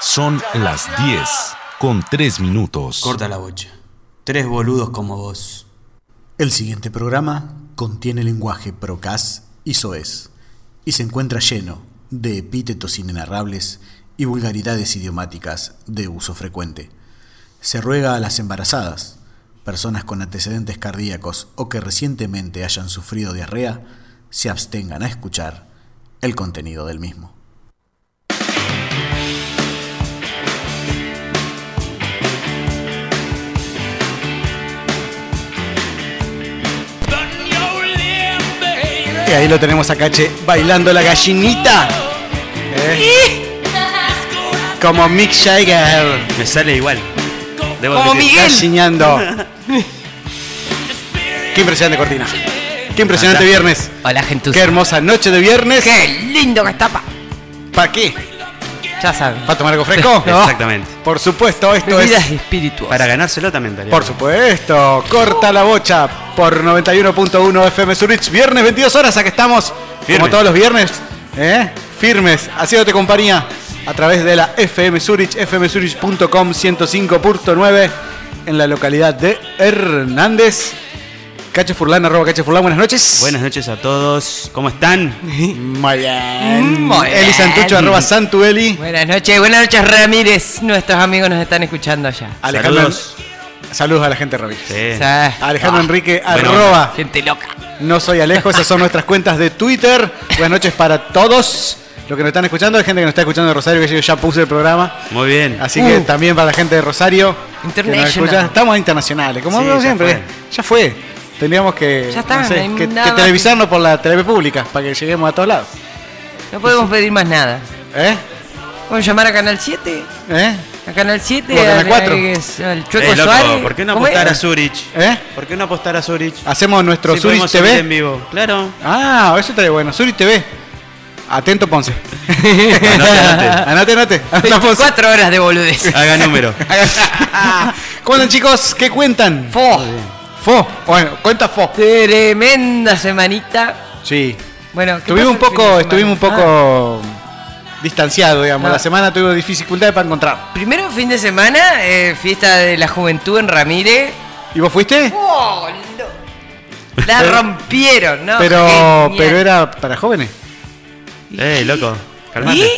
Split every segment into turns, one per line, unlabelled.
Son las 10 con 3 minutos.
Corta la bocha. Tres boludos como vos.
El siguiente programa contiene lenguaje procaz y soez y se encuentra lleno de epítetos inenarrables y vulgaridades idiomáticas de uso frecuente. Se ruega a las embarazadas, personas con antecedentes cardíacos o que recientemente hayan sufrido diarrea, se abstengan a escuchar el contenido del mismo.
Y ahí lo tenemos a Cache bailando la gallinita. ¿Eh? Como Mick Jagger.
Me sale igual. Debo
Como
admitir.
Miguel. Galliñando. Qué impresionante cortina. Qué impresionante viernes.
Hola, gentuza.
Qué hermosa noche de viernes.
Qué lindo que tapa.
¿Para qué?
Ya saben.
¿Para tomar algo fresco?
Exactamente.
Por supuesto, esto
Bebidas
es.
espirituosas.
Para ganárselo también daría.
Por supuesto, corta la bocha por 91.1 FM Zurich. Viernes 22 horas, aquí estamos.
Firme.
Como todos los viernes, ¿eh? firmes, haciéndote compañía a través de la FM Zurich, fmzurich.com 105.9 en la localidad de Hernández. Cacho Furlan, arroba Cacho Furlan, buenas noches.
Buenas noches a todos. ¿Cómo están?
Muy
Mm,
bien.
Muy
Eli
bien.
Santucho, arroba Santueli.
Buenas noches, buenas noches Ramírez. Nuestros amigos nos están escuchando allá.
Alejandro.
Saludos.
Saludos a la gente de Ramírez.
Sí.
Ah,
Alejandro Enrique,
Bueno,
arroba.
Gente loca.
No soy Alejo, esas son nuestras cuentas de Twitter. Buenas noches para todos. Los que nos están escuchando, hay gente que nos está escuchando de Rosario, que yo ya puse el programa.
Muy bien.
Así que
Uh.
también para la gente de Rosario. que nos
International.
escucha. Estamos internacionales, como
Sí,
hablamos
ya
siempre.
fue.
Ya fue. Tendríamos que,
Ya está,
no sé,
no hay
que,
nada
que televisarnos por la tele pública para que lleguemos a todos lados.
No podemos pedir más nada.
¿Eh?
Vamos a llamar a Canal 7.
¿Eh?
A Canal 7.
Bueno, Canal
al-
4.
al- Al Chueco
Eh, loco,
Suárez.
¿por qué no
¿Cómo es?
apostar a Zurich?
¿Eh?
¿Por qué no apostar a Zurich?
Hacemos nuestro
Sí,
Zurich
podemos subir en
TV.
vivo. Claro.
Ah, eso estaría bueno. Zurich TV. Atento, Ponce.
anote.
Anote, anote. Anota, Ponce.
4 horas de boludez.
Haga número.
¿Cómo andan, chicos? ¿Qué cuentan?
Fo.
Fo. Bueno, cuenta Fo.
Tremenda semanita.
Sí.
Bueno, ¿qué
Estuvimos un
pasó el fin de
poco,
semana?
estuvimos un poco distanciados, digamos.
Ah.
La semana tuvimos dificultades para encontrar.
Ah, primero fin de semana, eh, fiesta de la juventud en Ramírez.
¿Y vos fuiste?
¡Oh, no! La rompieron, ¿no?
Pero,
Genial.
pero era para jóvenes,
Eh, loco. Calmate.
¿Y?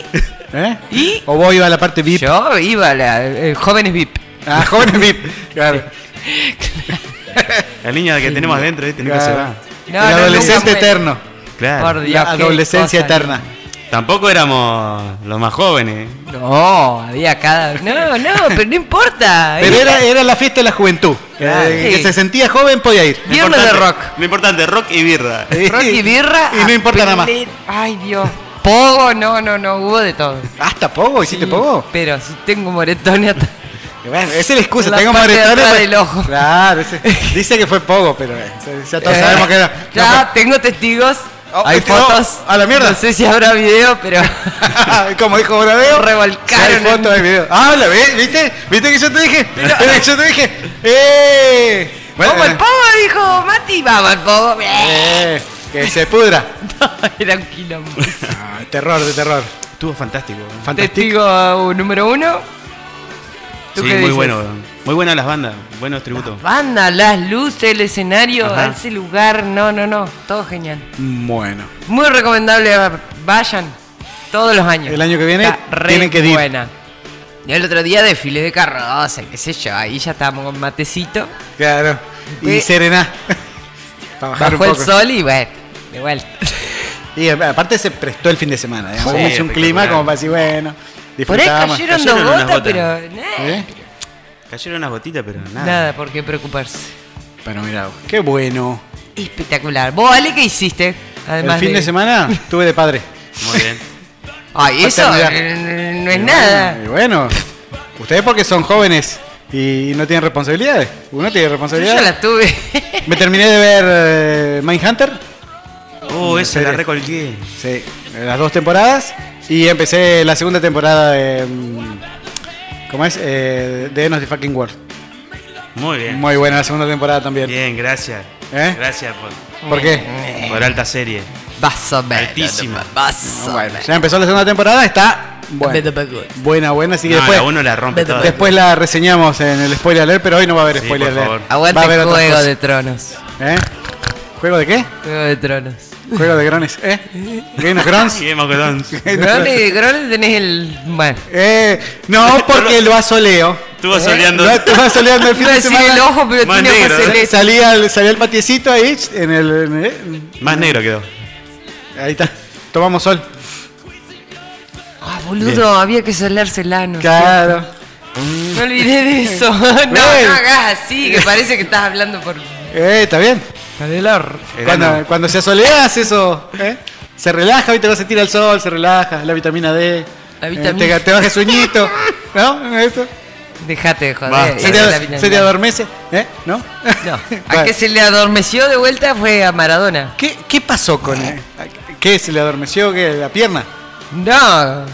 ¿eh?
¿Y?
¿O vos ibas a la parte VIP?
Yo iba a la eh, Jóvenes VIP.
Ah, jóvenes VIP. Claro.
El niño que tenemos adentro, ¿viste? Nunca se
claro.
va.
No,
El
no, nunca
adolescente
fue.
eterno.
Claro.
Por
La
Dios, qué
adolescencia
cosa.
eterna.
Tampoco éramos los más jóvenes.
No, había cada. No, no, pero no importa.
Pero
Era
era, era la fiesta de la juventud.
Claro.
Eh, Que
Sí.
se sentía joven podía ir.
Lo
Viernes de rock.
importante- Lo importante, rock Eh. y birra.
Rock y birra.
Y no
a
importa nada más.
pleno- Ay, Dios. Pogo, no, no, no, hubo de todo.
Ah, ¿Hasta Pogo? ¿Hiciste Pogo?
Pero si tengo moretones hasta.
Bueno, esa es la excusa,
La
tengo
parte de
moretones.
atrás
pa-
del ojo.
Claro, ese- dice que fue poco, pero eh, ya todos sabemos que era.
Ya, tengo testigos.
Oh,
Hay
testigo.
fotos.
A la mierda.
No sé si habrá video, pero.
Como dijo Bradeo,
Revolcaron
si hay fotos,
en-
hay video. Ah, ¿la ves? ¿Viste? ¿Viste que yo te dije? yo te dije. ¡Eh!
Vamos al pogo, dijo Mati. Vamos al pogo.
eh, que se pudra.
No, era un quilombo.
Ah, terror de terror.
Estuvo fantástico. ¿eh?
Fantástico.
Testigo número uno.
Sí,
¿Tú
muy
qué dices?
bueno. Muy buenas las bandas. Buenos tributos.
Banda, las luces, el escenario,
Ajá.
ese lugar, no, no, no, todo genial.
Bueno.
Muy recomendable, vayan todos los años.
El año que viene
Está re
tienen que ir.
buena. Y el otro día desfile de carroza, qué sé yo, ahí ya estábamos con matecito,
Claro. Y
Eh.
serena. Para bajar
bajo
un
el
poco.
sol y bueno, de vuelta.
Y eh, aparte se prestó el fin de semana. digamos.
Sí,
Hizo un clima
espectacular.
como para decir, bueno.
Por ahí
disfrutamos.
cayeron,
cayeron
dos
unas
gotas,
gotas.
pero nah,
¿Eh?
Cayeron unas gotitas, pero nada.
nada por qué preocuparse.
Pero mira, qué bueno.
Espectacular. ¿Vos, Ale, qué hiciste? Además
el fin de... semana estuve de padre.
Muy bien.
Ay, Ah, eso
Paternidad.
eh, no es
Y
nada.
bueno, y bueno, ustedes porque son jóvenes y no tienen responsabilidades. Uno tiene
Yo ya
responsabilidades.
la tuve.
Me terminé de ver eh, Mindhunter,
Oh, esa
serio.
la recolgué.
sí, las dos temporadas. Y empecé la segunda temporada de. mm, ¿Cómo es? Eh, de End of the Fucking World.
Muy bien.
Muy buena la segunda temporada también.
Bien, gracias.
¿Eh?
Gracias por,
¿Por qué?
por alta serie.
Vas a ver.
Altísima.
Vas a
Bueno,
ver.
ya empezó la segunda temporada, está Bueno,
Beto Paco.
buena, buena. Así que
No,
después,
la uno la rompe
Beto-
toda.
después la reseñamos en el spoiler alert, pero hoy no va a haber
Sí,
spoiler
por
alert.
favor.
Va a
Aguante
haber otras
Juego
cosas.
de Tronos.
¿Eh? ¿Juego de qué?
Juego de Tronos.
Juego de grones. ¿Eh? ¿Game of Thrones?
Sí, Game of Thrones.
Grone, Grone tenés el. Bueno.
Eh, no, porque ¿Eh? lo asoleo.
Estuvo soleando.
Lo estuve asoleando el fin
Iba a
de
decir
semana.
el ojo, pero
Más
tiene ojos
negro, ¿eh?
celestes.
Salía al, salía al patiecito ahí, ch, en el, en el-
Más negro quedó.
Ahí está. Tomamos sol.
Ah, boludo, había que solarse el ano.
Claro.
No olvidé de eso. No, no
Bueno.
hagas así, que parece que estás hablando por.
Eh, está bien.
El
Cuando,
ano.
cuando se asoleas eso, ¿eh? se relaja, te vas a tirar al sol, se relaja, la vitamina D.
La
Eh,
vitamina-
te- te, vas de sueñito. ¿No? Esto.
Dejate de joder.
Va,
esa
Se
es eh, la
te,
vitamina.
se te adormece. ¿Eh? ¿No?
No, a
Bueno.
que se le adormeció de vuelta fue a Maradona.
¿Qué, qué pasó con él? Eh, ¿Qué? ¿Se le adormeció qué, la pierna?
No,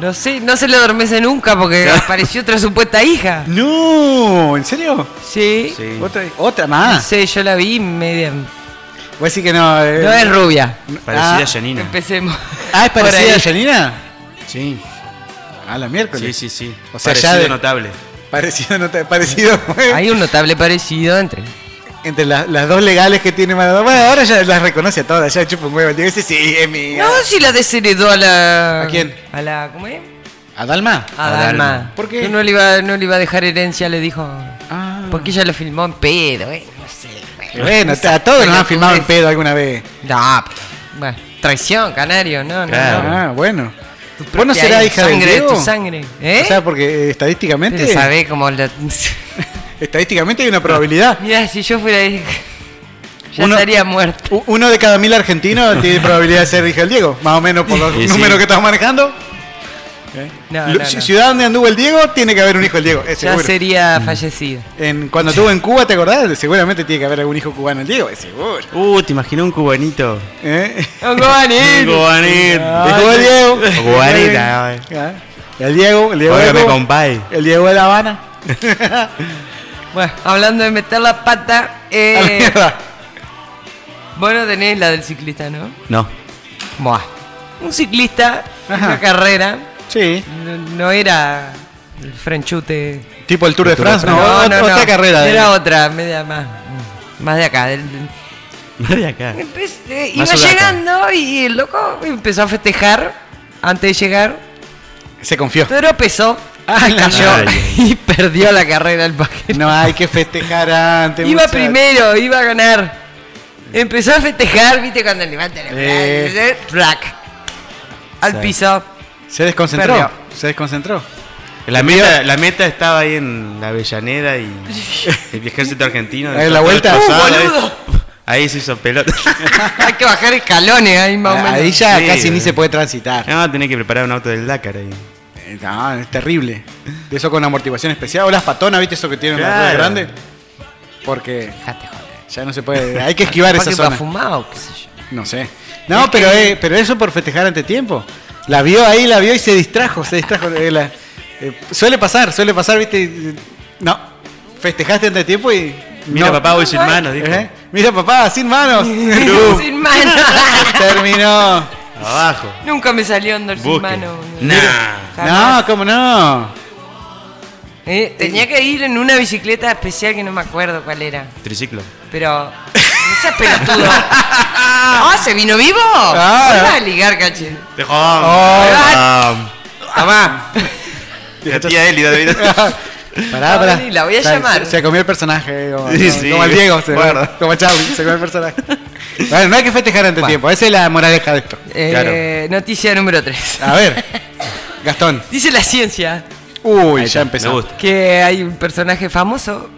no sé, no se le adormece nunca porque apareció otra supuesta hija.
No, ¿en serio?
Sí.
Sí.
¿Otra, otra
No
más?
sé, yo la vi media.
Voy a decir que no. eh,
No es rubia.
Parecida
Ah,
a Janina.
Empecemos.
Ah, ¿es
Por
parecida
ahí.
a Janina? Sí. A la miércoles.
Sí, sí, sí.
O sea,
Parecido
ya de-
notable.
Parecido, no te- parecido.
Hay un notable parecido entre.
Entre la- las dos legales que tiene Maradona. Bueno, ahora ya las reconoce a todas, ya chupa un huevo. Digo, ese sí, es mi.
No, si la desheredó a la.
¿A quién?
A la. ¿Cómo es?
¿A Dalma?
A,
A
Dalma.
Dalma.
¿Por qué?
Que No le, iba, no le iba a dejar herencia, le dijo.
Ah.
Porque ella lo filmó en pedo, eh. No sé.
Bueno, a todos nos han filmado en
pedo.
pedo alguna vez.
No, pero, bueno, traición, canario, no, no,
Claro.
no.
Ah, bueno.
Tu
¿Vos no
propia
serás hija de
sangre de
Diego?
tu sangre, ¿eh?
O sea, porque eh, estadísticamente.
Pero sabés cómo lo...
Estadísticamente hay una probabilidad.
Mirá, si yo fuera hija, ya
Uno-
estaría muerto.
U- Uno de cada mil argentinos tiene probabilidad de ser hija del Diego, más o menos por los
Sí, sí.
números que estamos manejando.
No,
Lu-
no,
ci-
no.
Ciudad donde anduvo el Diego, tiene que haber un hijo del Diego, es
Ya
seguro. Mm.
sería fallecido.
En- cuando estuvo en Cuba, ¿te acordás? Seguramente tiene que haber algún hijo cubano el Diego, es seguro.
Uh, te imaginé un cubanito.
¿Eh?
¡No, Giovanni!
Un cubanito.
Dejó el Diego.
Guarita,
Ah, El Diego, el Diego. de
Óigame,
Cuba,
compay.
El Diego de La Habana.
Bueno, hablando de meter la pata,
A la
eh,
ah. mierda.
vos no tenés la del ciclista, ¿no?
No.
Buah. Un ciclista,
Ajá.
una carrera,
Sí.
no, no era el franchute...
Tipo el Tour de France, no, ot- otra carrera. de-
Era otra, media más. mm, Más de acá. del- del-
Nadie acá.
Empe- eh,
Más
iba
sudaca.
llegando y el loco empezó a festejar antes de llegar.
Se confió.
Tropezó,
Ah, la
cayó
Ay.
y perdió la carrera el pajero.
No hay que festejar antes.
Iba
muchachos.
primero, iba a ganar. Empezó a festejar, viste, cuando levanta la
Eh.
eh. track. Al piso.
Se desconcentró.
Perdió.
Se desconcentró.
La meta, la meta estaba ahí en la Avellaneda y el ejército argentino.
Ahí la vuelta.
destrozado,
¡Uh,
ahí-
boludo!
eh, Ahí se hizo pelota.
Hay que bajar escalones ahí más o menos.
Ahí ya
Sí.
casi ni se puede transitar.
No, tenés que preparar un auto del Dakar ahí.
Eh, No, es terrible. De eso con amortiguación especial. O las patonas, ¿viste eso que tienen las
Claro.
ruedas grandes? Porque
Dejate joder.
ya no se puede. Hay que esquivar
Capaz
esa
que iba
zona.
fumado, qué sé yo.
No sé. No, pero, eh, pero eso por festejar ante tiempo. La vio ahí, la vio y se distrajo. Se distrajo. Eh, la- eh, suele pasar, suele pasar, ¿viste? Y, eh, No. Festejaste ante tiempo y.
Mira,
no.
papá, voy sin manos, dijo.
¿Eh? Mira, papá, sin manos.
Sin mano.
Terminó.
Abajo.
Nunca me salió andar sin
Busque.
mano.
Nah.
Jamás.
No, ¿cómo no?
Eh, tenía que ir en una bicicleta especial que no me acuerdo cuál era.
Triciclo.
Pero. No seas pelotudo. ¡Ah, se vino vivo!
Ah.
Vas a ligar, caché.
Dejó.
Ah.
Tomá.
La tía Elida de vida.
Pará,
Va a
pará.
venir, la voy a
Se-
llamar.
Se, comió el personaje, eh, como,
Sí,
como-
sí.
como el Diego, se-
Bueno.
como Charlie, se comió el personaje. Bueno, no hay que festejar ante
Bueno.
tiempo, esa es la moraleja de esto.
Eh, Noticia número 3.
A ver, Gastón.
Dice la ciencia
Uy, ya
Me
empezó.
gusta.
que hay un personaje famoso,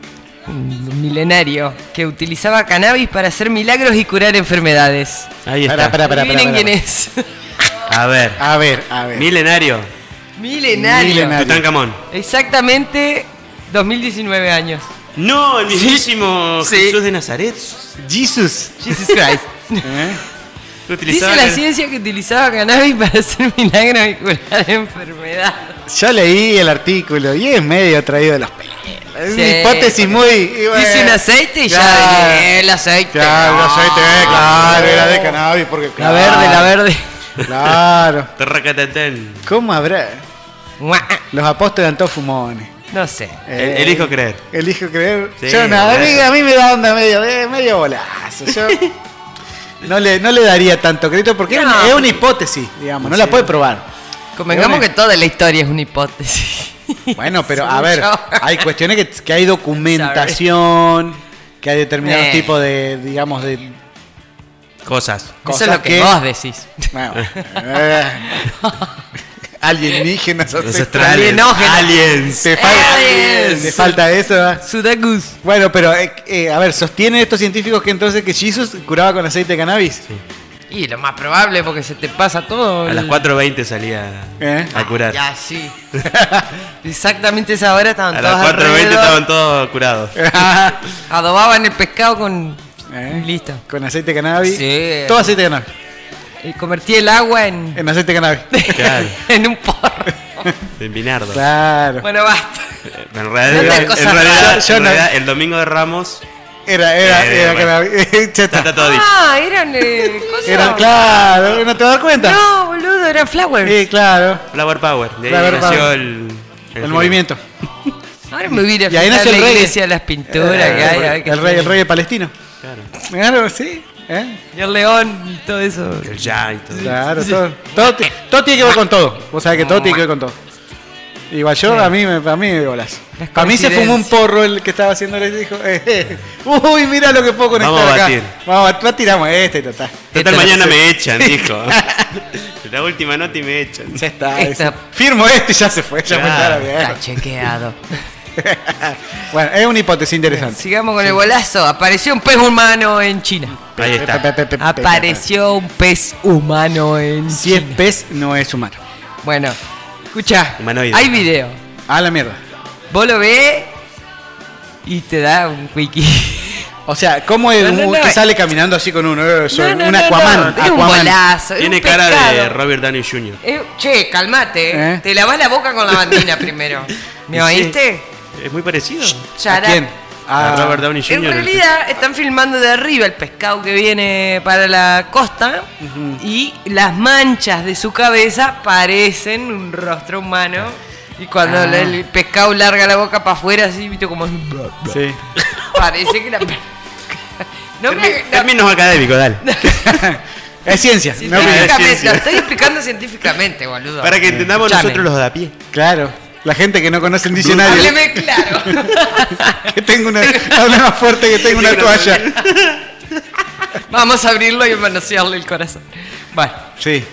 un milenario, que utilizaba cannabis para hacer milagros y curar enfermedades.
Ahí
Pará,
está.
pará, pará,
Adivinen
pará,
quién
pará.
es.
A ver.
A ver, a ver.
Ah, Milenario.
Milenario.
Milenario.
Tutankamón.
Exactamente 2019 años.
No, el mismísimo
Sí.
Jesús de Nazaret.
Jesus.
Jesus Christ.
¿Eh?
Lo utilizaba
Dice la
en-
ciencia que utilizaba cannabis para hacer milagros y curar enfermedades.
Yo leí el artículo y es medio traído de los pelos. Es una
Sí.
hipótesis muy. y bueno.
Dice un aceite y ya,
Claro.
eh, el aceite.
Claro,
no.
el aceite, eh, claro, era de cannabis porque.
La verde, la verde.
Claro.
Terracatatán.
¿Cómo habrá?
Mua.
Los apóstoles eran todos fumones.
No sé.
Eh,
elijo creer.
Elijo creer.
Sí,
yo no, a, mí,
eso.
a mí me da onda medio, eh, medio bolazo. Yo no, le, no le daría tanto crédito porque es
No,
una- es una hipótesis, digamos, no la puede probar.
Convengamos
Bueno.
que toda la historia es una hipótesis.
Bueno, pero
Es
a ver,
mucho.
hay cuestiones que, que hay documentación, que hay determinados
Eh.
tipos de, digamos, de...
Cosas.
Eso
cosas
es lo que,
que-
vos decís.
Bueno, eh, alienígenas,
Ancestrales.
Alienígenas.
Aliens.
Te falta,
Aliens.
te falta eso. ¿eh?
Sudakus.
Bueno, pero eh, eh, a ver, sostienen estos científicos que entonces que Jesus curaba con aceite de cannabis.
Y lo más probable porque se te pasa todo.
A
el-
las 4.20 salía
¿Eh?
a curar.
Ya, sí. Exactamente esa hora estaban
A
todos
las 4.20
alrededor,
estaban todos curados.
Adobaban el pescado con...
¿Eh?
Listo.
Con aceite de cannabis.
Sí.
Todo aceite de cannabis.
Y convertí el agua en...
En aceite de cannabis.
Claro.
en un porro.
En Binardo.
Claro.
Bueno, basta.
En realidad,
Tantas
en
cosas
realidad,
raras. Yo
en
no-
realidad, el domingo de Ramos
Era, era,
Eh,
era
bueno.
cannabis. Ya
ya
está.
está todo dicho.
Ah, eran eh, cosas...
Era, claro, ¿no te vas a dar cuenta?
No, boludo, eran flowers.
Sí, claro.
Flower Power. De ahí
Flower
nació
Power.
el,
El, movimiento.
Ahora me voy a ir a
Y ahí
fijar
nació el
la
reggae.
iglesia de las pinturas que hay, a ver qué
Eh, el rey,
tiene.
el rey palestino.
Claro.
Claro, sí. ¿eh?
Y el león y todo eso.
El ya y todo.
Claro, todo, todo, ti- todo tiene que ver con todo. Vos sabés que todo tiene que ver con todo. Igual yo, a mí, me- a mí me bolas.
Las
Para mí se
coincidencias.
fumó un porro el que estaba haciendo y dijo, eh, eh, uy, mira lo que puedo conectar
Vamos a
acá.
batir.
Vamos, a- la tiramos esta y total.
Total,
Esta-
mañana me echan, dijo. la última nota y me echan.
Ya está.
Esta-
dice, Firmo esto y ya se fue. Ya fue
Claro.
toda la mierda.
Está chequeado.
Bueno, es una hipótesis interesante.
Sigamos con el golazo. Apareció un pez humano en China.
Ahí
Pe-
está.
pe- pe- pe- pe-
Apareció un pez humano en
Si es
China.
pez, no es humano.
Bueno, escucha.
Humanoide.
Hay video.
A la mierda.
Vos lo ves y te da un wiki.
O sea, ¿cómo es
No, no,
un-
no,
que
eh.
sale caminando así con un, eh, soy
No, no,
un
no,
Aquaman?
no, Es un
Aquaman.
golazo. es
Tiene
Ah, un
cara de
pescado.
Robert Downey Jr.
Eh, che, calmate.
¿Eh?
Te lavas la boca con la bandina primero. ¿Me
Sí.
oíste?
Es muy parecido.
¿A
Chará.
quién? Ah,
A
A-
Robert Downey Jr.
En realidad están filmando de arriba el pescado que viene para la costa y las manchas de su cabeza parecen un rostro humano. Y cuando
Ah.
el pescado larga la boca para afuera, así, viste, como
Sí.
parece que la. No me.
Termi-
no-
Términos académicos, dale.
Es ciencia. no
sí.
opinión.
científicamente,
ciencia.
lo estoy explicando científicamente, boludo.
Para que entendamos
Escuchame.
nosotros los de a pie.
Claro. La gente que no conoce el diccionario.
Hábleme claro.
que tengo una. Habla más fuerte que tengo una toalla.
Vamos a abrirlo y manosearle el corazón. Bueno.
Sí.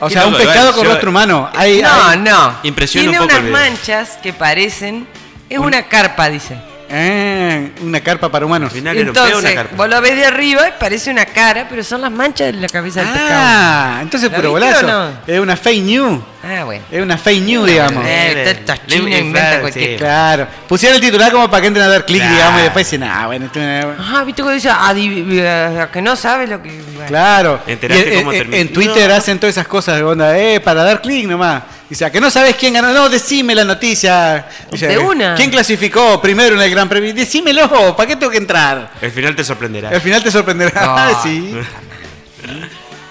O sea, un
Igual,
pescado con
yo-
rostro humano. Hay,
No,
hay-
no.
Impresiona
Tiene
un poco el
unas
video.
manchas que parecen. Es una carpa, dice.
Eh, una carpa para humanos.
Al final era un pedo, una
Entonces,
carpa.
vos lo ves de arriba y parece una cara, pero son las manchas de la cabeza del pescado.
Ah, entonces
¿La
puro
viste
golazo.
o no?
Es una fake news.
Ah, bueno.
Es una fake news, digamos.
Eh, estos
Libre
chinos
inflar,
inventan
sí.
cualquier cosa.
Claro. Pusieron el titular como para que entren a dar clic,
Claro.
digamos, y después dicen, ah, bueno, esto no-
Ah, viste que dice, adiv- eh, que no sabe lo que. bueno.
Claro.
Enterate
Y en-
cómo
en,
termina.
en Twitter hacen todas esas cosas de onda, eh, para dar clic nomás. Dice, "¿A que no sabes quién ganó, no, decime la noticia. Dice,
De una.
¿Quién clasificó primero en el Gran Premio? Decímelo, ¿para qué tengo que entrar?
Al final te sorprenderá.
Al final te sorprenderá.
No.
sí.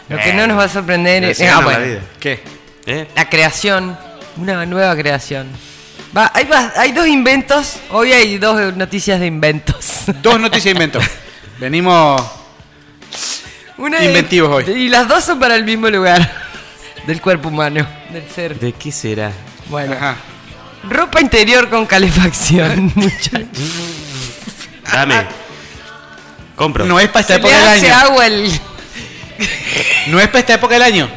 Lo que no nos va a sorprender es.
Se
ah,
gana la
bueno.
vida.
¿Qué?
¿Eh?
La creación. Una nueva creación. Va, hay, va- hay dos inventos. Hoy hay dos eh, noticias de inventos.
Dos noticias invento. Venimos.
Una de-
Inventivos hoy.
Y las dos son para el mismo lugar. Del cuerpo humano, del ser.
¿De qué será?
Bueno.
Ajá.
Ropa interior con calefacción, muchachos. Ah.
Dame. Compro.
No es para esta
Se le
época del
hace
año.
agua el.
No es para esta época del año.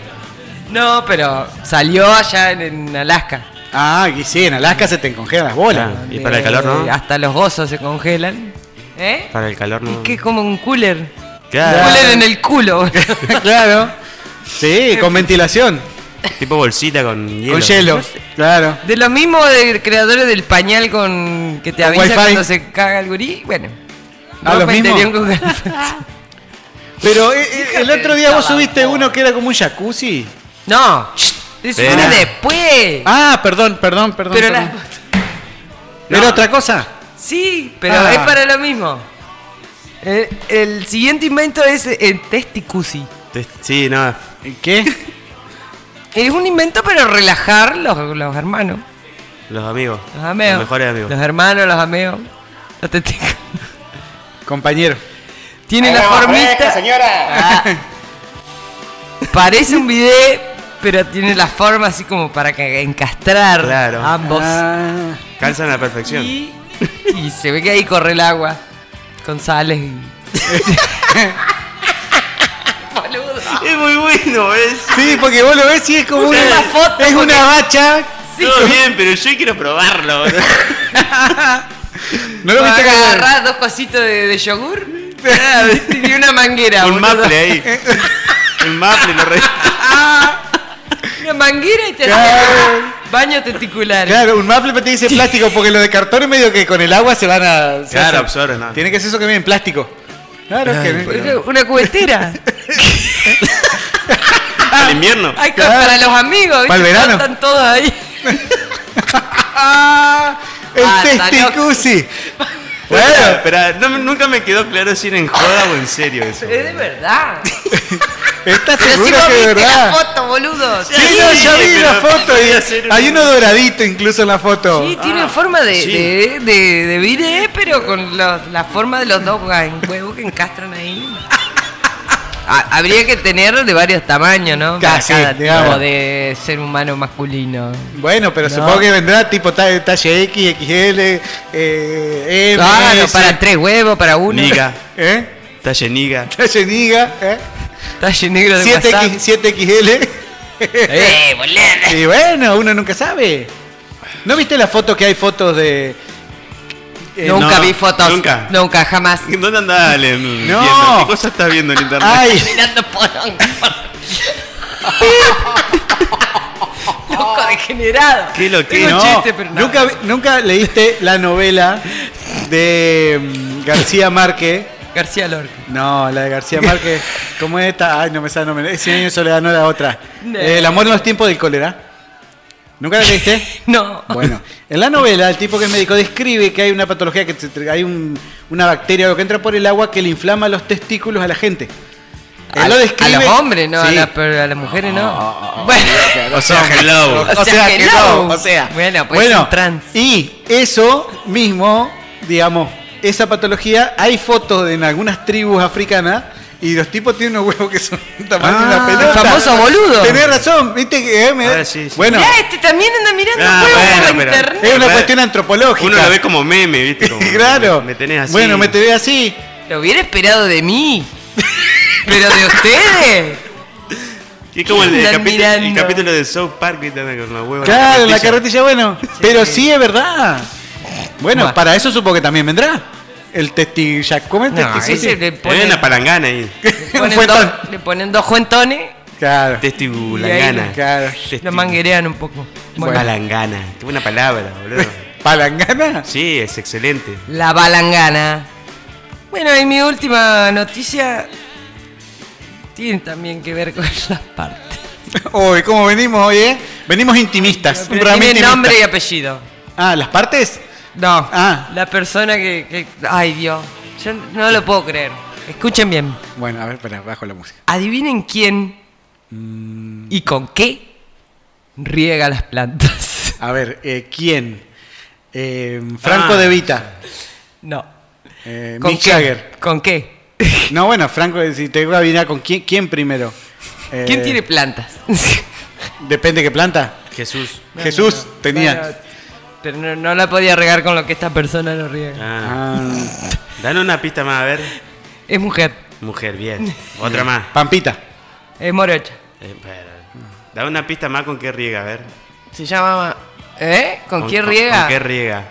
No, pero salió allá en, en Alaska.
Ah, y sí, en Alaska se te congelan las bolas.
Ah, y para el calor,
Eh,
¿no?
Hasta los gozos se congelan. ¿Eh?
Ah.
Para el calor,
Y
no.
que es como un cooler.
Claro.
Un cooler en el culo.
claro. Sí, con ventilación.
Tipo bolsita con hielo.
Con hielo. Claro.
De lo mismo de creadores del pañal con que te
Con
avisa
wifi.
cuando se caga el gurí. Bueno.
Ah, ¿los
ropa interior
mismos?
con calefacción.
Pero eh, eh, el otro día vos
Estaba
subiste
joda.
uno que era como un jacuzzi.
No. Es
Espera.
una después.
Ah, perdón, perdón, perdón.
pero
perdón.
las-
¿Era otra cosa?
Sí, pero
Ah.
es para lo mismo. Eh, El, siguiente invento es el testicusi.
Te- Sí, no.
¿Qué?
Es un invento para relajar los, los hermanos.
Los amigos.
Los amigos.
Los mejores amigos.
Los hermanos, los amigos. Los tetecos.
Compañero.
Tiene la formita. señora! Parece un bidet, pero tiene la forma así como para que encastrar
Claro.
ambos.
Ah,
Calzan a la perfección.
Y, y se ve que ahí corre el agua con sales y... Boludo.
Es muy bueno, es.
sí, porque vos lo ves y es como una,
Una foto,
es una
porque-
bacha.
Todo bien, pero yo quiero probarlo. boludo.
No lo viste acá.
Agarrás dos cositos de, de yogur y una manguera.
Un
boludo.
maple ahí. Un maple lo re.
Una manguera y te
Claro.
hace baño testicular.
Claro, un maple te dice plástico porque los de cartón es medio que con el agua se van a. se
Claro,
hacen.
absorben, ah.
Tiene que ser eso que viene en plástico. Claro, que
Una- Una cubetera.
Al invierno.
Hay que-
Claro.
para los amigos. ¿viste?
Para el verano.
Están todos ahí.
Ah, el
Ah, está
testicusi.
Bueno, pero no- nunca me quedó claro si era en joda o en serio eso.
Es de verdad.
¿Estás
Pero si
seguro
vos
que es
viste la
verdad?
foto, boludo.
Sí,
Sí,
Sí, no, yo vi
pero
la foto
podía ser
y
un-
hay uno doradito incluso en la foto.
tiene forma de,
Ah, sí.
de, de, de bidet, pero con los- la forma de los dos hu- huevos que encastran ahí. Ah, Habría que tener de varios tamaños, ¿no? Para
Casi,
cada
digamos.
tipo de ser humano masculino.
Bueno, pero supongo que vendrá tipo ta- talle X, XL, eh, M,
Claro,
S,
para tres huevos, para uno.
Niga.
¿eh?
Talle niga.
Talle niga, ¿eh?
Talle negro de
7X,
WhatsApp.
7XL.
Eh, boludo.
Y bueno, uno nunca sabe. ¿No viste la foto que hay fotos de... eh,
nunca
no,
vi fotos.
nunca.
Nunca, jamás.
¿Dónde andás, Ale? Mm, viendo?
No.
¿Qué cosa estás viendo en internet?
Ay,
Mirando poronga. Loco degenerado.
¿Qué lo que
Tengo
no?
un chiste, pero no.
¿Nunca, vi- nunca leíste la novela de mm, García Márquez.
García Lorca.
No, la de García Márquez. ¿Cómo es esta? Ay, no me sale, no me... Cien años de soledad, no la otra.
No.
Eh, el amor en los tiempos del cólera. ¿Nunca la leíste?
No.
Bueno, en la novela el tipo que es médico describe que hay una patología, que se- hay un- una bacteria que entra por el agua que le inflama los testículos a la gente. Él
a,
Eh, lo describe-
a los hombres, no, a,
Sí.
la- pero a las mujeres, no. bueno,
O sea, hello.
o sea que no.
o sea.
Bueno, pues es un trans.
Y eso mismo, digamos, esa patología, hay fotos de- en algunas tribus africanas y los tipos tienen unos huevos que son tamaño de una
Ah,
pelota.
famoso boludo.
Tenés razón, viste que... eh, me-
Ah, sí, sí.
Bueno,
Mirá, este también anda mirando
Ah,
juegos
bueno,
por
pero-
internet.
es una
Claro.
cuestión antropológica.
Uno lo ve como meme, ¿viste? Como,
claro.
Me tenés así.
Bueno, me te ve así.
Lo hubiera esperado de mí. pero de ustedes.
Y es como el, el
Andan
capítulo, el
mirando.
capítulo de South Park, ¿viste? Anda Con los huevos.
Claro, en la
carretilla.
carretilla, bueno. Pero sí es verdad. Bueno,
Bueno.
para eso supongo que también vendrá. El testilla. ¿Cómo es
No,
testi-
ese le
Te ven
ponen,
la palangana ahí.
le
Un
ponen
fuetón.
dos, le ponen dos juentones,
Claro.
Testigulangana.
Claro.
lo manguerean un poco. Bueno,
Palangana. Qué buena palabra, boludo.
¿Palangana?
Sí, es excelente.
La balangana. Bueno, y mi última noticia tiene también que ver con las partes.
Uy, ¿cómo venimos hoy, eh? Venimos intimistas. un
Pero
programa
tiene
intimista.
nombre y apellido.
Ah, ¿las partes?
No.
Ah.
La persona que, que- Ay, Dios. Yo no lo puedo creer. Escuchen bien.
Bueno, a ver, espera, bajo la música.
Adivinen quién
Mm.
y con qué riega las plantas.
A ver, eh, ¿quién? Eh, Franco
Ah.
De Vita.
No.
Eh,
¿Con
Mick
qué?
Jagger.
¿Con qué?
No, bueno, Franco, si te voy a adivinar con quién, quién primero. Eh,
¿Quién tiene plantas?
Depende qué planta.
Jesús.
Jesús tenía.
Bueno, pero no, no la podía regar con lo que esta persona no riega.
Ah.
Ah,
Dale una pista más, a ver.
Es mujer,
Mujer, bien. Otra más.
Pampita.
es morocha.
Eh, pero, Dame una pista más con qué riega, a ver.
Se llama. ¿Eh? ¿Con, quién riega?
¿Con qué riega?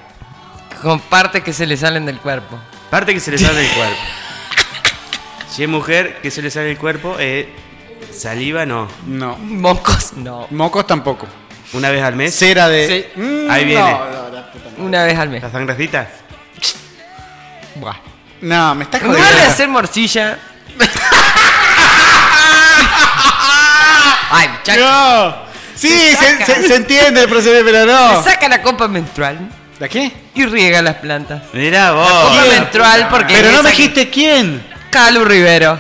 Con partes que se le salen del cuerpo.
Parte que se le sale del cuerpo. Si es mujer, que se le sale del cuerpo, eh, saliva no.
No.
Mocos, no.
Mocos tampoco.
Una vez al mes.
Cera de.
Sí.
Mm,
Ahí viene.
No, no, no,
Una vez al mes.
¿La sangracita?
Buah.
No, me estás
En
jodiendo.
lugar de hacer morcilla. Ay, muchacho.
No. Sí,
Ah, Se
se,
saca.
se- se entiende el proceder, pero no.
Se saca la copa menstrual
¿De qué?
y riega las plantas.
Mirá
Copa
vos.
menstrual porque.
Pero
es
no me
esa que-
dijiste quién.
Calu Rivero.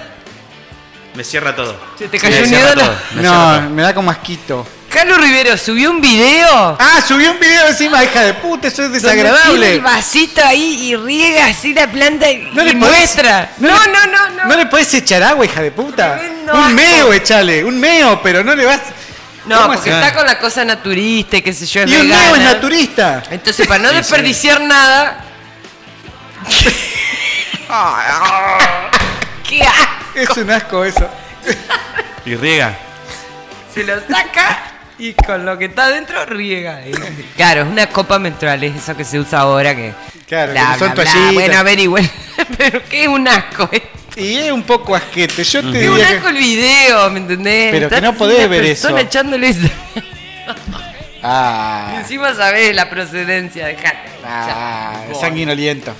Me cierra todo.
Se te cayó
Me
un
cierra
ídolo.
todo, me cierra
No, me da como asquito.
Carlos Rivero subió un video.
Ah, subió un video encima, hija de puta, eso es
donde tiene el
desagradable.
vasito ahí y riega así la planta y,
No le
y
podés-
muestra. No,
le-
no, no, no.
le podés echar agua, hija de puta.
Tremendo asco.
Un meo, echale, un meo, pero no le vas.
No,
¿Cómo
porque
hace?
está con la cosa naturista, y qué sé yo, es
Y un meo es
vegana.
naturista.
Entonces, para no desperdiciar nada. ¡Qué asco!
Es un asco eso.
todo. Y riega.
Se lo saca y con lo que está adentro riega. ahí. Claro, es una copa menstrual, es eso que se usa ahora que.
Claro, que son toallitas.
Bueno, averigüen. Pero qué es un asco, eh.
Y es un poco asquete. Yo te
Es un
diría
asco
que.
el video, ¿me entendés?
Pero que
Estás
no podés
una
ver
persona
eso.
echándole eso.
Ah,
Encima sabés la procedencia, dejate.
ah,
Ya.
sanguinoliento.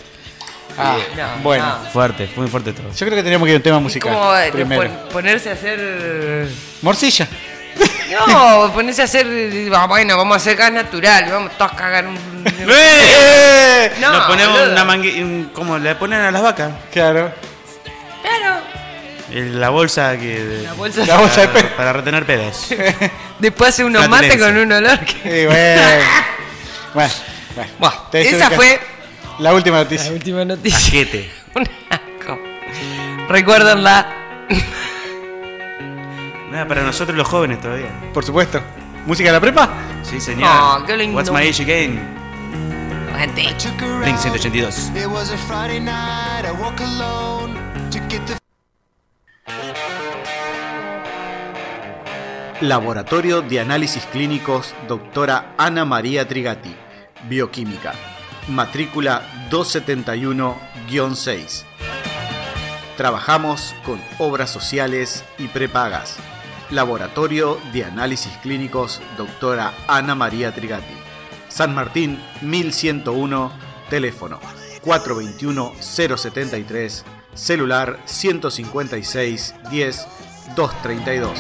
Ah,
No,
bueno.
no.
Fuerte, muy fuerte todo.
Yo creo que teníamos que ir a un tema
Es
musical.
como eh,
primero.
pon- ponerse a hacer.
Morcilla.
No, ponerse a hacer. eh, ah, Bueno, vamos a hacer gas natural, vamos todos a cagar un. un-
¡Eh!
No,
Nos ponemos
boludo.
una mangue... un- como le ponen a las vacas.
Claro.
Claro,
El- La bolsa que...
la bolsa.
La bolsa de pe-
para, para retener pedos.
Después hace unos mates
Flatulencia.
con un olor que.
Y Eh, bueno. bueno, bueno.
Buah,
Te dije
esa
que-
fue
La última noticia.
la última noticia.
Ajete.
un asco. Recuérdenla.
Nada, para nosotros los jóvenes todavía.
Por supuesto. ¿Música de la prepa?
Sí, señor.
Ah, qué lindo.
What's my age again?
gente.
Blink 182.
It was a Friday night. I walk alone to get the
Laboratorio de Análisis Clínicos, doctora Ana María Trigati, Bioquímica, matrícula 271-6. Trabajamos con obras sociales y prepagas. Laboratorio de Análisis Clínicos, doctora Ana María Trigati, San Martín 1101, teléfono 421-073, celular 156-10-232.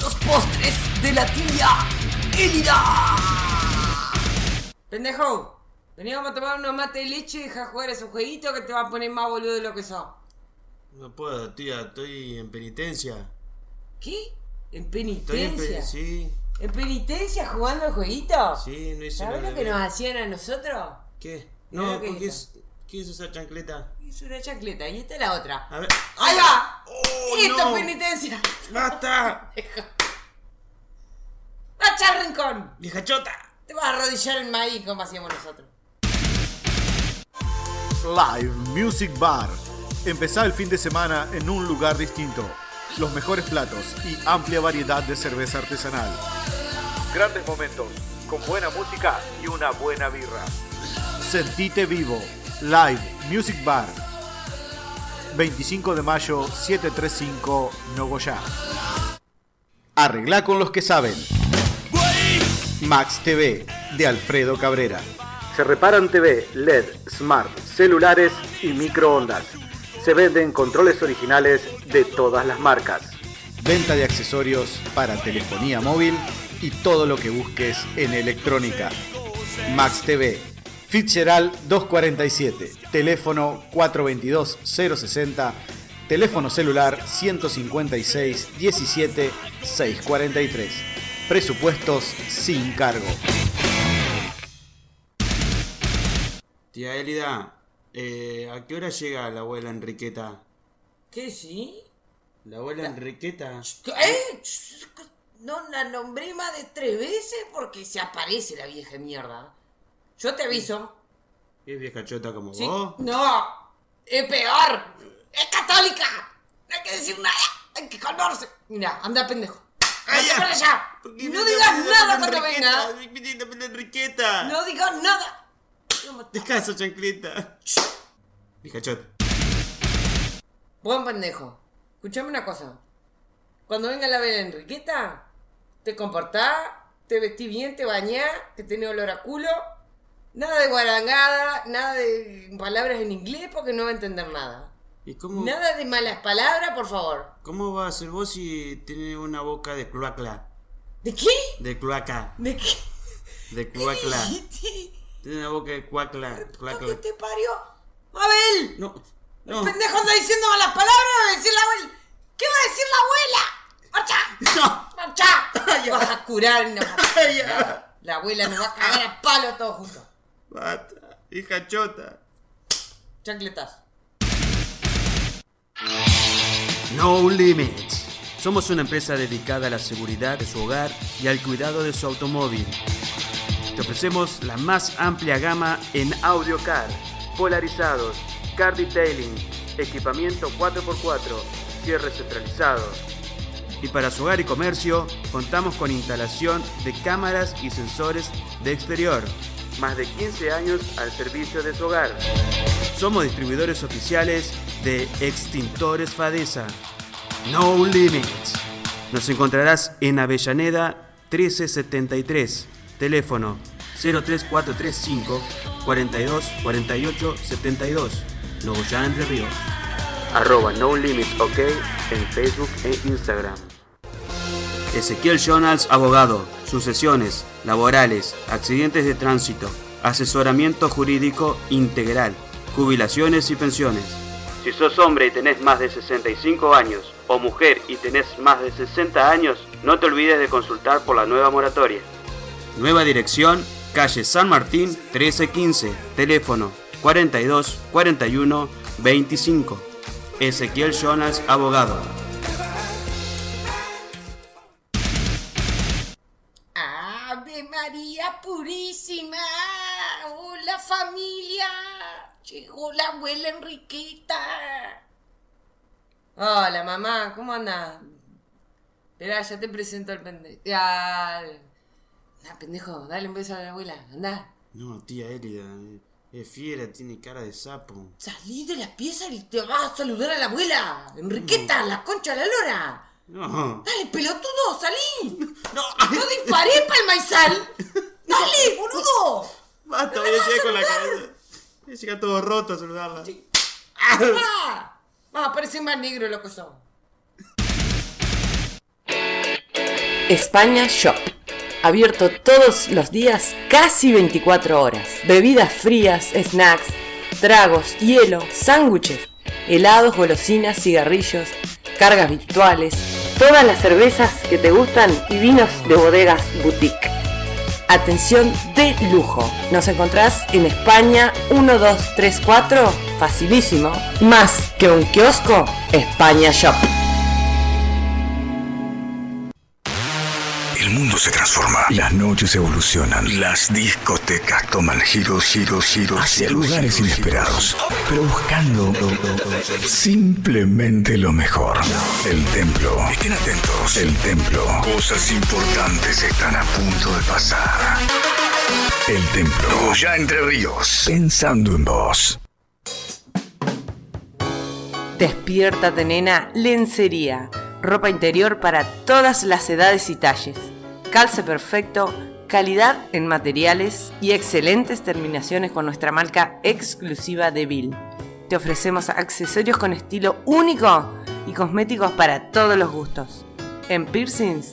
Los postres de la tía Elida. Pendejo, veníamos a tomar unos mate de leche y deja jugar esos jueguitos que te van a poner más boludo de lo que sos.
No puedo, tía, estoy en penitencia.
¿Qué? ¿En
Estoy en
penitencia?
penitencia. Sí,
¿En penitencia jugando al jueguito?
sí, no hice
¿Sabés
nada.
lo que nos hacían a nosotros?
¿Qué?
Mirá
No,
lo que
¿con ¿qué
hizo.
es, ¿qué es esa chancleta?
Es una chancleta y esta es la otra.
A ver.
¡Ahí va!
¡Oh,
¡Esto
no!
es penitencia!
¡Basta!
¡Vaya al rincón!
¡Vieja chota!
Te vas a arrodillar en maíz como hacíamos nosotros.
Live Music Bar. Empezá el fin de semana en un lugar distinto. Los mejores platos y amplia variedad de cerveza artesanal. Grandes momentos, con buena música y una buena birra. Sentite vivo. Live Music Bar. 25 de mayo, 735, Nogoyá. Arregla con los que saben. Max TV, de Alfredo Cabrera. Se reparan TV, LED, E smart, celulares y microondas. Se venden controles originales de todas las marcas. Venta de accesorios para telefonía móvil y todo lo que busques en electrónica. Max TV, Fitzgerald 247, teléfono 422-060, teléfono celular 156-17-643. Presupuestos sin cargo.
Tía Elida, eh, ¿a qué hora llega la abuela Enriqueta?
¿Qué sí?
¿La abuela Enriqueta?
¿Eh? No la nombré más de tres veces porque se aparece la vieja mierda. Yo te aviso.
¿Es vieja chota como
¿sí?
vos?
No, es peor. Es católica. No hay que decir nada. Hay que calmarse. Mira, anda pendejo. Anda para allá.
¿Por qué
No
me
digas
llamas
nada
abuela
cuando
Enriqueta?
venga.
¡Me llamas abuela Enriqueta!
No digas nada.
¡Deja esa chancleta! Vieja chota.
Buen pendejo. Escuchame una cosa. Cuando venga la vela Enriqueta, te comportás, te vestís bien, te bañás, que tenés olor a culo. Nada de guarangada, nada de palabras en inglés porque no va a entender nada.
¿Y cómo,
Nada de malas palabras, por favor.
cómo va a ser vos si tenés una boca de cloacla?
¿De qué?
De cloaca,
¿De qué?
de
¿Qué
cloacla.
dijiste?
Tiene una boca de cuacla,
¿Por
cuacla.
qué te parió?
¡Abel!
No,
El
no.
pendejo anda diciendo malas palabras, va a decir la abuela. ¿Qué va a decir la abuela? ¡Marcha!
No.
¡Marcha!
Ay,
Vas a curar y nos vas a
Ay,
curar. La abuela nos va a cagar a palo todos juntos.
Bata, hija chota.
Chancletazo.
No Limits. Somos una empresa dedicada a la seguridad de su hogar y al cuidado de su automóvil. Te ofrecemos la más amplia gama en audio car, polarizados, car detailing, equipamiento 4x4, cierres centralizados. Y para su hogar y comercio, contamos con instalación de cámaras y sensores de exterior. Más de 15 años al servicio de su hogar. Somos distribuidores oficiales de Extintores Fadesa. No Limits. Nos encontrarás en Avellaneda 1373. Teléfono 03435 42 48 72. Nogoyá Entre Ríos. Arroba No Limits OK en Facebook e Instagram. Ezequiel Jonas, abogado, sucesiones, laborales, accidentes de tránsito, asesoramiento jurídico integral, jubilaciones y pensiones. Si sos hombre y tenés más de 65 años, o mujer y tenés más de 60 años, no te olvides de consultar por la nueva moratoria. Nueva dirección, calle San Martín 1315, teléfono 42 41 25. Ezequiel Jonas, abogado.
Ave María Purísima, hola familia, llegó la abuela Enriqueta. Hola mamá, ¿cómo andás? Esperá, ya te presento al pendejo. Al... Ah, pendejo, dale un beso a la abuela, andá.
No, tía Elida, eh, es fiera, tiene cara de sapo.
Salí de la pieza y te vas a saludar a la abuela. Enriqueta, la concha de la lora.
No,
Dale, pelotudo, salí. No, disparé para el maizal. Dale, boludo.
bata,
No
voy
me
a
vas
llegar
a
con la
saludar.
cabeza. Voy a llegar todo roto a saludarla.
¡Ah! Ah, parece más negro lo que son.
España Shop. Abierto todos los días, casi 24 horas. Bebidas frías, snacks, tragos, hielo, sándwiches, helados, golosinas, cigarrillos, cargas virtuales. Todas las cervezas que te gustan y vinos de bodegas boutique. Atención de lujo. Nos encontrás en España 1234, facilísimo. Más que un kiosco, España Shop.
El mundo se transforma. Las noches evolucionan. Las discotecas toman giros, giros, giros. Hacia lugares inesperados. Pero buscando simplemente lo mejor. El templo. Estén atentos. El templo. Cosas importantes están a punto de pasar. El templo. Ya entre ríos. Pensando en vos.
Despiértate, nena, lencería, ropa interior para todas las edades y talles, calce perfecto, calidad en materiales y excelentes terminaciones con nuestra marca exclusiva de Bill. Te ofrecemos accesorios con estilo único y cosméticos para todos los gustos. En piercings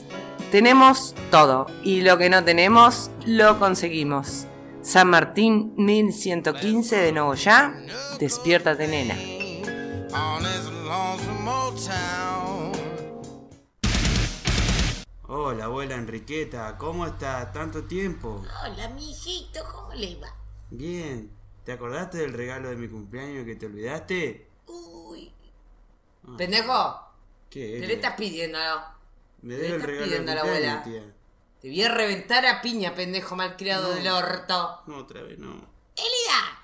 tenemos todo y lo que no tenemos lo conseguimos. San Martín 1115 de Nogoyá, despiértate, nena.
on his lonesome old town.
Hola, abuela Enriqueta, ¿cómo estás? Tanto tiempo.
Hola, mijito, ¿cómo le va?
Bien, ¿te acordaste del regalo de mi cumpleaños que te olvidaste?
Uy. Pendejo,
¿Qué?
Eh,
te
Elida?
le estás pidiendo, ¿no?
Me
le
debe el
estás
regalo de
pidiendo a la
cumpleaños,
abuela?
tía.
Te voy a reventar a piña, pendejo malcriado del orto.
No, otra vez no.
Elida,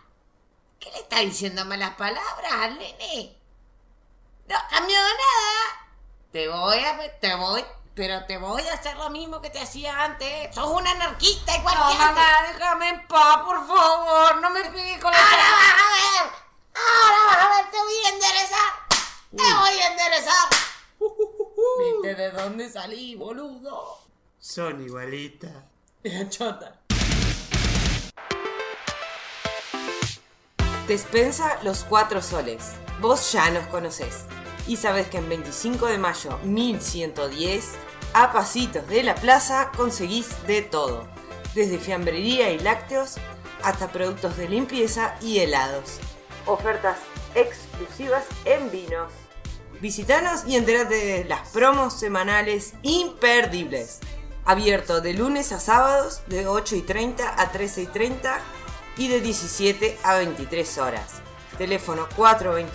¿qué le estás diciendo malas palabras al nene? No ha cambiado nada. Te voy a. Te voy. Pero te voy a hacer lo mismo que te hacía antes. Sos un anarquista igual que antes.
déjame en paz, por favor. No me pegues con
Ahora vas a ver. Ahora vas a ver. Te voy a enderezar. Te voy a enderezar. ¿Viste de dónde salí, boludo?
Son igualitas.
Era chota.
Despensa Los Cuatro Soles. Vos ya nos conocés. Y sabés que en 25 de mayo 1110, a pasitos de la plaza, conseguís de todo. Desde fiambrería y lácteos hasta productos de limpieza y helados. ofertas exclusivas en vinos. Visítanos y entérate de las promos semanales imperdibles. Abierto de lunes a sábados de 8 y 30 a 13 y 30 y de 17 a 23 horas. Teléfono 421-344.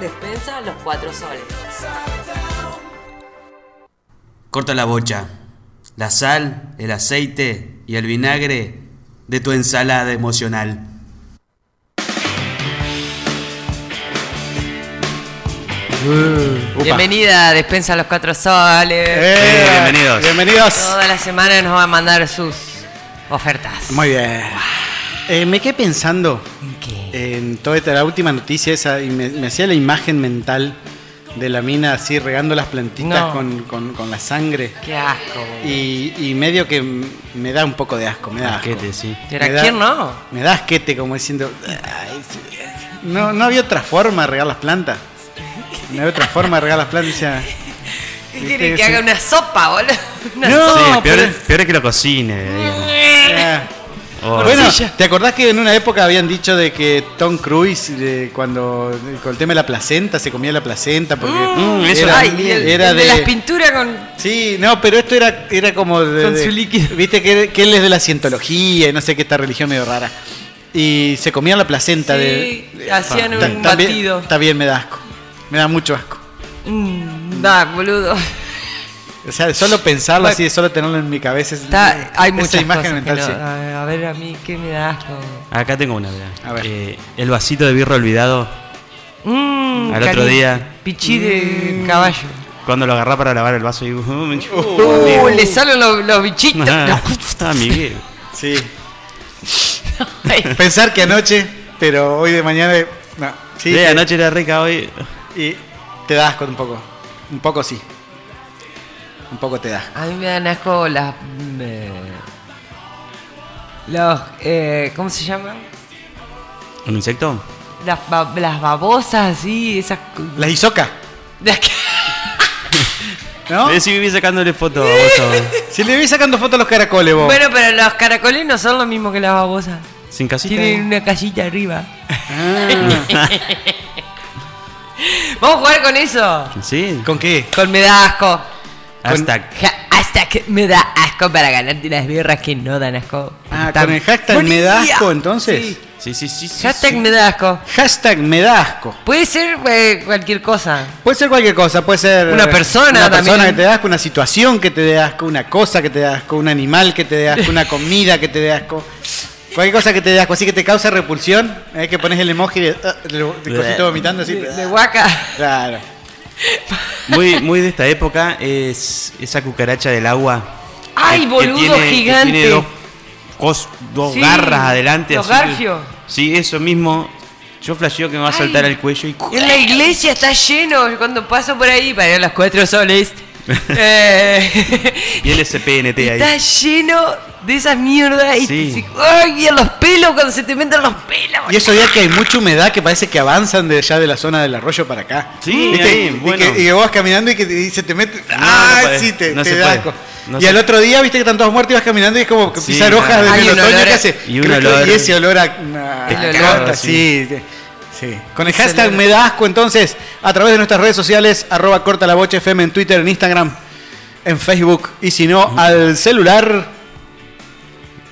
Despensa los 4 soles.
Corta la bocha. La sal, el aceite y el vinagre de tu ensalada emocional.
Uh, upa.
Bienvenida a Despensa a los Cuatro Soles.
Eh, bienvenidos. bienvenidos.
Toda la semana nos va a mandar sus ofertas.
Muy bien. Eh, me quedé pensando en toda esta, la última noticia esa y me, me hacía la imagen mental de la mina así regando las plantitas
No.
con, con- con la sangre.
Qué asco.
Y, y medio que m- me da un poco de asco, me da asco.
Asquete, sí.
Pero
Me
¿a quién no?
Me da asquete como diciendo... "Ay, sí". No, no había otra forma de regar las plantas. No había otra forma de regar las plantas. o sea,
¿Qué
¿viste?
quieren
Sí.
que haga una sopa, boludo? Una
No,
sopa.
Sí, peor,
pero-
es, peor es que lo cocine. digamos.
Ah.
Oh,
Bueno,
sí.
¿te acordás que en una época habían dicho de que Tom Cruise, eh, cuando con el tema de la placenta, se comía la placenta? Porque
Mm, eso
era,
Ay, y el-
era
el de... las pinturas con.
Sí, no, pero esto era, era como de,
Con
de-
su líquido.
Viste que, que él es de la cientología y no sé qué, esta religión medio rara. Y se comía la placenta
Sí,
de.
hacían
Ta-
un
también-
batido.
Está bien, me da asco. Me da mucho asco.
Mm, da, boludo.
O sea, de solo pensarlo así, de solo tenerlo en mi cabeza. es-
Está- hay
esa
muchas
imagen
cosas
mental,
que no-
sí.
A ver, a mí qué me da asco.
Acá tengo una. mirá.
A ver.
Eh, el vasito de birra olvidado.
Mm,
Al otro
cali-
día.
Pichí de caballo.
Cuando lo agarrá para lavar el vaso y. Uh,
Uh, le salen los, los bichitos.
Ah, ah, Miguel.
Sí.
Ay,
Pensar que anoche, pero hoy de mañana. eh, No, sí.
Sí,
te-
anoche era rica hoy.
Y te da asco un poco. Un poco sí. Un poco te da asco.
A mí me dan asco las. me- los. Eh, ¿Cómo se llaman?
¿Un insecto?
Las, ba- las babosas, así, esas. cu-
La isoca,
las que-
¿no?
Eh, sí, viví sacándole fotos a vos.
Si le vi sacando fotos a los caracoles, vos.
Bueno, pero los caracoles no son lo mismo que las babosas.
Sin casita.
Tienen una casita arriba.
Ah,
Vamos a jugar con eso.
Sí.
¿Con qué?
Con me da asco.
Hashtag.
Ja- hasta que me da asco para ganarte las birras que no dan asco.
Ah,
Está
con el hashtag
buenísimo.
me da asco, entonces.
Sí.
Sí, sí, sí. sí,
Hashtag
sí.
me da asco.
Hashtag me da asco.
Puede ser eh, cualquier cosa.
Puede ser cualquier cosa, puede ser.
Una persona
Una persona
también.
que te da asco, una situación que te dé asco, una cosa que te da asco, un animal que te dé asco, una comida que te dé asco. Cualquier cosa que te dé asco, así que te causa repulsión, eh, que pones el emoji de, ah, de lo- de cosito vomitando así.
De, de guaca.
Claro.
Muy, muy de esta época es esa cucaracha del agua.
Ay,
que- que
boludo
tiene- que
gigante.
tiene dos cos- dos
Sí,
garras adelante.
los
así que-
garfios.
Sí, eso mismo. Yo flasheo que me va a
Ay.
saltar al cuello y.
En la iglesia está lleno. Cuando paso por ahí, para los cuatro soles. eh,
Y el SPNT ahí.
está lleno de esas mierdas. Y
Sí.
te- ay, y en los pelos, cuando se te meten los pelos.
Y eso ya que hay mucha humedad que parece que avanzan de allá de la zona del arroyo para acá.
Sí,
¿Viste?
ahí,
y,
bueno.
que, y que vos vas caminando y que te- y se te mete. ah,
puede,
sí, te,
no
te
se
da
puede,
asco.
no
y
se
al
puede.
otro día, viste que están todos muertos y vas caminando y es como que
Sí,
pisar
no.
hojas de
Hay un
otoño
olor,
que hace.
y un
Creo que-
olor.
y ese olor a. a-
Te
a
cago,
cota,
sí.
sí. te- sí. Con el hashtag
olor.
me da asco entonces, a través de nuestras redes sociales, arroba corta la bocha FM en Twitter, en Instagram, en Facebook y si no, al celular.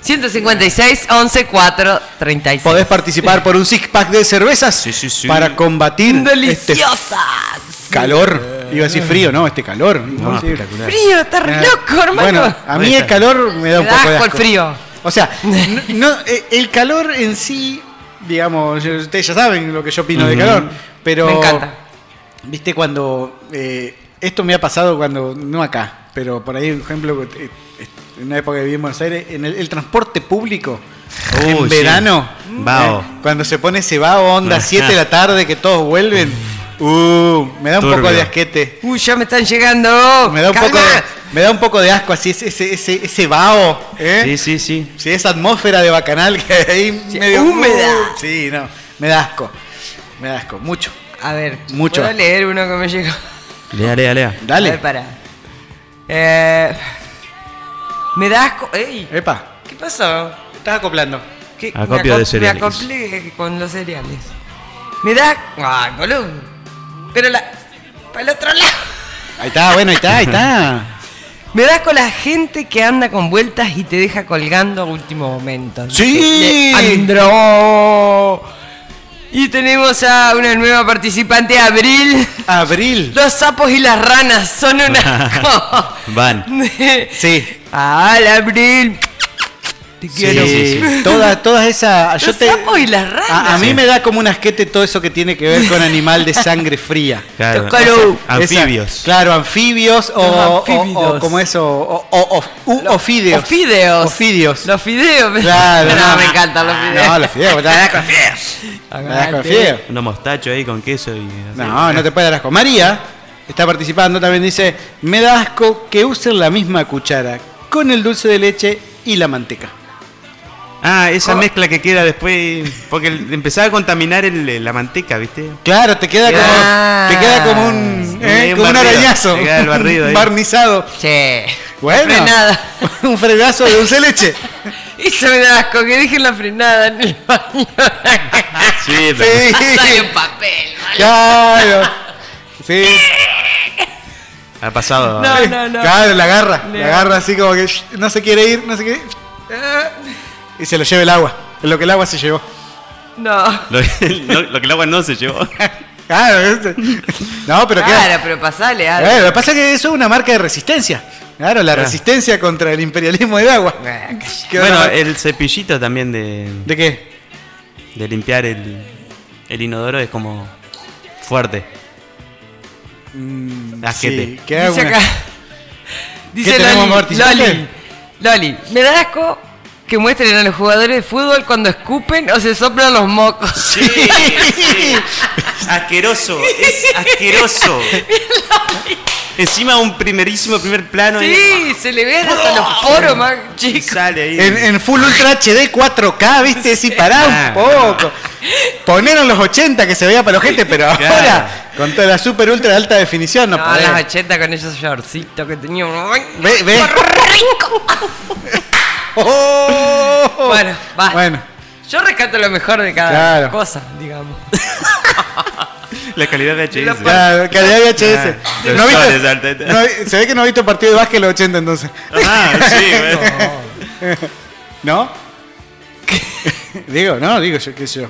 156, 11, 4, 36.
Podés participar por un six pack de cervezas
Sí, sí, sí.
para combatir este
¡Deliciosas!
calor. Iba a decir frío, no, este calor.
No,
Sí.
espectacular.
¡Frío! ¡Está re
Ah,
loco, hermano!
Bueno, a mí el calor me da un
Me da
poco de
asco
asco.
el frío.
O sea, n- no, eh, el calor en sí, digamos, yo- ustedes ya saben lo que yo opino de
Ujú.
calor, pero
Me encanta.
Viste cuando eh, esto me ha pasado cuando no acá, pero por ahí, por ejemplo, eh, eh, en una época que viví en Buenos Aires, en el, el transporte público.
Uy,
en
sí.
verano, eh,
Vaho.
cuando se pone ese vaho, onda 7 de la tarde, que todos vuelven, uh, me da un poco
Turbio.
de asquete.
¡Uy, ya me están llegando!
Me da un,
¡Calma!
poco de, me da un poco de asco así, ese, ese, ese, ese vaho, ¿eh?
Sí, sí, sí.
Sí, esa atmósfera de bacanal que hay ahí medio
húmeda.
Uh, sí, no, me da asco. Me da asco, mucho.
A ver,
Mucho.
¿puedo leer uno que me llegó?
Lea, lea, lea.
A ver,
Dale.
para. Eh, me da asco. ¡Ey!
Epa,
¿Qué pasó?
estás acoplando.
Que
Acopio
me aco-
de cereales.
Me acoplé con los cereales. Me da. Ah, ¡Ay, boludo! Pero la. Para el otro lado.
Ahí está, bueno, ahí está, ahí está.
Me da con la gente que anda con vueltas y te deja colgando a último momento.
¡Sí!
¡Andro! Y tenemos a una nueva participante, Abril.
Abril.
Los sapos y las ranas son una. co-
Van.
Sí.
¡Al Abril! Te quiero.
Sí, Todas, todas esas. ah, Yo
Los
te,
sapos y las ranas.
a, a mí
Sí.
me da como un asquete todo eso que tiene que ver con animal de sangre fría.
Claro.
Tócalo.
Esa-
Anfibios.
claro, anfibios o,
Los
o-
anfibios.
o como eso, o, o- o- u- ofideos.
Los fideos.
Ofideos.
Los fideos.
Claro,
no,
no. Ah,
me encantan los fideos.
No, los fideos, te das con fideos. Te das con fideos.
Unos mostachos ahí con queso y.
No, no te puede dar asco. María está participando también, dice, me da asco que usen la misma cuchara con el dulce de leche y la manteca.
Ah, esa
¿Cómo?
mezcla que queda después. Porque el- empezaba a contaminar el- la manteca, ¿viste?
Claro, te queda como,
Ah.
te queda como un, eh,
un
como un
barrido.
arañazo,
Te queda el barrido ahí.
barnizado.
Che.
Bueno,
Frenada.
un frenazo de dulce de leche.
Eso me da asco, que dejen la frenada en el baño.
Sí,
Sí,
Pásale un papel, ¿vale?
claro. Sí,
Ha pasado.
No, no, no.
claro, la agarra,
Le-
la agarra así como que shh, no se quiere ir, no se quiere ir. Ah, Y se lo lleva el agua, en lo que el agua se llevó.
No.
Lo, lo- lo que el agua no se llevó.
Claro, ¿viste? No, pero queda,
Claro, pero pasale algo.
Bueno, lo que pasa es que eso es una marca de resistencia. Claro, la resistencia contra el imperialismo del agua. Qué
Bueno, eh,
dolor.
el cepillito también de,
¿De qué?
de limpiar el, el inodoro es como fuerte. Asquete.
Sí, queda
Dice
una-
acá. Dice
tenemos,
Loli,
participante?
Loli. Loli, me da asco que muestren a los jugadores de fútbol cuando escupen o se soplan los mocos.
Sí, sí. Asqueroso, es asqueroso. Encima un primerísimo primer plano y- ¡Oh!
Sí, se le ven hasta los poros más
y
chicos.
sale ahí.
En, en Full Ultra HD 4K, ¿viste? Sí, pará
Ah,
un poco. Ponieron los 80 que se veía para los gente, pero
Claro.
ahora, con toda la super ultra alta definición, no,
No,
podés.
las 80 con esos shortcitos que tenía.
Ve, ve. Oh.
Bueno, basta.
Bueno,
Yo rescato lo mejor de cada
Claro.
cosa, digamos.
La calidad de HS.
claro, calidad VHS.
Ah, los
No viste-
soles, Arteta.
no vi- se ve que no ha visto partido de básquet en los 80 entonces.
Ah, sí, bueno.
¿No? digo, no, digo yo, qué sé yo.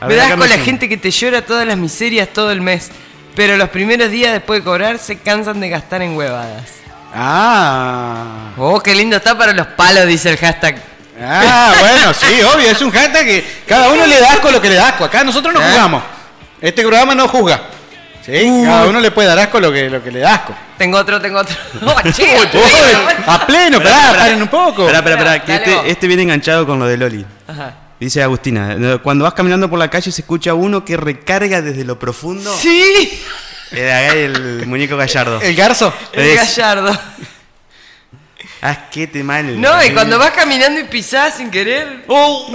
A
Me
ver,
das
acá
con la
me-
gente que te llora todas las miserias todo el mes, pero los primeros días después de cobrar se cansan de gastar en huevadas.
Ah.
Oh, qué lindo está para los palos, dice el hashtag.
Ah, bueno, sí, obvio, es un hashtag que cada uno le da asco lo que le da asco. Acá nosotros no jugamos. Este programa no juzga. Sí, cada uno le puede dar asco lo que, lo que le da asco.
Tengo otro, tengo otro. Oh, che,
Uy, a pleno, pará, paren un poco.
Espera, espera, espera,
Dale,
que
dale vos.
este, este viene enganchado con lo de Loli.
Ajá.
Dice Agustina, cuando vas caminando por la calle se escucha uno que recarga desde lo profundo.
Sí,
Era acá el muñeco gallardo.
El garzo.
el
Es-
gallardo.
Asquete mal.
No, y cuando vas caminando y pisás sin querer.
¡Oh!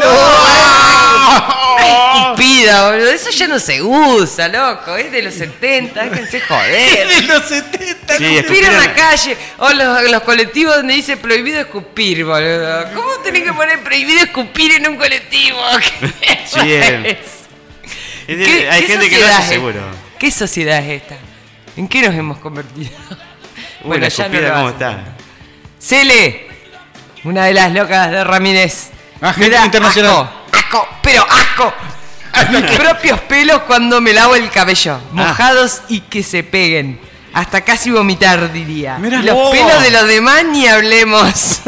Y pida, boludo. Eso ya no se usa, loco. Es de los 70, déjense joder.
los 70.
Sí,
escupir en la
escupieron.
calle o los, los colectivos donde dice prohibido escupir, boludo. ¿Cómo tenés que poner prohibido escupir en un colectivo? ¿Qué
Sí, eh.
es?
Es de- Hay gente que no
sociedad
hace
es-
seguro.
¿Qué sociedad es esta? ¿En qué nos hemos convertido?
Uy, la escupida,
lo
¿cómo
hacen
está?
tanto. Cele, una de las locas de Ramírez.
Ah,
Me
gente
da
internacional.
Asco, asco, pero asco. Mis propios pelos cuando me lavo el cabello, mojados y que se peguen. Hasta casi vomitar, diría.
Mirá.
Y los
Oh.
pelos de los demás ni hablemos.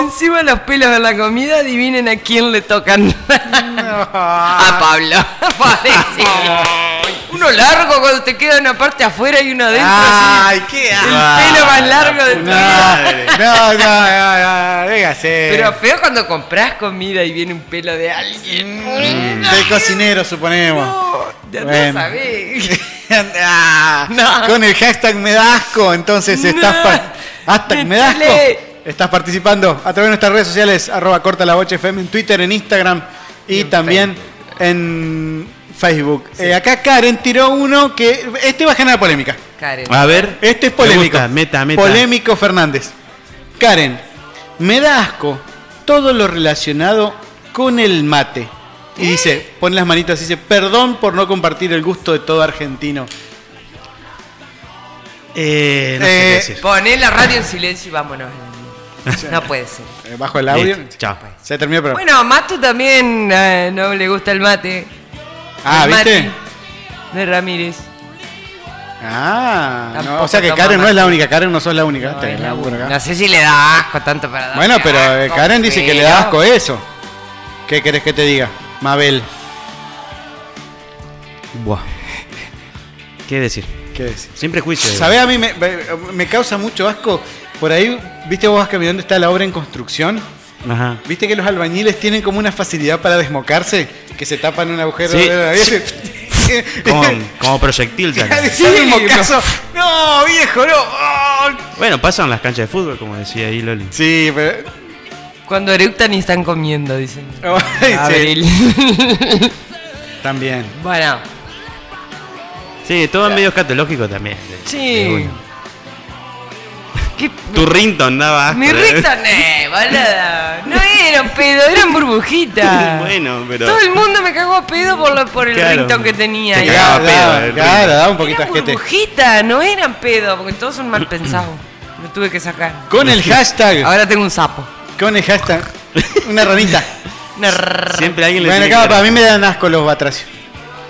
Encima los pelos de la comida, adivinen a quién le tocan. a Pablo. Parece. Uno largo cuando te queda una parte afuera y una adentro. así.
Ay, qué
El
asco.
pelo más largo de
No,
todo.
no, no, no, no, dígase.
Pero feo cuando compras comida y viene un pelo de alguien.
Del Mm. cocinero, suponemos.
No, ya
Bueno.
no sabés.
Ah,
No.
Con el hashtag me da asco, entonces estás
No.
pa- hashtag me da asco.
Chale.
Estás participando a través de nuestras redes sociales, arroba corta la bocha FM en Twitter, en Instagram y,
Y en
también en Facebook. Eh, acá Karen tiró uno que. Este va a generar polémica.
Karen.
A ver.
Este es
Me
polémico.
gusta, Meta, meta.
Polémico Fernández. Karen, me da asco todo lo relacionado con el mate. Y dice, pone las manitas y dice, perdón por no compartir el gusto de todo argentino.
Eh, no sé qué
Eh,
decir.
Poné la radio en silencio y vámonos. No puede ser.
Eh, Bajo el audio.
Listo, chao.
Se terminó el programa.
Bueno, a Matu también eh, no le gusta el mate.
ah,
el
¿viste?
mate De Ramírez.
Ah, no, o
Tampoco
sea que
toma
Karen no es la
mate.
única, Karen no sos la única.
No,
Tenés
es la
laburo acá.
No sé si le da asco tanto para dar.
Bueno, pero eh,
asco,
Karen dice que le da
pero-
asco eso. ¿Qué querés que te diga? Mabel,
Buah. ¿Qué decir?
¿qué decís?
Sin prejuicio. digo.
¿Sabés? A mí me, me causa mucho asco. Por ahí, ¿viste vos vas caminando? Está la obra en construcción.
Ajá.
¿Viste que los albañiles tienen como una facilidad para desmocarse? Que se tapan un agujero
Sí.
de la nariz.
Como, como proyectil sale.
Sí, mocazo. No, viejo, no. Ah.
Bueno, pasan las canchas de fútbol, como decía ahí Loli.
Sí, pero.
Cuando eructan y están comiendo, dicen.
Ay, sí,
Abril.
También.
bueno,
Sí, todo en medio escatológico también.
sí. ¿Qué?
Tu rington daba asco.
Mi Ricton, eh, boludo. No eran pedo, eran burbujitas.
Bueno, pero.
Todo el mundo me cagó a pedo por, lo- por el
Claro.
ringtone que tenía.
Te
Y-
cagaba
Claro,
pedo, eh,
claro,
el
claro,
ritmo.
da un poquito
Eran
asquete.
burbujitas, no eran pedo, porque todos son mal pensados. Lo tuve que sacar.
Con el hashtag.
Ahora tengo un sapo.
Con el hashtag. Una ranita.
Una rrrr.
Siempre alguien le
Bueno,
tiene
acá
que-
para mí me dan asco los batracios.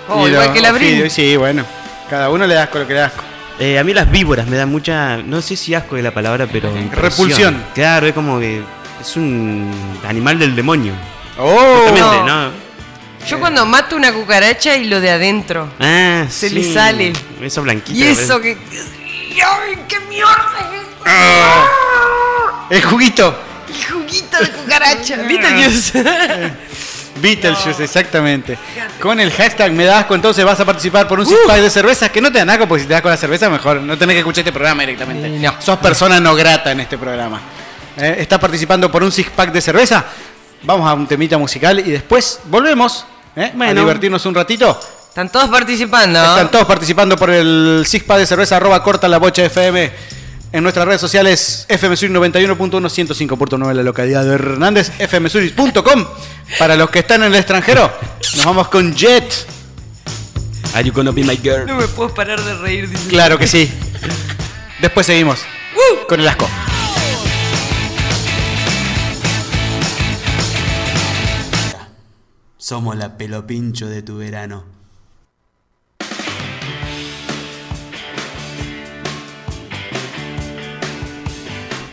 Oh,
Y
igual
los
que la Brin.
ofidios, Sí, bueno. Cada uno le da asco lo que le da asco.
Eh, a mí las víboras me dan mucha. No sé si asco de la palabra, pero. impresión.
Repulsión.
Claro, es como que. Es un animal del demonio.
¡Oh!
Justamente,
No.
¿no?
Yo cuando mato una cucaracha y lo de adentro.
Ah,
Se
sí.
le sale.
Eso blanquito.
Y eso
¿ves?
que. ¡Ay, qué mierda es esto!
El juguito.
El juguito de cucaracha. ¿Viste
Eh, Beetlejuice, exactamente. Con el hashtag me da asco, entonces vas a participar
Uh.
por un six pack de cervezas que no te dan asco, porque si te das con la cerveza, mejor no tenés que escuchar este programa directamente.
Eh, no.
Sos persona no grata en este programa. Eh, ¿Estás participando por un six pack de cerveza? Vamos a un temita musical y después volvemos eh, a
Bueno.
divertirnos un ratito.
Están todos participando.
Están todos participando por el six pack de cerveza arroba corta la bocha FM en nuestras redes sociales fmsur 91.1 105.9 en la localidad de Hernández fmsuris.com para los que están en el extranjero nos vamos con Jet
Are you gonna be my girl?
No me puedo parar de reír. dice.
claro que sí Uh. después seguimos con el asco
Somos la pelopincho de tu verano.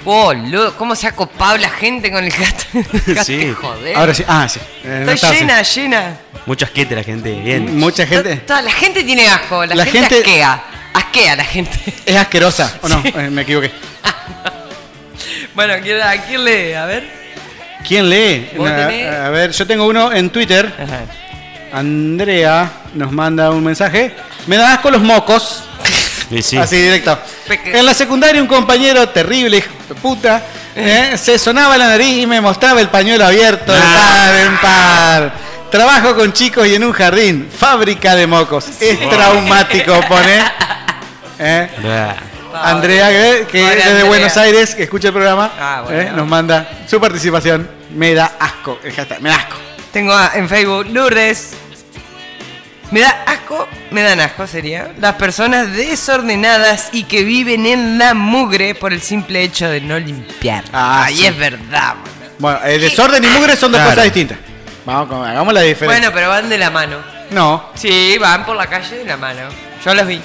Boludo, Oh, ¿cómo se ha copado la gente con el gato?
Sí.
Joder.
ahora sí ah sí Eh, no
Está
estaba así.
llena, llena.
Muchas quete la gente.
Mm.
Bien.
mucha gente
Ta- ta- la gente tiene asco, la,
La
gente,
gente-
asquea. Asquea la gente.
es asquerosa o no Eh, me equivoqué
Bueno, ¿quién- ¿a quién le? A ver.
quién lee
Vos
Na-
tenés-
a ver yo tengo uno en Twitter Andrea nos manda un mensaje me dan asco los mocos
Y sí.
Así directo.
Peque-
En la secundaria un compañero terrible, hijo de puta, eh, se sonaba la nariz y me mostraba el pañuelo abierto de par en par. Trabajo con chicos y en un jardín, fábrica de mocos. Es traumático, pone. Eh,
Ah.
Andrea, que, que
Pobre
es de
Andrea.
Buenos Aires, que escucha el programa,
Ah, bueno.
eh, nos manda su participación. Me da asco, el hashtag, me da asco.
Tengo a- en Facebook Lourdes. Me da asco, me dan asco sería. Las personas desordenadas y que viven en la mugre por el simple hecho de no limpiar.
Ah,
Ay,
sí.
es verdad. boludo.
Bueno, el desorden y mugre son dos
Claro.
cosas distintas. Vamos, con- hagamos la diferencia.
Bueno, pero van de la mano.
No.
Sí, van por la calle de la mano. Yo los vi.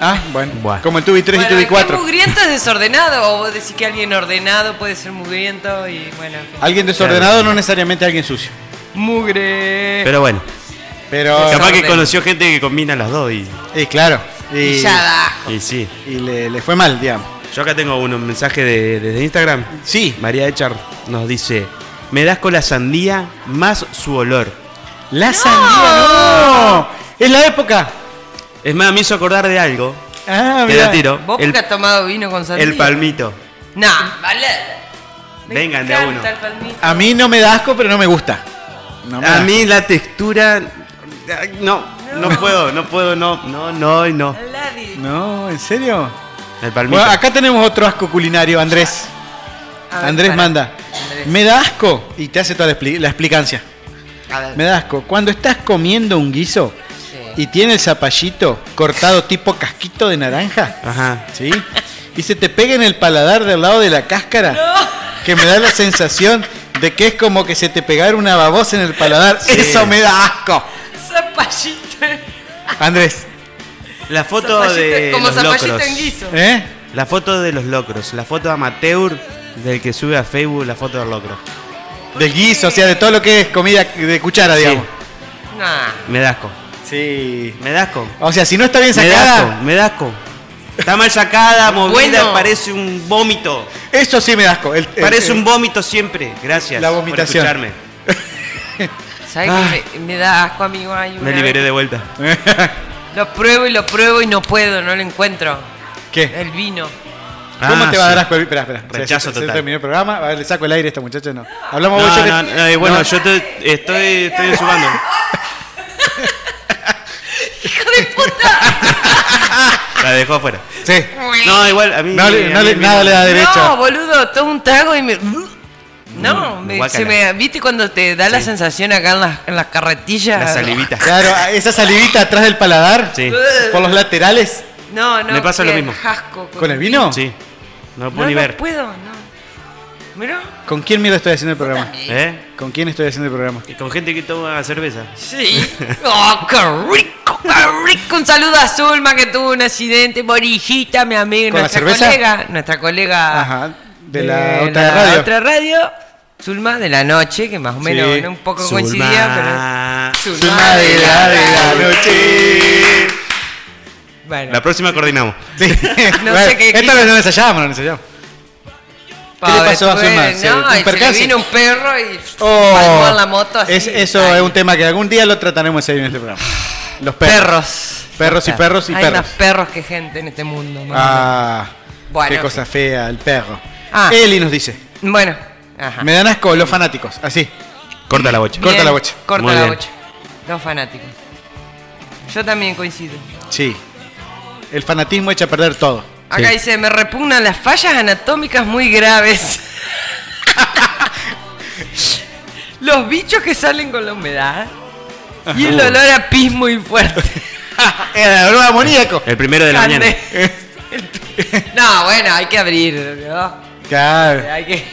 Ah, bueno.
Buah.
Como el tubi 3
Bueno,
y tubi
el que
4.
es mugriento es desordenado o vos decís que alguien ordenado puede ser mugriento y bueno. en fin.
Alguien desordenado, no necesariamente alguien sucio.
Mugre.
Pero bueno.
Pero.
Capaz que
Desorden.
conoció gente que combina las dos y,
Y claro.
Y
Y,
ya da asco.
y sí.
y le, le fue mal, digamos.
Yo acá tengo uno, un mensaje de, desde Instagram.
Sí.
María Echar nos dice: Me das con la sandía más su olor.
La sandía, no. Es la época.
Es más, me hizo acordar de algo.
Ah,
Te
mira.
la tiro.
¿Vos
El,
porque has tomado vino con sandía?
el palmito.
Nah, vale. Me
Vengan de a
encanta
uno.
el palmito.
A mí no me da asco, pero no me gusta. No me
A
da
mí la textura. ay, No, no, puedo, no puedo, no, no, no, y no.
asco.
Ladi.
No, ¿en serio?
El palmito.
Bueno, acá tenemos otro asco culinario, Andrés.
A ver,
Andrés
para.
manda.
Andrés ver.
Me da asco y te hace toda la, expli- la explicancia.
A ver.
Me da asco. Cuando estás comiendo un guiso y tiene el zapallito cortado tipo casquito de naranja, ¿sí? Y se te pega en el paladar del lado de la cáscara, que me da la sensación de que es como que se te pegara una babosa en el paladar. Eso me da asco.
Zapallito.
Andrés.
La foto
Zapallito-
de
como
los
zapallito
locros.
en guiso.
¿Eh?
La foto de los locros. La foto amateur del que sube a Facebook la foto del locro.
Del guiso, o sea, de todo lo que es comida de cuchara, digamos.
Nah.
Me da asco.
Sí.
Me da asco.
O sea, si no está bien
Me da
sacada,
asco, me da asco. Está mal sacada, movida,
Bueno.
parece un vómito.
eso sí me da asco. El- el-
Parece
el-
un vómito siempre. Gracias
Eh, La
por
vomitación.
escucharme.
¿Sabes que me, me da asco, amigo? Ay, una
Ah. Me liberé
vez-
de vuelta.
Lo pruebo y lo pruebo y no puedo, no lo encuentro.
¿Qué?
El vino.
¿Cómo
Ah,
te va a dar
sí.
asco? el- Espera, espera.
Rechazo
se, se- se
total.
terminó el programa. A ver, le saco el aire a esta muchacha. No. Hablamos vos, yo
No,
que-
no, no, eh, bueno,
No.
yo te- estoy, estoy subando.
¡Hijo de puta!
La dejó afuera.
Sí.
No, igual, a mí.
No, le-
a
no
mí
le-
mismo.
nada le da derecho.
No, boludo, tomo un trago y me. No, me-
guácala.
se me, ¿viste cuando te da la sensación acá en las, en las carretillas?
La salivita.
Claro, esa salivita atrás del paladar,
Sí.
por los laterales.
No, no.
Me pasa
qué
lo mismo.
asco
¿Con el vino?
Sí. No lo
No,
puedo ni
no
ver.
puedo, no. Mirá.
¿Con quién mierda estoy haciendo el programa?
¿Eh?
¿Con quién estoy haciendo el programa?
Y Con gente que toma cerveza.
Sí. ¡Oh, qué rico, qué rico! Un saludo a Zulma que tuvo un accidente por hijita, mi amiga,
¿Con la
nuestra
cerveza?
colega. Nuestra colega.
Ajá, de la otra radio.
Ah, otra radio, Zulma de la noche, que más o menos
Sí.
¿no? un poco
Zulma.
coincidía, pero.
Su madre, la de la noche.
Bueno,
La próxima coordinamos.
Sí.
No
No
sé qué-
Esta vez no ensayamos, no ensayamos.
pa,
¿qué le pasó a
después,
Zulma? ¿Se- un
No, y se le
percance?
vino un perro y
Oh,
palmó en la moto así.
es- eso
Ay,
es un tema que algún día lo trataremos en serio en este programa. Los perros.
Perros.
Perros y perros y
Hay
perros.
más perros que gente en este mundo. más
Ah,
Bueno.
qué cosa fea, el perro.
Ah.
Eli nos dice,
o menos. Bueno. Ajá.
me dan asco los fanáticos, así.
Corta la bocha.
corta la bocha.
Corta
Muy
la
bien.
bocha. Los fanáticos. Yo también coincido.
Sí. El fanatismo echa a perder todo.
Acá dice, me repugnan las fallas anatómicas muy graves. los bichos que salen con la humedad. Y el olor a pis muy fuerte.
Era el olor amoníaco.
El primero de la mañana.
Ande- El pi- no, bueno, hay que abrir, ¿no?
Claro,
Hay que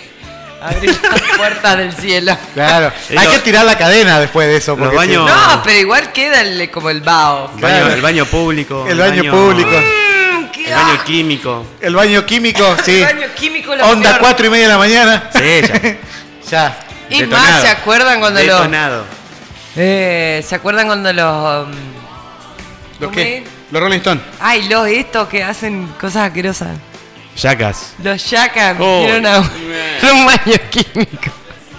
abrir las puertas del cielo.
claro.
Y
Hay
los-
que tirar la cadena después de eso.
los
porque si-
baños-
No, pero igual queda el- como el vaho.
El baño,
Claro.
el baño público.
El baño público.
Mm, qué
El baño
asco.
químico.
El baño químico, sí.
El baño químico lo
Onda
peor.
cuatro y media de la mañana.
Sí, ya.
Ya.
Y
Detonado.
más, ¿se acuerdan cuando los...
Detonado.
Eh, ¿Se acuerdan cuando los... um,
¿Los
¿cómo
qué?
es?
Los Rolling Stone.
Ay, los estos que hacen cosas asquerosas.
Yacas.
Los yacas
Oh.
metieron a un, a un baño químico.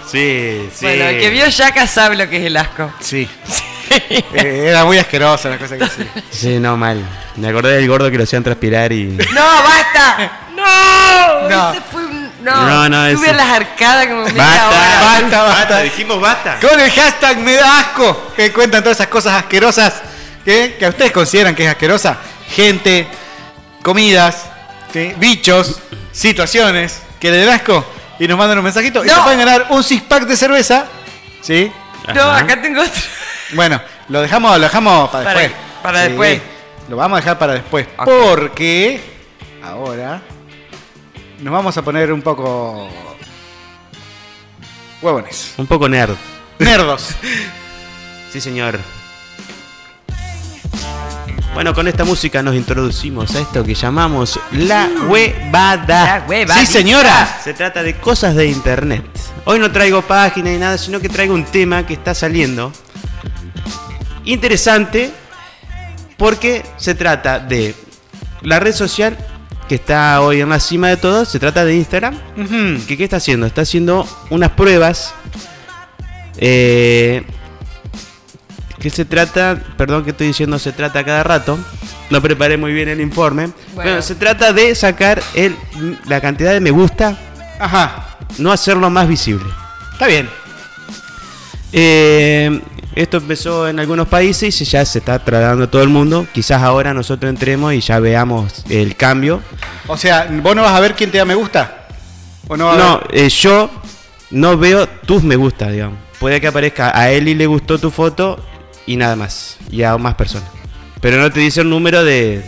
Sí, sí.
Bueno, el que vio yacas sabe lo que es el asco.
Sí. Eh, era muy asquerosa la cosa que sí.
Sí, no, mal. Me acordé del gordo que lo hacían transpirar y.
¡No, basta! ¡No!
No.
Ese fue un... No,
No, no,
Estuve
ese-
en las arcadas como media hora.
Basta, basta.
Dijimos basta.
Con el hashtag me da asco, que cuentan todas esas cosas asquerosas ¿qué? que a ustedes consideran que es asquerosa. Gente, comidas, ¿qué? bichos, situaciones que le den asco y nos mandan un mensajito y
No.
se pueden ganar un six pack de cerveza. ¿Sí?
No,
Ajá.
acá tengo otro.
Bueno, lo dejamos, lo dejamos para,
Para-
después.
para después.
Lo vamos a dejar para después.
Ok.
Porque ahora nos vamos a poner un poco huevones.
Un poco nerd.
Nerdos.
Sí, señor. Bueno, con esta música nos introducimos a esto que llamamos la huevada.
La
sí,
huevadita.
señora.
Se trata de cosas de internet. Hoy no traigo página ni nada, sino que traigo un tema que está saliendo. Interesante porque se trata de la red social que está hoy en la cima de todo, se trata de Instagram. que, ¿Qué está haciendo? Está haciendo unas pruebas eh, que se trata, perdón que estoy diciendo se trata a cada rato, no preparé muy bien el informe. Bueno, se trata de sacar el, la cantidad de me gusta,
Ajá.
no hacerlo más visible.
Está bien.
Eh, esto empezó en algunos países y ya se está tratando a todo el mundo. Quizás ahora nosotros entremos y ya veamos el cambio.
O sea, vos no vas a ver quién te da me gusta. ¿O no vas a
No,
ver?
eh, yo no veo tus me gusta, digamos. Puede que aparezca a Eli le gustó tu foto y nada más. Y a más personas. Pero no te dice un número de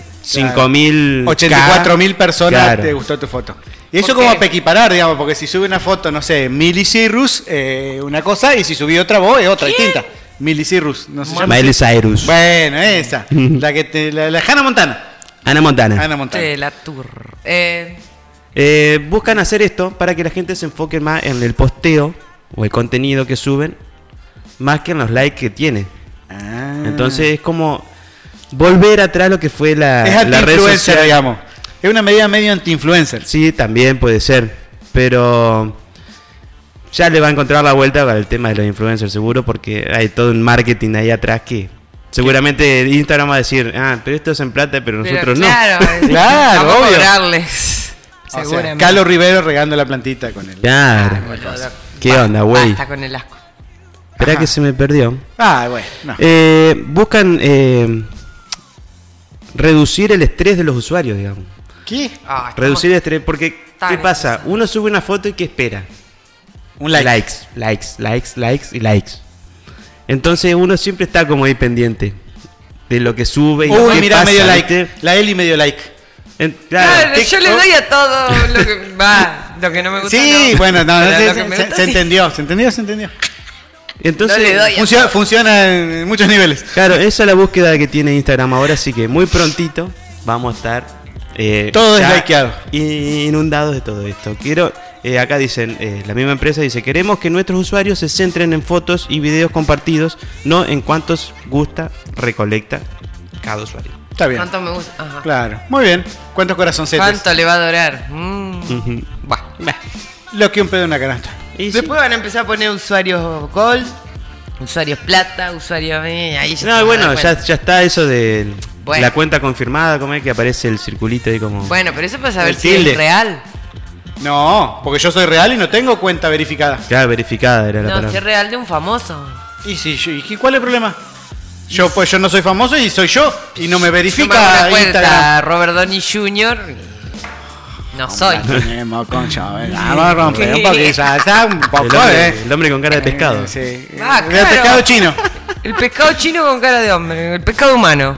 5.000.
84.000 personas
Claro.
te gustó tu foto. Y eso
¿Por
como
qué?
para equiparar, digamos, porque si sube una foto, no sé, Miley Cyrus, eh, una cosa, y si subí otra vos, es otra distinta. Miley Cyrus, no se llama.
Miley Cyrus.
Bueno, esa. la que te- la, la Hannah Montana.
Ana Montana.
Hannah Montana.
la tour. Eh,
Eh, buscan hacer esto para que la gente se enfoque más en el posteo o el contenido que suben, más que en los likes que tiene.
Ah. Mm.
Entonces es como volver atrás lo que fue la,
es
la red
anti-influencer,
social.
digamos. Es una medida medio anti-influencer.
Sí, también puede ser, pero ya le va a encontrar la vuelta para el tema de los influencers seguro, porque hay todo un marketing ahí atrás que seguramente Instagram va a decir, ah, pero esto es en plata, pero
pero
nosotros
claro,
no.
eh,
Claro,
vamos a
obvio.
cobrarles.
O sea,
seguramente.
Carlos Rivero regando la plantita con él.
Claro. ¿Qué onda, güey?
Ah, Basta con el asco.
Espera que se me perdió.
Ah, bueno, no.
Eh, buscan eh, reducir el estrés de los usuarios, digamos.
¿Qué?
Ah, estamos-
Reducir el estrés, porque
Tan
¿qué pasa? Uno sube una foto y ¿qué espera?
Un like.
Likes, likes, likes, likes y likes. Entonces uno siempre está como ahí pendiente de lo que sube y lo
Uy,
que
mirá,
pasa,
medio
¿viste?
like. La Eli medio like.
En- claro,
Claro, yo le
TikTok,
doy a todo lo que va, lo que no me gusta.
Sí,
no.
bueno, no, no,
Pero
se,
lo que me
se-
gusta,
se
sí.
entendió, se entendió, se entendió.
Entonces,
no le doy.
Funciona, funciona en muchos niveles.
claro, esa es la búsqueda que tiene Instagram ahora, así que muy prontito vamos a estar eh,
Todo
ya
deslikeado.
in- inundados de todo esto. Quiero, eh, acá dicen, eh, la misma empresa dice, queremos que nuestros usuarios se centren en fotos y videos compartidos, no en cuántos gusta, recolecta cada usuario.
Está bien.
¿Cuánto me gusta? Ajá.
Claro, muy bien. ¿Cuántos corazoncitos?
¿Cuánto le va a adorar? Mm. Bah.
Lo que un pedo en una canasta.
Y sí.
Después van a empezar a poner usuarios gold, usuarios plata, usuarios... eh, ahí ya se van
No,
a
bueno,
dar
ya,
cuenta.
ya está eso de
Bueno.
la cuenta confirmada, como es que aparece el circulito ahí como...
Bueno, pero eso para saber
El
si es
tilde.
real.
No, porque yo soy real y no tengo cuenta verificada.
Ya verificada era la
No, si
palabra.
es real de un famoso.
¿Y, si, yo- y cuál es el problema? Yo pues yo no soy famoso y soy yo y no me verifica
Yo me hago una
Instagram.
cuenta, Robert Downey Jr. y No soy.
Tenemos, concha, a ver, Vamos a romper un poquito, ya está un
El
poco,
hombre,
eh.
el hombre con cara de pescado.
Sí.
Ah,
De
claro.
pescado chino.
El pescado chino con cara de hombre, el pescado humano.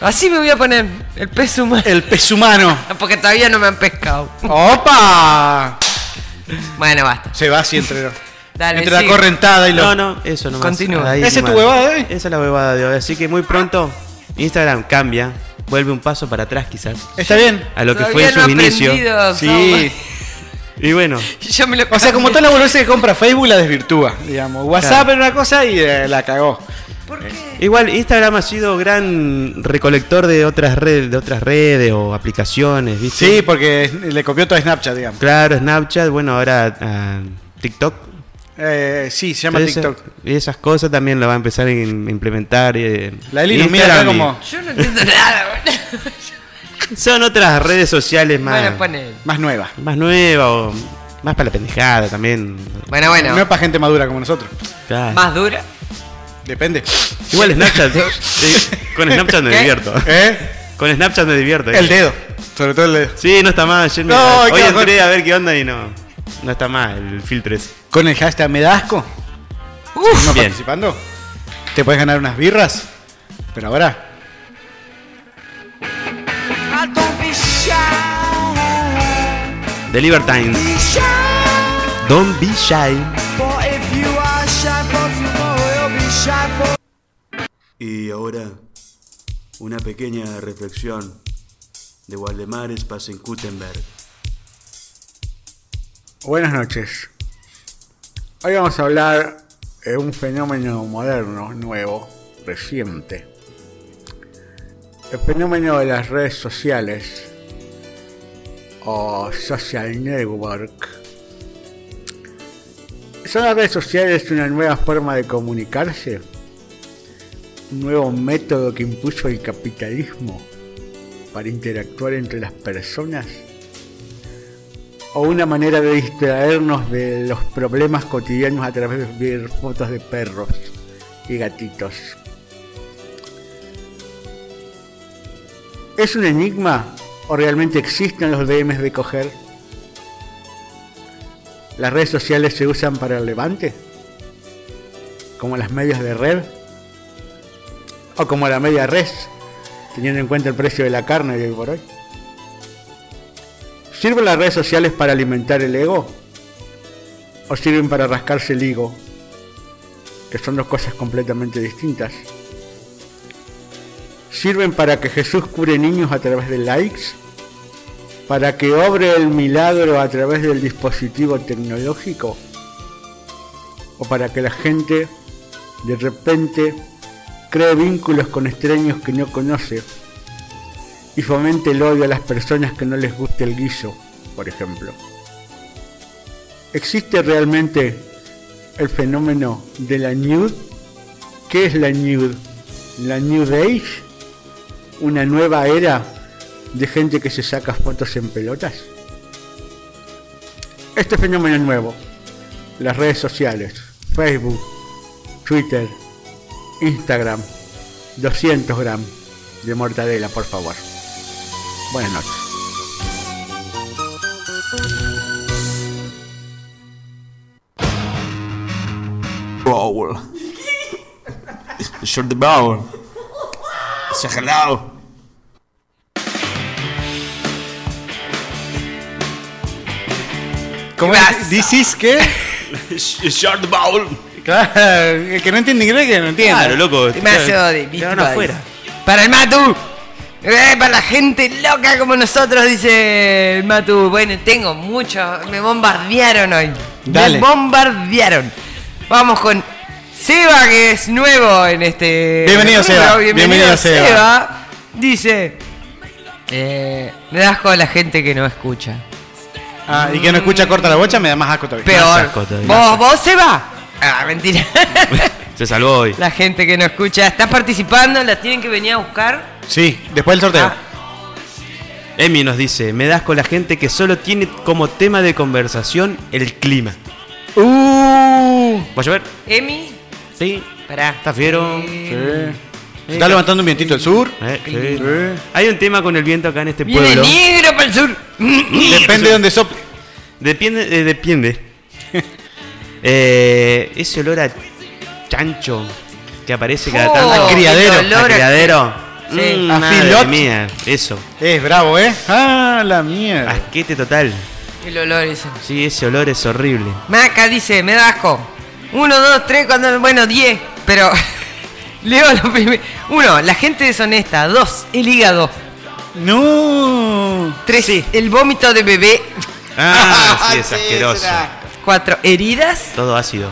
Así me voy a poner, el pez humano.
El pez humano.
Porque todavía no me han pescado.
¡Opa!
Bueno, basta.
Se va así entre,
Dale,
entre la
sigue.
correntada y lo.
No, no, eso nomás.
Continúa.
Ahí
¿Esa es tu
nomás.
huevada eh. de hoy?
Esa es la huevada de hoy. Así que muy pronto Instagram cambia, vuelve un paso para atrás quizás,
Está bien.
a lo que fue
Todavía
en
no
sus
he
inicios.
aprendido,
Sí.
Y bueno,
Yo me lo
O sea, como toda
cambié.
la boludez que compra Facebook la desvirtúa, digamos. WhatsApp era una cosa y eh, la cagó.
¿Por qué?
igual Instagram ha sido gran recolector de otras redes, de otras redes o aplicaciones, ¿viste?
Sí, porque le copió todo a Snapchat, digamos.
Claro, Snapchat, bueno, ahora ah, TikTok
Eh, sí, se llama
Esa-
TikTok.
Y esas cosas también la va a empezar a in- implementar. eh,
La Eli nos mira acá
Instagram y-
como
Yo no entiendo nada, boludo.
Son otras redes sociales más,
Bueno, pues, poné.
más nueva.
más nuevas o más para la pendejada también.
Bueno,
No,
bueno.
es para gente madura como nosotros.
Claro.
Más dura.
Depende.
Igual Snapchat. eh, con Snapchat me
¿Qué?
divierto.
¿Eh?
Con Snapchat me divierto. eh.
El dedo. Sobre todo el dedo.
Sí, no está mal. Ayer me-
No,
hoy
qué
entré
horror.
a ver qué onda y no. No está mal el filtro ese.
Con el hashtag me da asco.
Uf.
¿No
Bien.
participando? Te puedes ganar unas birras. Pero ahora.
The Libertines. Don't be shy.
Y ahora, una pequeña reflexión de Waldemar Spasen-Gutenberg.
Buenas noches. Hoy vamos a hablar de un fenómeno moderno, nuevo, reciente. El fenómeno de las redes sociales o social network. ¿Son las redes sociales una nueva forma de comunicarse? ¿Un nuevo método que impuso el capitalismo para interactuar entre las personas? o una manera de distraernos de los problemas cotidianos a través de ver fotos de perros y gatitos. ¿Es un enigma o realmente existen los DMs de coger?
¿Las redes sociales se usan para el levante? ¿Como las medias de red? ¿O como la media red? Teniendo en cuenta el precio de la carne de hoy por hoy. ¿Sirven las redes sociales para alimentar el ego? ¿O sirven para rascarse el higo? Que son dos cosas completamente distintas. ¿Sirven para que Jesús cure niños a través de likes? para que obre el milagro a través del dispositivo tecnológico? ¿O para que la gente de repente cree vínculos con extraños que no conoce y fomente el odio a las personas que no les guste el guiso, por ejemplo? ¿Existe realmente el fenómeno de la nude? ¿Qué es la nude? ¿La New Age? ¿Una nueva era de gente que se saca fotos en pelotas? Este fenómeno es nuevo. Las redes sociales, Facebook, Twitter, Instagram, 200 gramos de mortadela, por favor. Buenas noches.
Bowl. Short the bowl. Se ha jalado.
¿Cómo es? This is qué?
Short bowl.
Claro, el que no entiende inglés que no entiende.
Claro, loco.
Demasiado de
Te van afuera.
Para el Matu. Eh, para la gente loca como nosotros, dice el Matu. Bueno, tengo mucho. Me bombardearon hoy.
Dale.
Me bombardearon. Vamos con Seba, que es nuevo en este.
Bienvenido,
programa.
Seba. Bienvenido, Seba.
Dice. eh, me das asco a la gente que no escucha.
Ah, y que no escucha corta la bocha me da más asco todavía.
Peor.
asco todavía.
¿Vos, vos, Seba? Ah, mentira.
Se salvó hoy.
La gente que no escucha está participando, la tienen que venir a buscar. Ah.
Sí, después del sorteo.
Ah,
Emi nos dice, me das con la gente que solo tiene como tema de conversación el clima.
Uh,
¿Va a llover?
Emi,
Sí.
pará. Eh,
¿Está fiero?
Ah.
sí. Se está levantando un vientito del sur.
Eh, sí. Hay un tema con el viento acá en este
Viene
pueblo.
negro para el sur.
Depende de donde sople.
Depende. eh, depende. Eh, ese olor a chancho que aparece cada
Oh,
tanto.
el
criadero.
olor a-
A criadero.
Sí.
Mm,
A
madre
filot.
mía, eso.
Es bravo, ¿eh? Ah, la mierda.
Asquete total.
El olor ese.
Sí, ese olor es horrible.
Maca dice, me da asco. Uno, dos, tres, cuando. Bueno, diez. Pero. Leo lo primero. Uno, la gente deshonesta. Dos, el hígado.
No.
Tres, el vómito de bebé.
Ah, sí, es asqueroso.
Cuatro, heridas.
Todo ácido.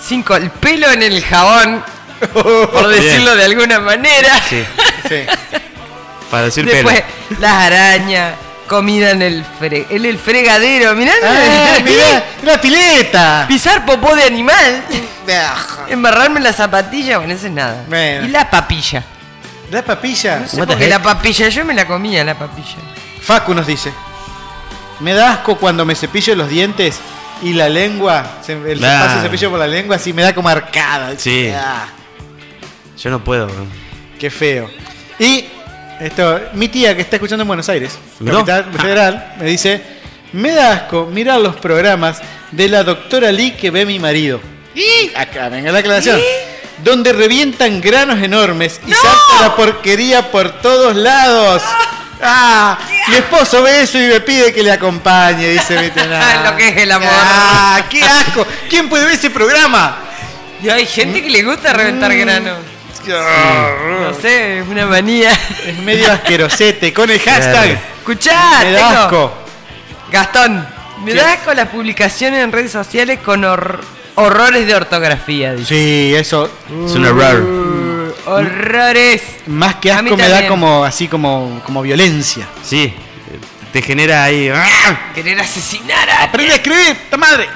Cinco, el pelo en el jabón. Por
Bien.
decirlo de alguna manera.
Sí.
Sí.
Para decir
Después,
pelo.
las arañas, comida en el, fre en el fregadero. Mirá,
Ah, mirá, la pileta.
pisar popó de animal, embarrarme en la zapatilla, bueno, eso es nada.
Bueno.
Y la papilla.
La papilla.
No sé por qué la papilla, yo me la comía la papilla.
Facu nos dice. Me da asco cuando me cepillo los dientes y la lengua, se, el
Nah.
paso de cepillo por la lengua, así me da como arcada.
Sí.
Ah,
Yo no puedo. bro.
qué feo. Y esto, mi tía que está escuchando en Buenos Aires,
¿Miró?
capital federal, me dice, me da asco mirar los programas de la doctora Lee que ve mi marido. Y acá venga la aclaración. Donde revientan granos enormes y salta la porquería por todos lados. Ah, mi esposo ve eso y me pide que le acompañe, dice mi tía.
Lo que es el amor.
Ah, qué asco. ¿Quién puede ver ese programa?
Y hay gente que le gusta reventar
Mm.
grano. No sé, es una manía.
Es medio asquerosete con el hashtag.
Escuchá,
Me
tengo-
da asco.
Gastón, me
¿Qué?
da asco las publicaciones en redes sociales con hor- horrores de ortografía. Dice.
Sí, eso.
Es un error.
Uh, horrores.
Más que
A mí
asco me da
también.
como así como, como violencia.
Sí. Te genera ahí. ¡ah!
Querer asesinar a...
Aprende a escribir, ta madre.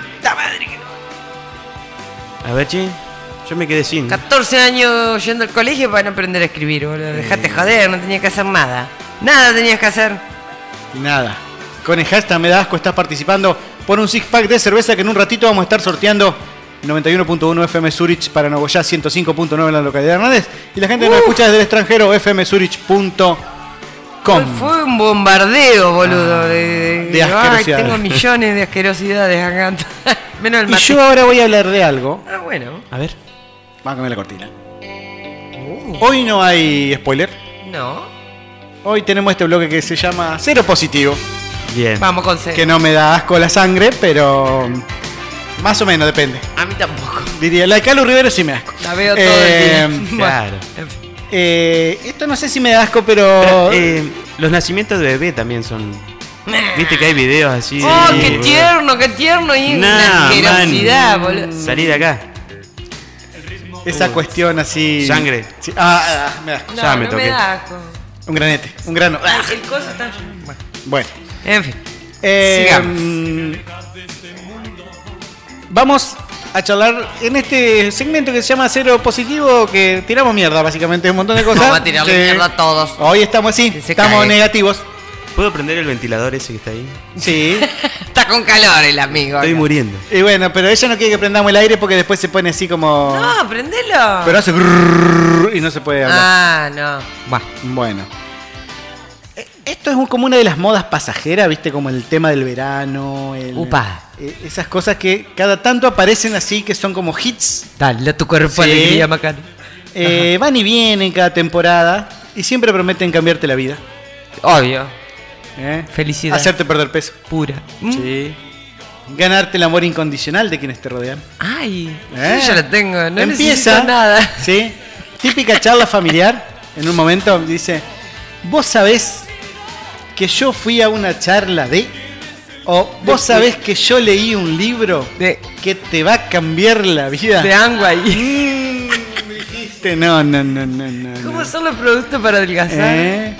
A ver, che. Yo me quedé sin.
14 años yendo al colegio para no aprender a escribir, boludo.
Eh.
Dejate joder, no tenía que hacer nada. Nada tenías que hacer.
Nada. Con el hashtag me da asco estás participando por un six pack de cerveza que en un ratito vamos a estar sorteando. 91.1 FM Zurich para Nogoyá,
Uh.
105.9 en la localidad de Hernández. Y la gente que nos escucha desde el extranjero, fmsurich.com. Com.
Fue un bombardeo, boludo. de, de-
Ah, de
ay,
asquerosidades.
tengo millones de asquerosidades acá. Menos el
Y
mate.
yo ahora voy a hablar de algo.
Ah, bueno.
A ver. Va a cambiar la cortina. Hoy no hay spoiler.
Uh, No.
Hoy tenemos este bloque que se llama Cero Positivo.
Bien.
Vamos con C.
Que no me da asco la sangre, pero. Más o menos, depende.
A mí tampoco.
Diría, la de Calu Rivero sí me da asco.
La veo todo el
Eh,
día.
Claro.
Eh, esto no sé si me da asco, pero.
Eh, los nacimientos de bebé también son. Viste que hay videos así. de-
Oh, qué tierno, qué tierno. Y una
Nah,
asquerosidad,
man.
boludo.
Salí de acá.
Esa cuestión así.
Sangre.
Sí, Ah, ah, me da asco.
No, no me
toqué.
da asco.
Un granete, un grano. Ah,
El coso está.
Bueno.
En fin.
Eh,
Sigamos.
mm, Vamos a charlar en este segmento que se llama Cero Positivo, que tiramos mierda, básicamente, un montón de cosas.
Vamos a tirarle
que
mierda a todos.
Hoy estamos así,
se
estamos
cae.
negativos.
¿Puedo prender el ventilador ese que está ahí?
Sí.
Está con calor el amigo.
Estoy
acá.
muriendo.
y bueno, pero ella no quiere que prendamos el aire porque después se pone así como.
No, prendelo.
Pero hace grrrr y no se puede hablar.
Ah, no.
Bah, Bueno. Eh, Esto es un- como una de las modas pasajeras, ¿viste? Como el tema del verano. el-
Upa.
eh, Esas cosas que cada tanto aparecen así, que son como hits.
Dale a tu cuerpo
Sí.
alegría, Macano.
Eh, van y vienen cada temporada y siempre prometen cambiarte la vida.
Obvio.
¿eh?
Felicidad
Hacerte perder peso.
pura. Mm.
Sí. Ganarte el amor incondicional de quienes te rodean.
Ay,
¿Eh?
yo ya lo tengo. No
Empieza,
necesito nada.
¿sí? Típica charla familiar. En un momento dice, vos sabés que yo fui a una charla de... O vos sabés que yo leí un libro
De-
que te va a cambiar la vida.
De angua ahí.
Mm, dijiste, no, no, no, no, no. no.
¿Cómo son los productos para adelgazar?
¿Eh?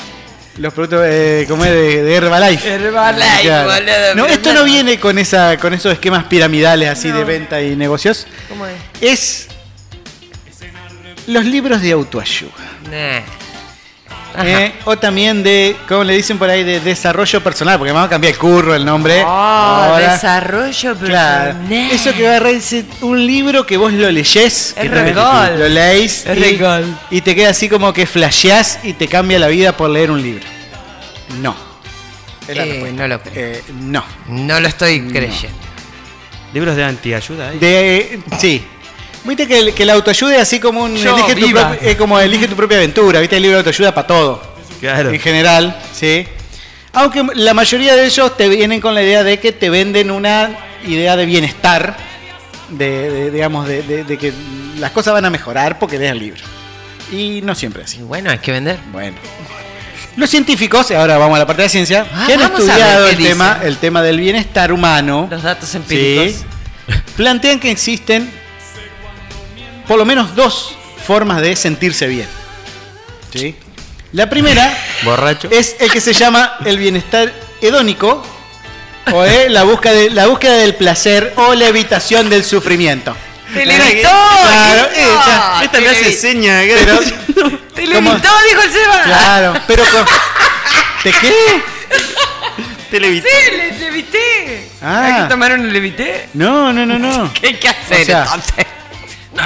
Los productos eh, como es de, de Herbalife.
Herbalife,
Claro.
boludo,
No,
pero
esto no
no.
viene con esa, con esos esquemas piramidales así de
No.
venta y negocios.
¿Cómo es?
Es los libros de autoayuda.
Nah.
¿eh? O también de, como le dicen por ahí, de desarrollo personal, porque vamos a cambiar el curro, el nombre.
Oh,
Ahora,
desarrollo
Claro.
personal.
Eso que va a reírse un libro que vos lo leyes, que
Es
también
regol.
lo leís
Es
y,
regol.
y te queda así como que flasheás y te cambia la vida por leer un libro. No. Es la
Eh,
respuesta.
no lo creo.
Eh, no.
No lo estoy creyendo.
Libros de antiayuda ahí.
De, sí. Viste que, el- que la autoayuda es así como un
Yo,
elige tu,
viva.
propi- es como elige tu propia aventura, viste el libro de autoayuda para todo.
Claro.
En general, sí. Aunque la mayoría de ellos te vienen con la idea de que te venden una idea de bienestar, de, de- digamos, de, de- de que las cosas van a mejorar porque lees el libro. Y no siempre así.
Y bueno, hay que vender.
Bueno. Los científicos, y ahora vamos a la parte de ciencia,
Ah,
que han
vamos a ver
estudiado
qué
el tema,
dicen.
el tema del bienestar humano.
Los datos empíricos.
Sí. Plantean que existen por lo menos dos formas de sentirse bien. ¿Sí? La primera
Borracho.
es el que se llama el bienestar hedónico o eh, la, búsqueda de- la búsqueda del placer o la evitación del sufrimiento.
¡Te lo evitó!
Claro,
¡Te
eh, ya,
evitó!
Esta me
¡Te
hace
lo evitó!
seña.
Pero,
¡Te lo
¿Cómo?
evitó! Dijo el Seba.
claro, pero con- ¿Te qué?
Te lo evité.
Sí, le, le evité.
Ah.
Hay que tomar un levité.
No, no, no, no.
¿Qué hay que hacer
O sea,
entonces?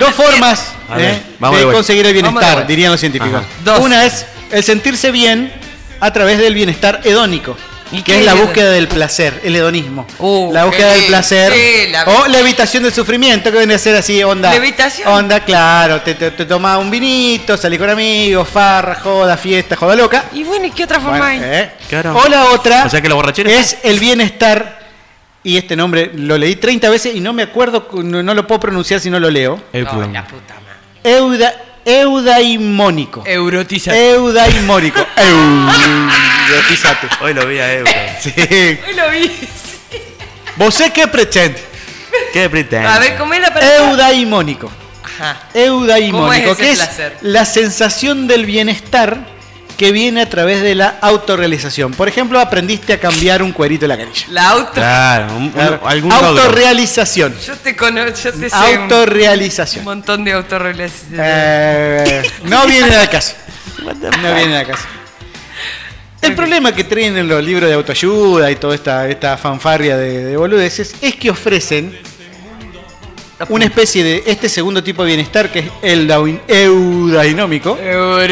Dos formas
A ver,
eh,
vamos de
de
vuelta.
conseguir el
Vamos de
bienestar,
vuelta.
dirían los científicos.
Ajá.
Dos.
Una es el sentirse bien a través del bienestar hedónico,
¿Y
que
qué
es la
es?
búsqueda del placer, el hedonismo.
Uh,
la búsqueda
qué
del
lindo.
placer
Sí, la-
o la evitación del sufrimiento, que viene a ser así, onda.
Levitación.
Onda, claro, te, te, te tomás un vinito, salís con amigos, farra, joda, fiesta, joda loca.
Y bueno, ¿y qué otra forma
Bueno,
hay?
eh.
Claro.
O la otra
O sea que la borrachera
es el bienestar, y este nombre lo leí 30 veces y no me acuerdo, no, no lo puedo pronunciar si no lo leo.
El
No,
pudor.
la puta madre.
Euda, eudaimónico.
Eh, Eurotiza.
Eudaimónico. Eudaimónico.
Hoy lo vi a Euro.
Sí.
Hoy lo vi.
¿Vos qué pretende?
¿Qué pretende?
A ver, ¿cómo es la
Eh,
palabra?
Eudaimónico.
Ajá. ¿Cómo es
Eudaimónico,
ese
que es
placer?
la sensación del bienestar que viene a través de la autorrealización. Por ejemplo, aprendiste a cambiar un cuerito de la canilla.
La auto.
Claro, un- un- algún logro.
Autorrealización.
Yo te conozco, yo te sé un- un
Autorrealización.
montón de autorrelaciones.
Eh, no viene al caso. No viene al caso. El problema que traen en los libros de autoayuda y toda esta, esta fanfarria de, de boludeces es que ofrecen una especie de este segundo tipo de bienestar que es el dawin- eudinómico. Pero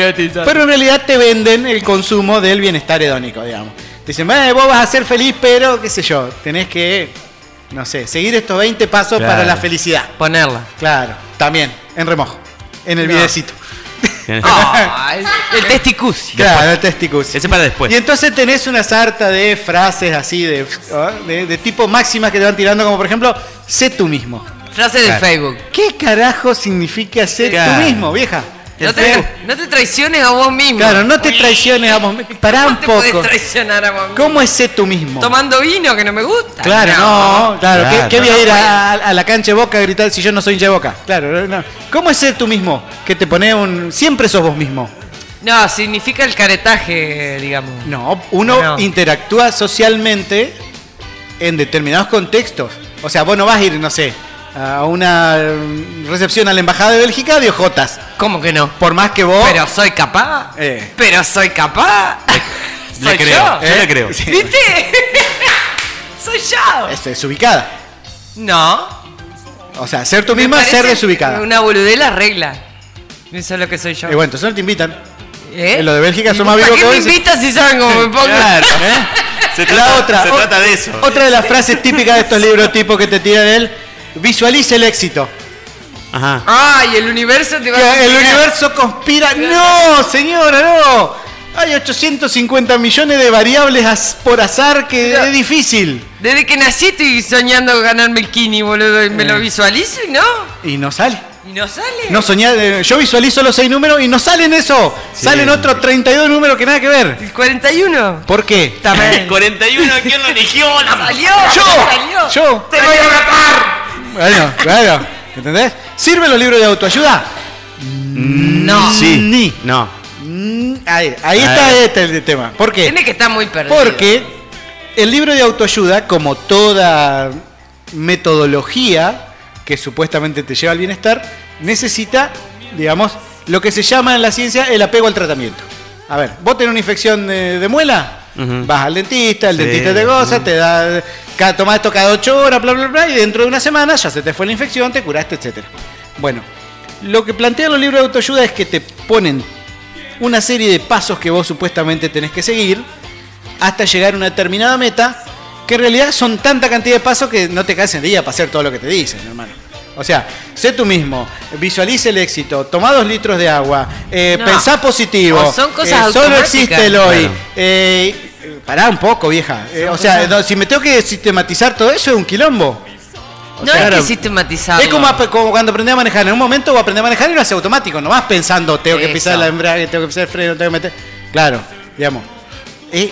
en realidad te venden el consumo del bienestar hedónico, digamos. Te dicen, "Eh, vos vas a ser feliz, pero qué sé yo, tenés que, no sé, seguir estos 20 pasos
Claro.
para la felicidad.
Ponerla.
Claro, también, en remojo, en el
No.
videocito. Ah,
el testicus.
Claro, el testicus.
Ese para después.
Y entonces tenés una sarta de frases así, de, ah, de- de tipo máximas que te van tirando, como por ejemplo, sé tú mismo.
Frase de
Claro.
Facebook.
¿Qué carajo significa ser
Claro.
tú mismo, vieja?
No te, no te traiciones a vos mismo.
Claro, no te traiciones, vamos, pará un
te podés
poco.
traicionar a vos mismo.
¿Cómo es ser tú mismo?
Tomando vino que no me gusta.
Claro, no, claro. ¿Qué-
Claro.
¿Qué, voy a ir a, a- a la cancha de Boca a gritar si yo no soy hincha de Boca? Claro, no. ¿Cómo es ser tú mismo? Que te pone un... Siempre sos vos mismo.
No, significa el caretaje, digamos.
No, uno
No.
interactúa socialmente en determinados contextos. O sea, vos no vas a ir, no sé, a una mm, recepción a la Embajada de Bélgica de ojotas.
¿Cómo que no?
Por más que vos...
Pero soy capaz.
Oh. Eh.
Pero soy capaz.
Le
soy
creo,
yo.
yo le creo.
¿Viste? soy yo.
Es desubicada.
No.
O sea, ser tú
me
misma, ser
parece
desubicada.
Una boludez la regla. Eso es lo que soy yo.
Y bueno, entonces no te invitan.
¿Eh?
En lo de Bélgica son más
¿Para
vivos
qué
que
me
vos.
invitas si saben cómo me pongo?
Claro, ¿eh?
Se
La otra.
se
o-
trata de eso.
Otra de las frases típicas de estos libros tipo que te tiran él. Visualice el éxito.
Ajá.
Ay, el universo te va a...
Que El universo conspira. No, señora, no. Hay 850 millones de variables az- por azar que es difícil.
Desde que nací estoy soñando ganarme el kini, boludo. Y me lo visualizo y no.
Y no sale.
Y no sale.
Eh. No soñá- eh, yo visualizo los seis números y no salen eso. Salen otros 32 números que nada que ver.
El 41.
¿Por qué?
También.
41, ¿quién lo eligió?
¡Salió!
Yo,
¡Salió!
yo.
¡Te voy a matar!
Bueno, claro. ¿Entendés? ¿Sirven los libros de autoayuda?
No.
Sí.
Ni.
No.
Mm, Ahí, ahí está este el tema. ¿Por qué?
Tiene que estar muy perdido.
Porque el libro de autoayuda, como toda metodología que supuestamente te lleva al bienestar, necesita, digamos, lo que se llama en la ciencia el apego al tratamiento. A ver, vos tenés una infección de, de muela, vas al dentista, el
Sí,
dentista te goza, te da, cada, tomás esto cada ocho horas, bla, bla, bla, y dentro de una semana ya se te fue la infección, te curaste, etcétera. Bueno, lo que plantean los libros de autoayuda es que te ponen una serie de pasos que vos supuestamente tenés que seguir hasta llegar a una determinada meta, que en realidad son tanta cantidad de pasos que no te caes en día para hacer todo lo que te dicen, hermano. O sea, sé tú mismo, visualiza el éxito, toma dos litros de agua, eh,
No.
pensá positivo, eh,
O son cosas
solo
automáticas.
existe el hoy.
Claro.
eh, eh, pará un poco, vieja. Eh, o sea, no, si me tengo que sistematizar todo eso es un quilombo.
No
sea,
es que
claro.
sistematizado.
Es como, ap- como cuando aprendés a manejar. En un momento vos aprendés a manejar y lo haces automático. No vas pensando, tengo que
Eso.
pisar la embrague, tengo que pisar el freno, tengo que meter. Claro, digamos. Eh,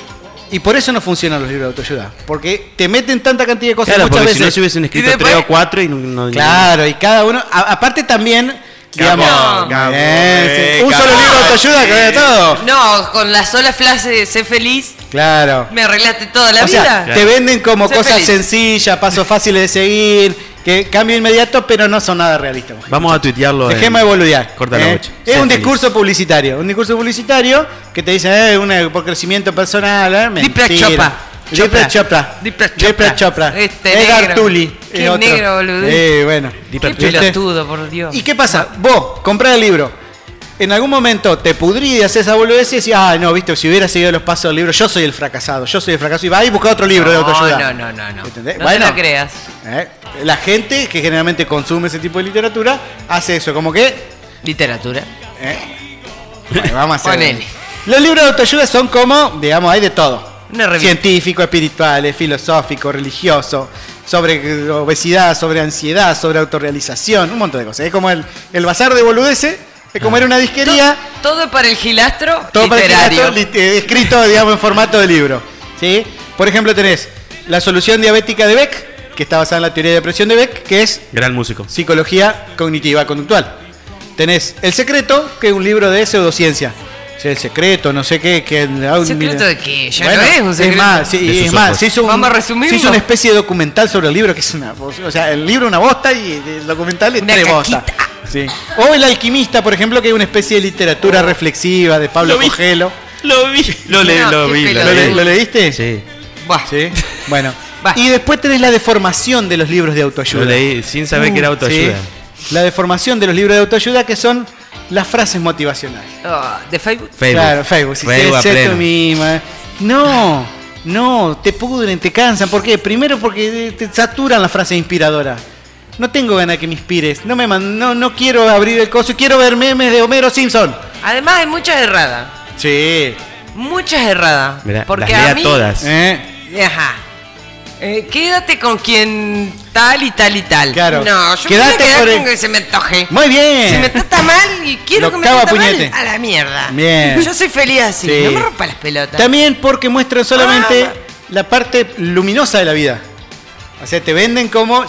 y por eso no funcionan los libros de autoayuda. Porque te meten tanta cantidad de cosas
Claro,
muchas
porque si no
veces.
se hubiesen escrito
Y después-
tres o cuatro y no. no-
Claro, y cada uno. a- aparte también, digamos.
Cabo,
eh, sí,
eh,
un
cabo,
solo libro de autoayuda que vea todo.
No, con la sola frase de sé feliz,
Claro.
me arreglaste toda la
o sea,
vida.
te venden como
Sé
cosas
feliz.
sencillas, pasos fáciles de seguir, que cambio inmediato, pero no son nada realistas. mujer.
Vamos a tuitearlo. en-
Dejemos de boludear.
Corta la
¿eh?
bocha.
Es
Sé
un
feliz.
discurso publicitario. Un discurso publicitario que te dice, eh, una, por crecimiento personal, eh, mentira.
Dipra Chopra.
Dipra
Chopra.
Chopra.
Dipra
Dipra
Chopra. Este
Edgar
negro.
Tully.
Qué
eh, otro.
negro, boludez.
Eh, bueno.
Qué
¿Viste?
pelotudo, por Dios.
¿Y qué pasa? Vos, comprás el libro. En algún momento te pudrí de hacer esa boludez y decís, ah, no, viste, si hubiera seguido los pasos del libro, yo soy el fracasado, yo soy el fracasado. Y vas y busca otro libro de autoayuda.
No, no, no, no.
¿Entendés?
No
Bueno.
te lo creas.
Eh, La gente que generalmente consume ese tipo de literatura hace eso, como que
Literatura.
Eh. bueno, vamos a hacer.
Ponele.
Los libros de autoayuda son como, digamos, hay de todo.
Una revista.
Científico, espirituales, filosófico, religioso, sobre eh, obesidad, sobre ansiedad, sobre autorrealización, un montón de cosas. Es como el, el bazar de boludeces, es
Ah.
como era una disquería,
To- Todo para el gilastro
todo para el
literario.
literato, lit- eh, escrito, digamos, en formato de libro. ¿sí? Por ejemplo, tenés la solución diabética de Beck, que está basada en la teoría de depresión de Beck, que es
Gran músico.
psicología cognitiva conductual. Tenés El Secreto, que es un libro de pseudociencia. O sea, el secreto, no sé qué. Que, ah,
¿Secreto de qué? Ya no es un
Es
secreto.
más, sí,
De
es
sus
más,
ojos.
se hizo un-
Vamos a resumirlo.
se hizo una especie de documental sobre el libro, que es una. O sea, el libro es una bosta y el documental es
Una
tres bostas.
caquita.
Sí. O El Alquimista, por ejemplo, que es una especie de literatura
Oh.
reflexiva de Pablo
Lo vi.
Cogelo.
Lo vi. Lo, le-
No,
lo
qué
vi.
pelo
Lo,
¿Lo,
de
leí.
le- lo leíste?
Ah.
Sí.
Buah.
Sí. Bueno, Y después tenés la deformación de los libros de autoayuda. Mm.
Lo leí sin saber que era autoayuda.
sí. La deformación de los libros de autoayuda que son las frases motivacionales.
Ah, ¿De Facebook?
Claro, Facebook. Si
Facebook a
te- sé
pleno.
tú misma. eh. No, no, te pudren, te cansan. ¿Por qué? Primero porque te saturan la frase inspiradora. No tengo ganas que me inspires. No me man- no, no quiero abrir el coso. Quiero ver memes de Homero Simpson.
Además hay muchas erradas.
Sí.
Muchas erradas.
Mirá,
Porque
las lea
a mí-
todas.
¿Eh?
Ajá. Eh, quédate con quien tal y tal y tal.
Claro.
No, yo
Quédate
me voy a quedar
por el-
con que se me antoje.
Muy bien.
Si me trata mal y quiero
Lo
que me
cago a
trata
puñete.
mal, a la mierda.
Bien.
Yo soy feliz así,
Sí.
no me rompa las pelotas.
También porque muestran solamente
Ah,
la parte luminosa de la vida. O sea, te venden como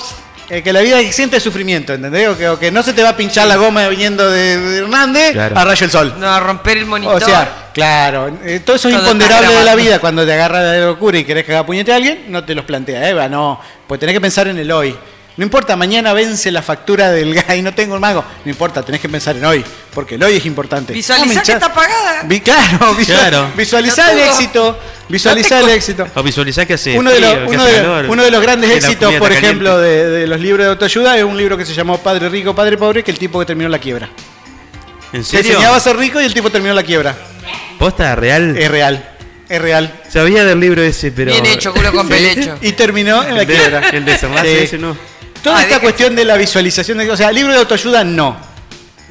eh, que la vida siente sufrimiento, ¿entendés? O que, o que no se te va a pinchar la goma viniendo de, de Hernández
Claro.
a rayo el sol.
No, a romper el monitor.
O sea, claro, eh, todo eso es
Todo está
imponderable de la
grabado.
vida. Cuando te agarra la locura y querés cagar puñete a alguien, no te los plantea, Eva, no. Pues tenés que pensar en el hoy. No importa, mañana vence la factura del gas y no tengo el mago. No importa, tenés que pensar en hoy, porque el hoy es importante.
Visualizá
No me
que
hinchá-
está apagada.
Vi- claro, visual-
Claro.
visualizar el
No puedo.
éxito. Visualizar el éxito.
O visualizar que hace
Uno de,
frío,
los,
que
uno,
hace
de,
calor,
uno de los grandes
que la
éxitos,
comida
por
está
ejemplo,
caliente.
de, de los libros de autoayuda es un libro que se llamó Padre Rico, Padre Pobre, que el tipo que terminó la quiebra.
¿En
Se
serio?
enseñaba Eh, a ser rico y el tipo terminó la quiebra.
¿Posta real?
Es real, es real.
Sabía del libro ese, pero...
Bien hecho, culo con pelecho.
Y terminó en la
El, de-
quiebra.
el desenlace
Sí.
ese no.
Toda
Ah,
esta
deja-
cuestión de la visualización, de, o sea, libros de autoayuda no.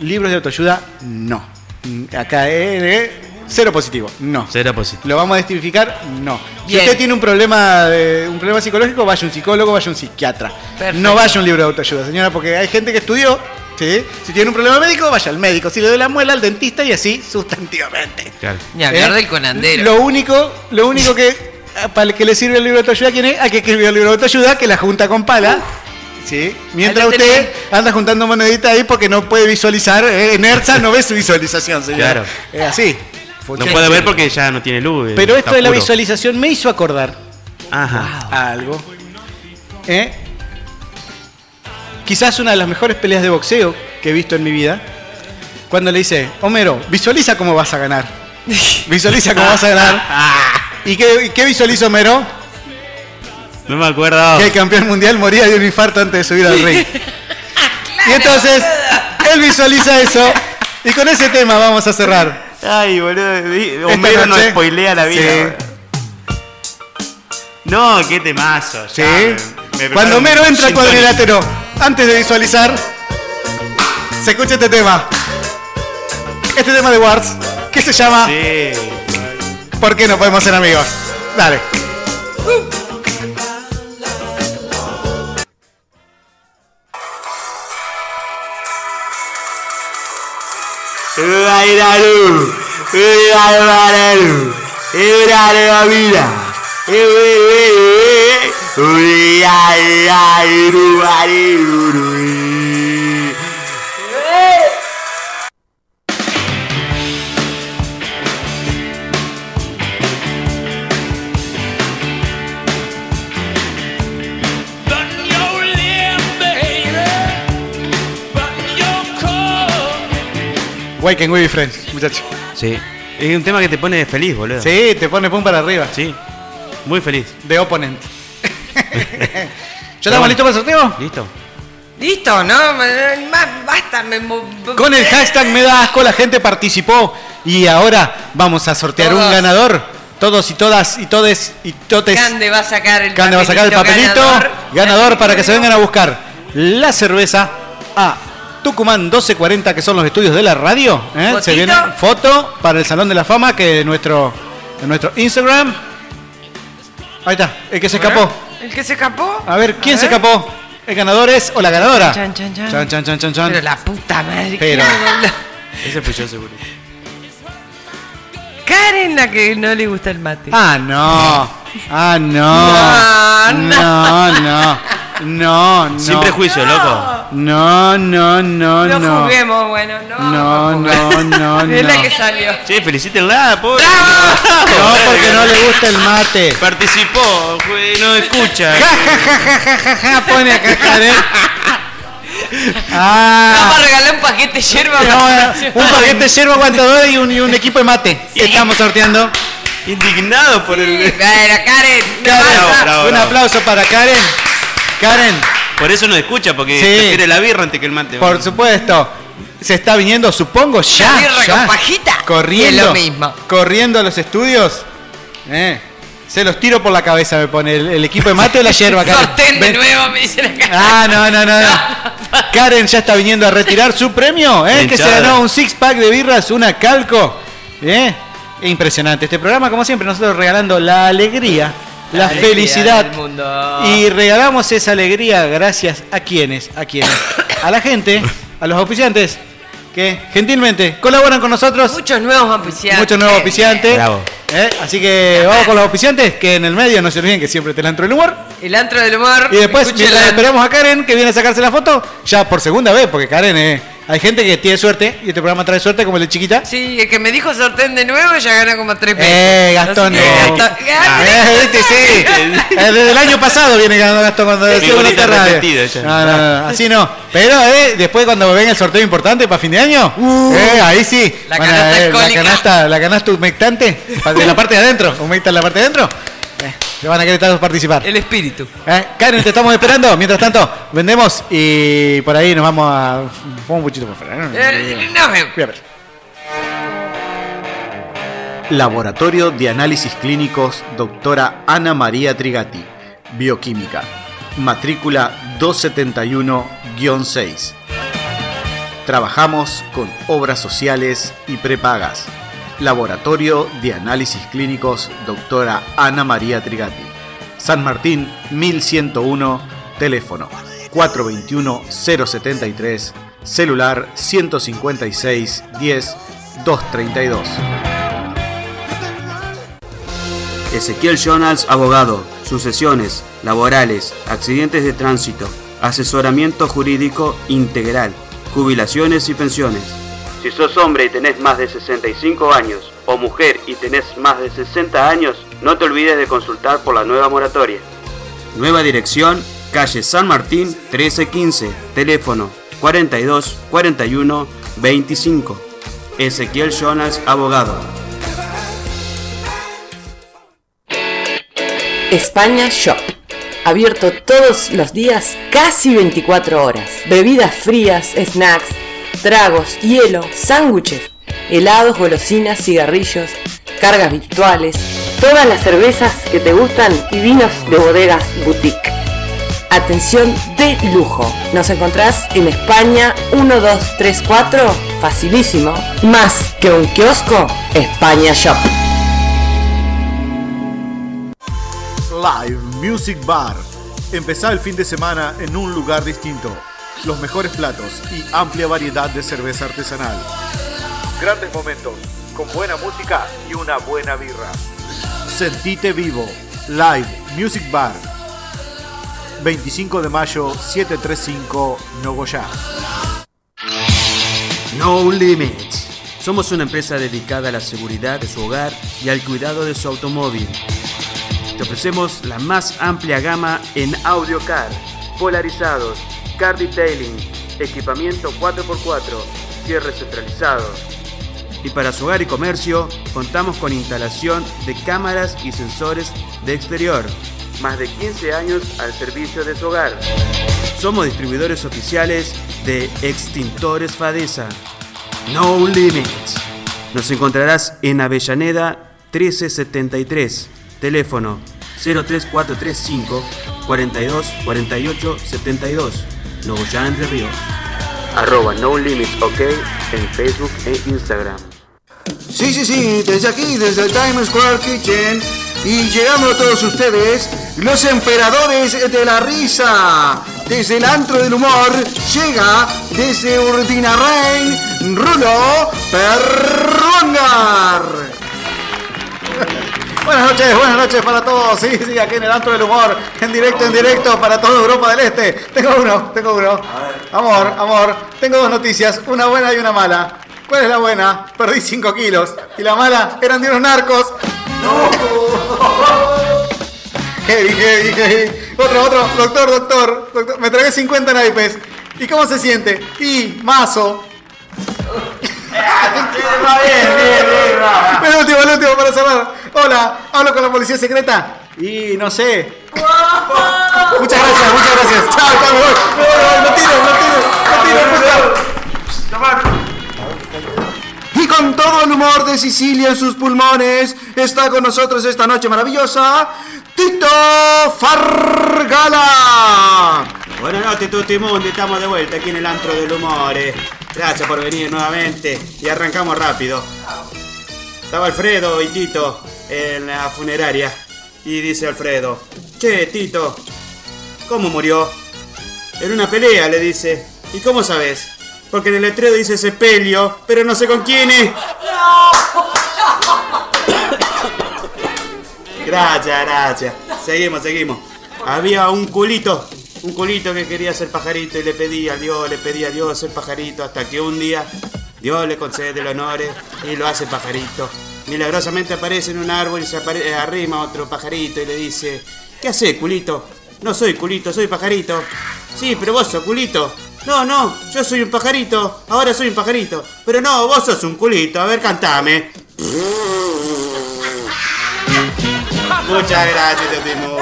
Libros de autoayuda no. Mm, Acá es cero positivo, no.
Será positivo.
¿Lo vamos a destificar? No. Si
Bien.
usted tiene un problema, de- un problema psicológico, vaya a un psicólogo, vaya a un psiquiatra.
Perfecto.
No vaya a un libro de autoayuda, señora, porque hay gente que estudió. ¿sí? Si tiene un problema médico, vaya al médico. Si le duele la muela, al dentista y así sustantivamente.
Claro.
Ni hablar
¿Eh?
del conandero.
Lo único, lo único que para el que le sirve el libro de autoayuda, ¿quién es? Al que escribió el libro de autoayuda, que la junta con pala. ¿sí? Mientras
Ahí la
usted anda juntando moneditas ahí porque no puede visualizar. eh, en ERSA no ve su visualización, señor.
Claro.
Es así.
No
Funciona.
puede ver porque ya no tiene luz. eh,
Pero esto
está
de la
oscuro.
visualización me hizo acordar
Ajá.
a algo. ¿Eh? Quizás una de las mejores peleas de boxeo que he visto en mi vida. Cuando le dice, Homero, visualiza cómo vas a ganar. Visualiza cómo vas a ganar. ¿Y qué, y qué visualiza Homero?
No me acuerdo.
Que el campeón mundial moría de un infarto antes de subir al ring. Y entonces, él visualiza eso. Y con ese tema vamos a cerrar.
Ay, boludo. di-
Esta
Homero no
noche-
spoilea la vida.
Sí.
No, qué temazo. ya,
Sí.
me- me preparo
Cuando Homero
un
entra al
gin tonic.
cuadrilátero, antes de visualizar, se escucha este tema. Este tema de Wards, que se llama
Sí.
¿Por qué no podemos ser amigos? Dale.
¡Viva la luz! ¡Viva la luz! ¡Viva la vida! ¡Viva la luz!
Why can we be friends, muchachos?
Sí. Es un tema que te pone feliz, boludo.
Sí, te pone pum para arriba.
Sí. Muy feliz.
De oponente. ¿Ya
Pero
estamos
bueno.
listos para el sorteo?
¿Listo?
Listo, no, me- más, basta, me mo-
Con el hashtag me da asco, la gente participó. Y ahora vamos a sortear un
Todos.
ganador. Todos y todas y todes y totes.
Cande va a sacar el
Cande va a sacar el papelito. Ganador, para que se vengan a buscar la cerveza a Tucumán 1240, que son los estudios de la radio. ¿eh?
Fotito.
Se viene foto para el Salón de la Fama, que es nuestro, en nuestro Instagram. Ahí está, el que se escapó.
¿El que se escapó?
A ver, ¿quién se
ver.
escapó? ¿El ganador es o la ganadora?
Chan, chan, chan.
Chan, chan, chan, chan, chan.
Pero la puta madre.
Pero-
¿quién habla?
Ese fui yo seguro.
Karen la que no le gusta el mate.
Ah, no. Ah, no. Ah,
No,
No, no. No, no.
Sin prejuicio, loco.
No, no, no,
no,
no.
juguemos, bueno, no.
No,
juguemos.
no, no,
Es la
no.
que salió.
Che, felicítenla, pobre.
No, porque no le gusta el mate.
Participó, güey, no escucha.
Ja, pone acá, Karen.
Vamos
Ah.
a regalar un paquete de yerba.
No, un paquete de yerba aguantador y un, y un equipo de mate que estamos sorteando.
Indignado por el.
Era Karen. no pasa.
Un aplauso para Karen. Karen,
Por eso no escucha, porque
Sí.
prefiere la birra antes que el mate.
por supuesto, se está viniendo, supongo, ya.
birra
ya.
con pajita.
Corriendo.
Es lo mismo.
Corriendo a los estudios. Eh, Se los tiro por la cabeza, me pone el, el equipo de mate o la yerba, Karen.
Sartén de
Ven-
nuevo, me dice la cara.
Ah, no, no, no. no. Karen ya está viniendo a retirar su premio, ¿eh? que se
Hinchada.
ganó un six pack de birras, una calco. ¿eh? Impresionante este programa, como siempre, nosotros regalando la alegría, la,
alegría
felicidad.
del mundo.
Y regalamos esa alegría gracias a quienes, a quienes, a la gente, a los auspiciantes que gentilmente colaboran con nosotros.
Muchos nuevos auspiciantes.
Muchos nuevos auspiciantes.
Bravo.
¿eh? Así que vamos con los auspiciantes, que en el medio no se olviden que siempre te la entro el humor.
El antro del humor.
Y después,
Escuchen
mientras
la-
esperamos a Karen, que viene a sacarse la foto, ya por segunda vez, porque Karen, eh, hay gente que tiene suerte, y este programa trae suerte, como el de chiquita.
Sí, el que me dijo sortén de nuevo ya gana como tres pesos.
Eh, Gastón.
Así que,
eh.
Gastón,
Ah,
gana.
eh, ¿viste? Sí. Eh, Desde el año pasado viene ganando Gastón cuando
Sí,
decía
figurita
Buenos Aires
repetida
Radio.
ya.
No, no, no, así no. Pero eh, después cuando venga el sorteo importante para fin de año, eh, ahí sí.
Uh. La
Van a
canasta
ver la
alcohólica.
canasta, la canasta humectante pa- de la parte de adentro. Humecta en la parte de adentro. Eh, le van a querer todos participar.
El espíritu.
Eh, Karen, te estamos esperando. Mientras tanto, vendemos y por ahí nos vamos a. Fue un puchito por fuera.
Eh, no me-
Voy a ver.
Laboratorio de Análisis Clínicos, doctora Ana María Trigati, Bioquímica, matrícula 271-6. Trabajamos con obras sociales y prepagas. Laboratorio de Análisis Clínicos, doctora Ana María Trigati, San Martín 1101, teléfono 421-073, celular 156 10 232.
Ezequiel Jonas, abogado, sucesiones, laborales, accidentes de tránsito, asesoramiento jurídico integral, jubilaciones y pensiones. Si sos hombre y tenés más de 65 años, o mujer y tenés más de 60 años, no te olvides de consultar por la nueva moratoria. Nueva dirección, calle San Martín 1315, teléfono 42 41 25. Ezequiel Jonas, abogado.
España Shop. Abierto todos los días, casi 24 horas. Bebidas frías, snacks, tragos, hielo, sándwiches, helados, golosinas, cigarrillos, cargas virtuales, todas las cervezas que te gustan y vinos de bodegas boutique. Atención de lujo. Nos encontrás en España 1234, facilísimo. Más que un kiosco, España Shop.
Live Music Bar. Empezá el fin de semana en un lugar distinto. Los mejores platos y amplia variedad de cerveza artesanal. Grandes momentos, con buena música y una buena birra. Sentite vivo. Live Music Bar. 25 de mayo, 735, Nogoyá.
No Limits. Somos una empresa dedicada a la seguridad de su hogar y al cuidado de su automóvil. Te ofrecemos la más amplia gama en audio car, polarizados, car detailing, equipamiento 4x4, cierres centralizados. Y para su hogar y comercio, contamos con instalación de cámaras y sensores de exterior. Más de 15 años al servicio de su hogar. Somos distribuidores oficiales de Extintores Fadesa. No Limits. Nos encontrarás en Avellaneda 1373. Teléfono 03435 42 48 72. Nogoyá Entre Ríos. Arroba No Limits OK en Facebook e Instagram.
Sí, sí, sí, desde aquí, desde el Times Square Kitchen. Y llegando a todos ustedes, los emperadores de la risa. Desde el antro del humor, llega desde Urdinarrain, Rulo Perrongar.
Buenas noches, buenas noches para todos. Sí, sí, aquí en el Antro del Humor, en directo, en directo para toda Europa del Este. Tengo uno, tengo uno. Amor, amor, tengo dos noticias, una buena y una mala. ¿Cuál es la buena? Perdí 5 kilos. Y la mala eran de unos narcos. Heavy, heavy, heavy. Otro, otro. Doctor, doctor, doctor. Me tragué 50 naipes. ¿Y cómo se siente? Y mazo. El último, el último para cerrar.
Hola, hablo con la policía secreta. Y no sé. Muchas gracias, muchas gracias. Chao, chao, me voy. Me voy, me voy. No tiro, no tiro, no tiro, puta.
Y con todo el humor de Sicilia en sus pulmones, está con nosotros esta noche maravillosa, Tito Fargala.
Buenas noches, Tutti Mundo. Estamos de vuelta aquí en el antro del humor. eh. Gracias por venir nuevamente y arrancamos rápido. Estaba Alfredo y Tito en la funeraria. Y dice Alfredo: Che, Tito, ¿cómo murió? En una pelea, le dice. ¿Y cómo sabes? Porque en el letrero dice sepelio, pero no sé con quién es. Gracias, gracias. Seguimos, seguimos. Había un culito, un culito que quería ser pajarito y le pedía a Dios, le pedía a Dios ser pajarito hasta que un día Dios le concede el honor y lo hace pajarito. Milagrosamente aparece en un árbol y se apare- eh, arrima otro pajarito y le dice, ¿qué hace, culito? No soy culito, soy pajarito. Sí, pero vos sos culito. No, no, yo soy un pajarito, ahora soy un pajarito. Pero no, vos sos un culito, a ver, cantame. Muchas gracias, Tetimón.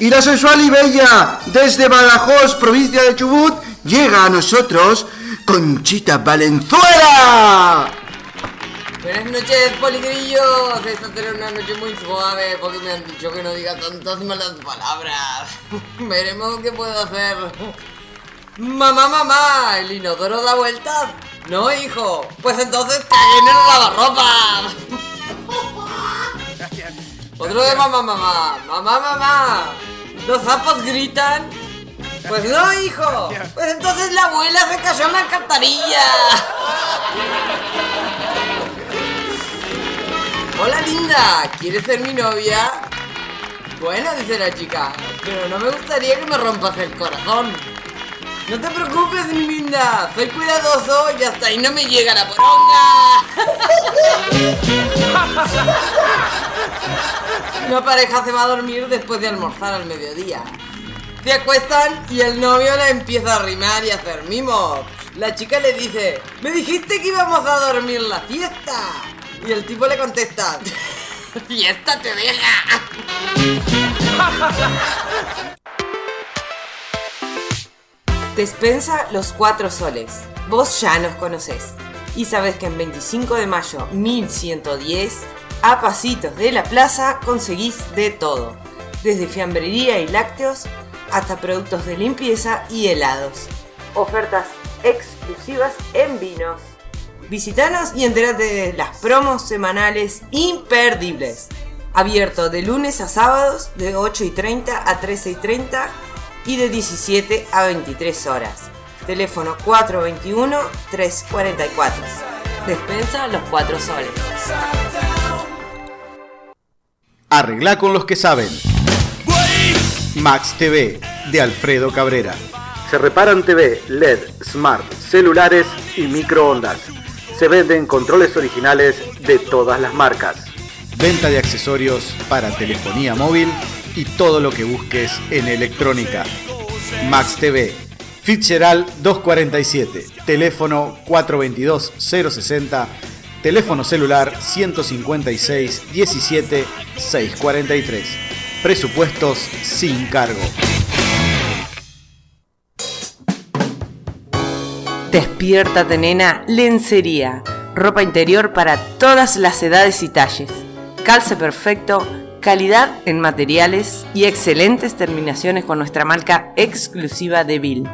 Y la sensual y bella, desde Badajoz, provincia de Chubut, llega a nosotros Conchita Valenzuela.
Buenas noches, poligrillos. Esta será una noche muy suave porque me han dicho que no diga tantas malas palabras. Veremos qué puedo hacer. Mamá, mamá, el inodoro da vueltas. No, hijo, pues entonces cagué en el lavarropa. Otro de mamá, mamá, mamá, mamá. Los sapos gritan. Pues no, hijo, pues entonces la abuela se cayó en la alcantarilla. Hola linda, ¿quieres ser mi novia? Bueno, dice la chica, pero no me gustaría que me rompas el corazón. No te preocupes, mi linda, soy cuidadoso y hasta ahí no me llega la poronga. Una pareja se va a dormir después de almorzar al mediodía. Se acuestan y el novio la empieza a rimar y a hacer mimos. La chica le dice, me dijiste que íbamos a dormir la fiesta. Y el tipo le contesta, fiesta te deja.
Despensa Los Cuatro Soles. Vos ya nos conocés. Y sabés que en 25 de mayo 1110, a pasitos de la plaza, conseguís de todo. Desde fiambrería y lácteos hasta productos de limpieza y helados. Ofertas exclusivas en vinos. Visitanos y entérate de las promos semanales imperdibles. Abierto de lunes a sábados de 8 y 30 a 13 y 30 y de 17 a 23 horas. Teléfono 421-344. Despensa los 4 soles.
Arregla con los que saben. Max TV, de Alfredo Cabrera.
Se reparan TV, LED, smart, celulares y microondas. Se venden controles originales de todas las marcas.
Venta de accesorios para telefonía móvil y todo lo que busques en electrónica. Max TV, Fitzgerald 247, teléfono 422-060, teléfono celular 156-17-643. Presupuestos sin cargo.
Despiértate nena, lencería. Ropa interior para todas las edades y talles. Calce perfecto, calidad en materiales y excelentes terminaciones con nuestra marca exclusiva de Bill.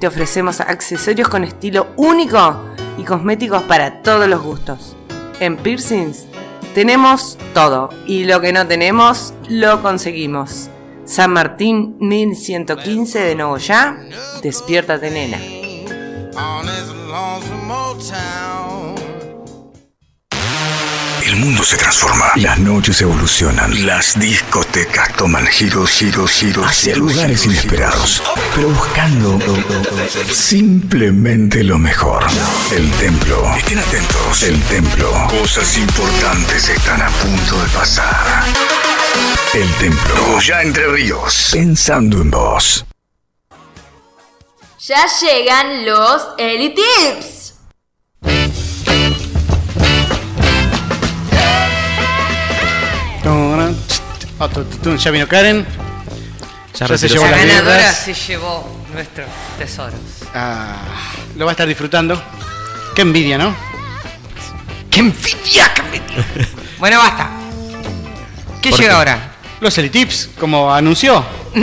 Te ofrecemos accesorios con estilo único y cosméticos para todos los gustos. En piercings tenemos todo y lo que no tenemos lo conseguimos. San Martín 1115 de Nogoyá, despiértate nena.
El mundo se transforma. Las noches evolucionan. Las discotecas toman giros, giros, giros. Hacia lugares inesperados. Pero buscando simplemente lo mejor. El templo. Estén atentos. El templo. Cosas importantes están a punto de pasar. El templo. Ya entre ríos. Pensando en vos.
Ya llegan los Eli Tips.
Patututun, Ya vino Karen. Ya, se llevó
la
las
ganadora
birras.
se llevó nuestros tesoros.
Ah, lo va a estar disfrutando. Qué envidia, ¿no?
¡Qué envidia! Bueno, basta. ¿Qué
¿Por
llega ahora?
Los Elitips, como anunció.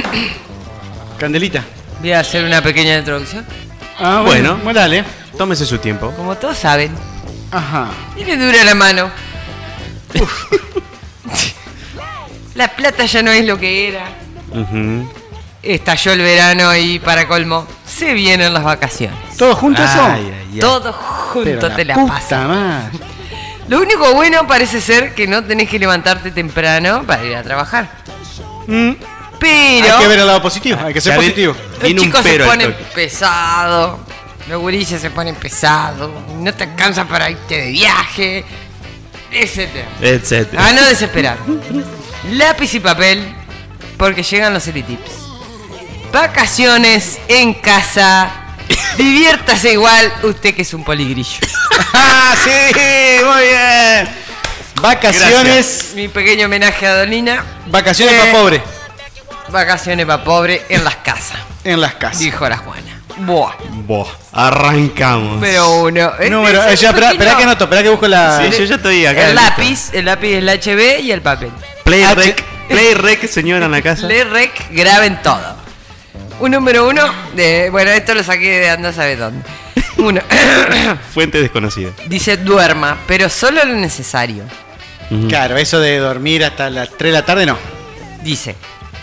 Candelita.
Voy a hacer una pequeña introducción.
Ah,
bueno.
Bueno, dale.
Tómese su tiempo.
Como todos saben.
Ajá.
Y le dura la mano. la plata ya no es lo que era. Estalló el verano y para colmo, se vienen las vacaciones.
¿Todo junto eso?
Ay, Todo junto
Pero
te la
puta
pasa.
madre.
Lo único bueno parece ser que no tenés que levantarte temprano para ir a trabajar. Pero.
Mm. Hay que ver el lado positivo, hay que ser
Ya vi-
positivo.
Los chicos se ponen pesados, los gurises se ponen pesados, no te alcanza para irte de viaje, etcétera.
Etcétera.
A no desesperar. Lápiz y papel, porque llegan los Elitips. Vacaciones en casa. Diviértase igual usted que es un poligrillo.
Ah, sí! Muy bien. Vacaciones.
Mi pequeño homenaje a Dolina.
Vacaciones para pobre.
Vacaciones para pobre en las casas.
En las casas.
Dijo la Juana. Buah.
Buah, arrancamos.
Número uno.
Número.
Ese
eh, ya, espera,
pequeño-
que anoto, espera que busco la.
Sí, yo ya estoy acá.
El
listo.
lápiz, el lápiz es la HB y el papel.
Play rec. Play rec, señora en la casa.
Le rec, graben todo. Un número uno, de, bueno, esto lo saqué de anda sabe dónde. Uno,
Fuente desconocida.
dice duerma, pero solo lo necesario.
Claro, eso de dormir hasta las 3 de la tarde no.
Dice,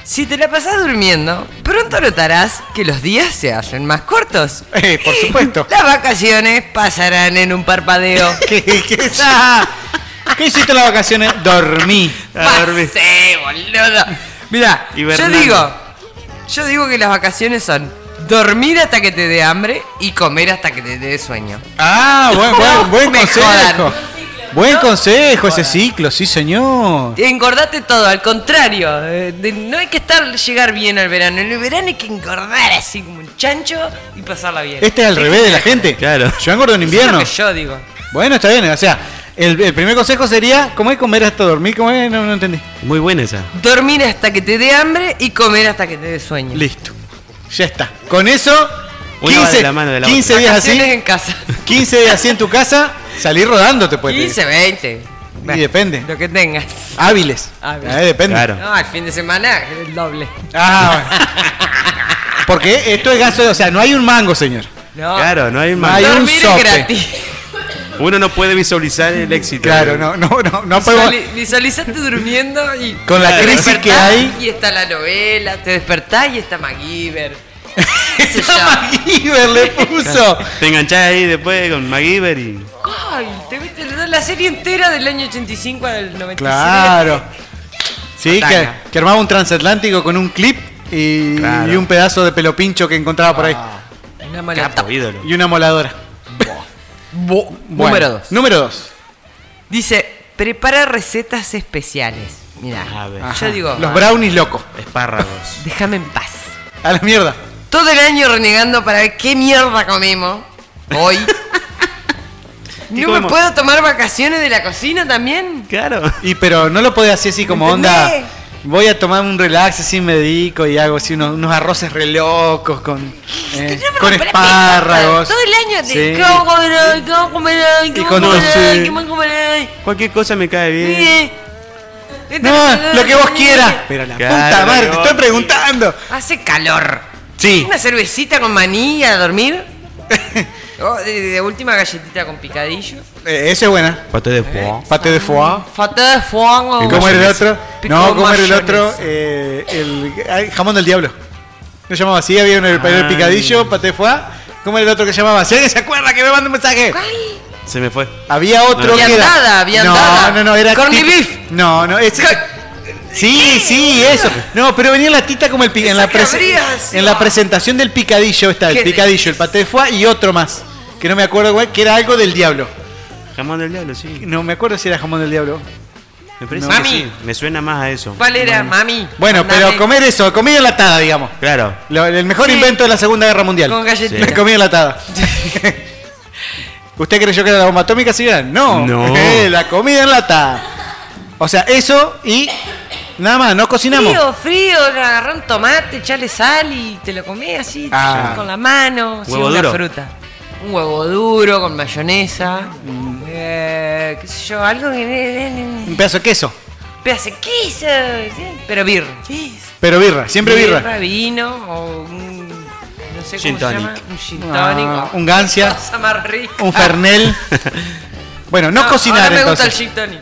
si te la pasás durmiendo, pronto notarás que los días se hacen más cortos.
Eh, por supuesto.
Las vacaciones pasarán en un parpadeo.
¿Qué, ¿Qué hiciste en las vacaciones? Dormí.
Pasé, boludo. Mira, yo
Hibernando.
digo, yo digo que las vacaciones son dormir hasta que te dé hambre y comer hasta que te dé sueño.
Ah, buen, buen, buen
me
consejo.
jodan.
Buen consejo ese ciclo, sí señor.
Engordate todo, al contrario, eh, de- no hay que estar llegar bien al verano. En el verano hay que engordar así como un chancho y pasarla bien.
Este es al revés de la gente. Claro. Yo engordo en
Eso es lo
invierno.
que yo digo.
Bueno, está bien, o sea, el, el primer consejo sería, ¿cómo es comer hasta dormir? ¿Cómo es? No, no entendí.
Muy buena esa.
Dormir hasta que te dé hambre y comer hasta que te dé sueño.
Listo. Ya está. Con eso,
Una va
15,
de la mano de la
15
otra.
días así,
Vacaciones en casa.
15 días así en tu casa, salir rodando te puede
15, 20.
Y depende.
Lo que tengas.
Hábiles.
Hábiles.
Eh, depende.
No, el fin de semana el doble.
Ah, bueno. Porque esto es gasto, o sea, no hay un mango, señor.
Ah. No.
Claro, no hay
No
más.
hay un sope.
Uno no puede visualizar el éxito.
Claro, no, no, no, no podemos.
Visuali- Visualizate durmiendo y.
Pues Con la
te
crisis
despertás
que hay.
Y está la novela, te despertás y está MacGyver.
MacGyver le puso.
Te enganchás ahí después con MacGyver y.
¡Ay! Te viste la serie entera del año 85 al 97.
Claro. Sí, que,
Batalla.
que armaba un transatlántico con un clip y,
Claro.
y un pedazo de pelo pincho que encontraba por ahí.
Ah, Una mala
Capo, ídolo.
Y una moladora. Bueno,
Número 2.
Número 2.
Dice: prepara recetas especiales. Mira, yo digo. "Ah,
Los brownies locos.
Espárragos.
Déjame en paz.
A la mierda.
Todo el año renegando para ver qué mierda comemos hoy. ¿No me
comemos?
puedo tomar vacaciones de la cocina también?
Claro.
Y pero no lo podés hacer así como onda.
¿Entendés?
Voy a tomar un relax así me dedico y hago así unos, unos arroces re locos con, eh, con espárragos.
Todo el año de
Sí.
¿qué vamos a comer hoy? ¿Qué vamos a comer hoy? ¿Qué
Y
vamos a
con
comer hoy?
dulce.
¿Qué vamos a comer hoy?
Cualquier cosa me cae bien.
Eh,
No, lo que vos quieras. Pero la
Claro,
puta
lo
madre,
que
te
vos
estoy preguntando.
Hace calor.
Sí.
¿Una cervecita con maní a dormir? O de, de última galletita con picadillo.
Eh, esa es buena.
Paté de foie.
Pate de foie.
Faté de fuego.
¿Y cómo era el otro?
Pico
No, ¿cómo era el
mayonesa.
otro? Eh, el ay, jamón del diablo. No llamaba así, había uno el, el
Ay.
picadillo, paté de foie. ¿Cómo era el otro que llamaba? Si alguien se acuerda que me mande un mensaje.
Se me fue.
Había otro que era.
Viandada, viandada.
No, no, no, era.
Corny
tipo-
beef.
No, no, es. Sí, sí, eso. No, pero venía la tita como el pi- en la prese-
cabrías.
en la presentación del picadillo está el
Qué
picadillo, el paté de foie y otro más que no me acuerdo cuál, que era algo del diablo.
Jamón del diablo, sí.
No me acuerdo si era jamón del diablo.
Me parece
No.
que
Mami.
sí. Me suena más a eso.
¿Cuál era, mami?
Bueno, pero
Mandame
comer eso, comida enlatada, digamos.
Claro.
Lo- el mejor
Sí.
invento de la Segunda Guerra Mundial.
Con galletitas.
La comida enlatada. ¿Usted creyó que era la bomba atómica, señora? No.
No.
la comida enlatada. O sea, eso y Nada más, no cocinamos.
Frío, frío, agarrá un tomate, echale sal y te lo comés así,
Ah.
con la mano, sí,
Huevo
una
duro.
fruta. Un huevo duro con mayonesa,
Mm.
eh, qué sé yo, algo que...
Un pedazo de queso.
Pedazo de queso, ¿sí? pero birra.
Pero birra, siempre birra.
vino o un... no sé
Gin
cómo se
tonic.
llama, un gin
Ah,
tonic.
un Gancia.
Cosa más rica. Ah,
Un Fernel. bueno, no, cocinar
Ahora me gusta el
entonces.
gin tonic.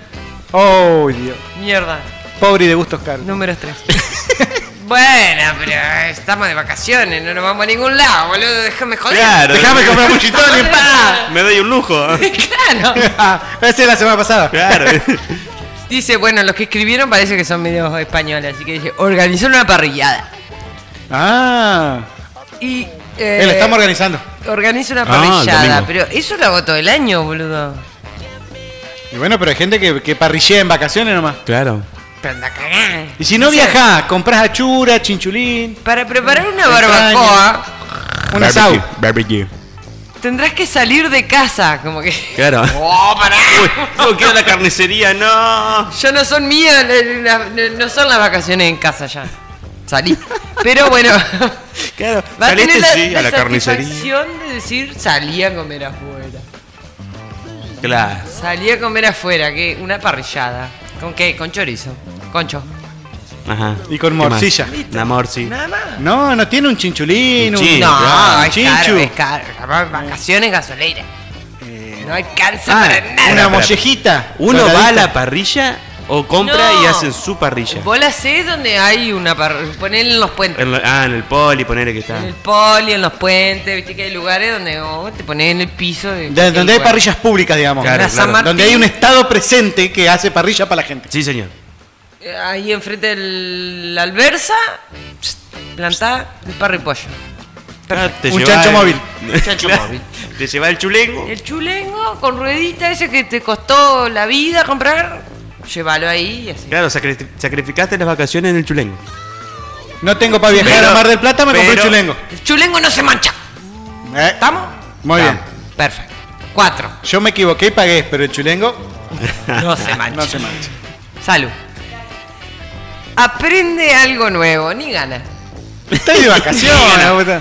Oh, Dios.
Mierda.
Pobre y de gustos caros.
Números 3. Bueno, pero estamos de vacaciones, no nos vamos a ningún lado, boludo. Déjame joder.
Claro. Déjame comprar un gin tonic,
pa.
Me doy un lujo.
claro.
Esa es la semana pasada.
Claro.
Dice, bueno, los que escribieron parece que son medio españoles, así que dice, organizar una parrillada.
Ah.
Y.
Eh, lo estamos organizando.
Organiza una
Ah,
parrillada,
el domingo.
pero eso lo hago todo el año, boludo.
Y bueno, pero hay gente que, que parrillea en vacaciones nomás.
Claro.
Pero anda a cagar.
Y si no
O sea,
viajás, comprás achura, chinchulín.
Para preparar una
entraña,
barbacoa,
Un asado.
Barbecue.
tendrás que salir de casa, como que.
Claro.
¡Oh, pará!
No queda la carnicería, no.
Ya no son mías, la- la- la- no son las vacaciones en casa ya. Salí. Pero bueno.
Claro,
va a
saliste,
tener la,
sí, a la carnicería.
satisfacción de decir salí a comer afuera.
Claro.
Salí a comer afuera, que una parrillada. ¿Con qué? Con chorizo. Concho.
Ajá.
Y con
¿Qué más?
morcilla.
Una morcilla.
Nada más.
No, no tiene un chinchulín, un,
Sí,
no,
claro,
es caro, es caro. Capaz Vacaciones gasolera. No alcanza
Ah,
para nada.
espera, espera. Uno va a
Doradita.
la parrilla o compra
No.
y hacen su parrilla.
Vos la hacés donde hay una parrilla. Ponen en los puentes.
En lo- ah, en el poli, poner que está.
En el poli, en los puentes, viste que hay lugares donde oh, te pones en el piso. De,
De- donde hay
igual.
parrillas públicas, digamos.
Claro, Una San claro. Martín.
Donde hay un Estado presente que hace parrilla para la gente.
Sí, señor.
Eh, Ahí enfrente de la albersa, pst, plantá el parripollo.
Ah, Te
Un
lleva
chancho
el-
móvil.
Un chancho
Claro.
móvil.
Te lleva el chulengo.
El chulengo con ruedita ese que te costó la vida comprar, llévalo ahí y así.
Claro, sacri- sacrificaste las vacaciones en el chulengo.
No tengo para viajar
Pero-
a Mar del Plata, me compré
pero-
un chulengo.
El chulengo no se mancha.
¿Estamos? Muy bien.
Perfecto. Cuatro.
Yo me equivoqué y pagué, pero el chulengo
No se mancha.
no se mancha.
Salud. Aprende algo nuevo, ni gana.
Estoy de vacaciones. puta.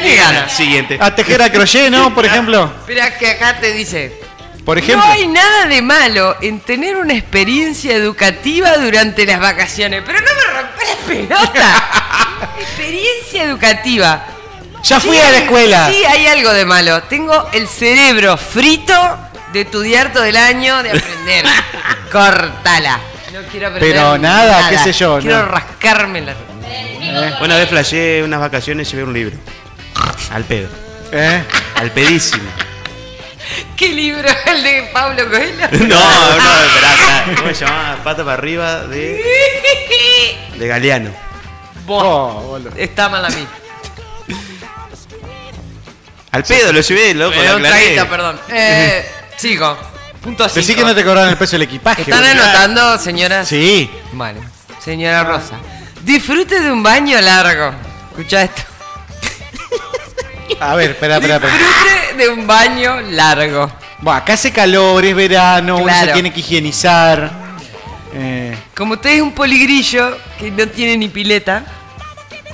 Ni gana.
Siguiente.
a tejer a crochet, ¿no? Por ejemplo.
Espera que acá te dice.
Por ejemplo.
No hay nada de malo en tener una experiencia educativa durante las vacaciones, pero no me rompas la pelota. experiencia educativa.
Ya fui a la escuela.
Sí, hay algo de malo. Tengo el cerebro frito de estudiar todo el año, de aprender. Cortala. No quiero aprender
Pero nada, qué sé yo,
Quiero
no.
rascarme la...
Una vez flashé unas vacaciones y llevé un libro. Al pedo.
¿Eh?
Al pedísimo.
¿Qué libro? ¿El de Pablo Coelho?
No, no, esperá, esperá. ¿Cómo se llamaba? Pata para arriba de, de Galeano.
Vos.
Oh,
Está mal a mí.
Al pedo, lo llevé, loco.
Me
lo
dio un
aclaré.
traguito, perdón. Eh, sigo. Punto 5.
Decí que no te cobraron el peso del equipaje.
¿Están
boludo.
anotando, señoras?
Sí.
Bueno, señora Rosa. Disfrute de un baño largo. Escucha esto.
A ver, espera, espera, espera.
Disfrute de un baño largo.
Bueno, acá hace calor, es verano, uno se
Claro.
tiene que higienizar. Eh,
Como usted es un poligrillo que no tiene ni pileta,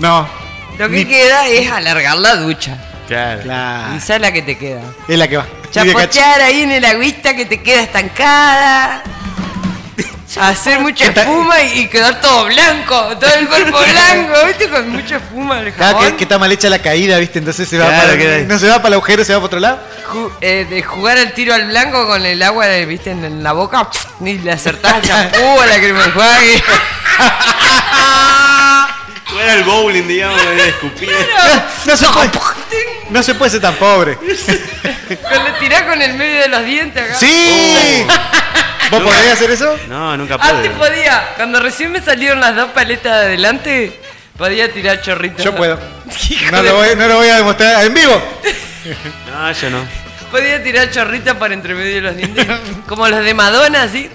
no,
lo que
Ni- Ah.
queda es alargar la ducha.
Claro.
claro.
Esa es la que te queda.
Es la que va. Y de cacho.
Chapochar ahí en el agüita que te queda estancada. Hacer mucha espuma y y quedar todo blanco, todo el cuerpo blanco, ¿viste? Con mucha espuma el
Claro, que,
jabón.
que está mal hecha la caída, ¿viste? Entonces se va
Claro,
para,
queda ahí.
no se va para el agujero, se va para otro lado.
Ju- eh, de jugar al tiro al blanco con el agua, eh, ¿viste? En, en la boca, ni le acertás el champú a la crema de enjuague.
Era el bowling, digamos, de escupir.
Ah, No se puede, no se puede ser tan pobre.
Con- Le tirás con el medio de los dientes acá.
¡Sí! ¿Vos
Nunca-
podés hacer eso?
No, nunca pude.
Antes Ah, podía, cuando recién me salieron las dos paletas de adelante, podía tirar chorritos.
Yo puedo.
Hijo
No
de-
lo, voy, no lo voy a demostrar en vivo.
No, yo no.
Podía tirar chorritas por entre medio de los dientes. como los de Madonna, así.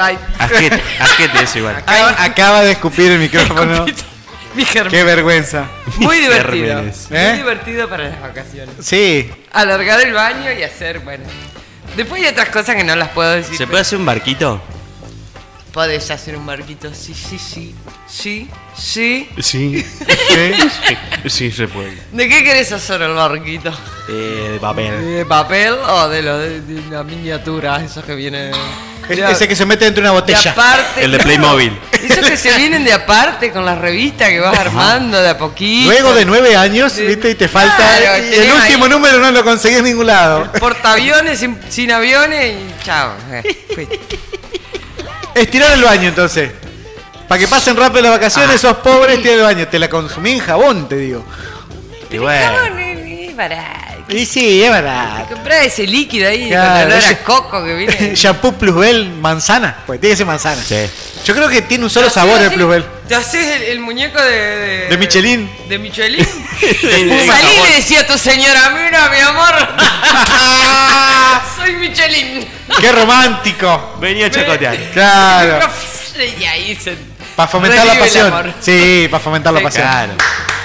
Ay,
Asquete, asquete eso igual.
Acaba, acaba de escupir el micrófono.
mi germ-
Qué vergüenza.
Muy divertido.
Gérmenes.
¿Eh?
Muy divertido para las vacaciones.
Sí.
alargar el baño y hacer, bueno. Después hay otras cosas que no las puedo decir.
¿Se puede hacer un barquito?
Podés hacer un barquito, sí, sí, sí, sí, sí.
Sí, sí, sí, sí se puede.
¿De qué querés hacer el barquito?
Eh, de papel.
¿De papel o de, lo, de, de la miniatura? Esos que vienen... Ya-
Ese que se mete dentro de una botella.
aparte-
El de Playmobil.
Esos que se vienen de aparte con las revistas que vas armando de a poquito.
Luego de nueve años, viste, y te falta.
Claro,
y el
tenés
último
ahí.
número no lo conseguí en ningún lado.
Portaaviones sin, sin aviones y chao. eh, fuiste.
Estirar el baño entonces. Para que pasen rápido las vacaciones,
Ah.
sos pobre, estira el baño. Te la consumí en jabón, te digo.
Y
No, no, no, pará.
Y sí, es verdad.
Comprá ese líquido ahí
Claro,
con olor
ese-
a coco que viene.
Shampoo Plusbel manzana. Pues tiene que ser manzana.
Sí.
Yo creo que tiene un
¿Ah,
solo sabor el Plusbel.
Te haces el, el muñeco de. De,
De Michelin.
de Michelin.
de
Salí y
sabor.
le decía a tu señora, mira, mi amor. Soy Michelin.
¡Qué romántico!
Venía a chacotear.
Claro.
y ahí se.
Para fomentar la
Revive el
pasión.
amor.
Sí, para fomentar la
Sí,
pasión.
claro.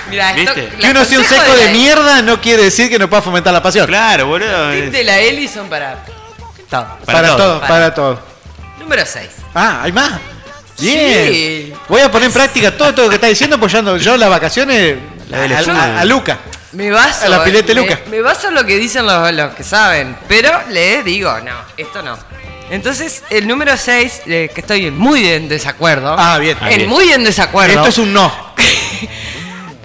Mira, esto.
¿Viste?
los
Que uno sea un
consejos
seco de
la-
mierda no quiere decir que no pueda fomentar la pasión.
Claro, boludo.
tip de la Eli son para.
Para,
todo.
todo, para todo.
Número 6.
Ah, ¿hay más?
Sí.
Bien. Voy a poner en práctica todo, todo lo que está diciendo apoyando yo las vacaciones
La
a,
del estudio.
a- a Luca.
Me baso.
A la pilete
me-
Luca.
Me baso en lo que dicen los, los que saben. Pero les digo, no, esto no. Entonces, el número 6, que estoy muy en desacuerdo.
Ah, bien.
En muy en desacuerdo.
Esto es un no.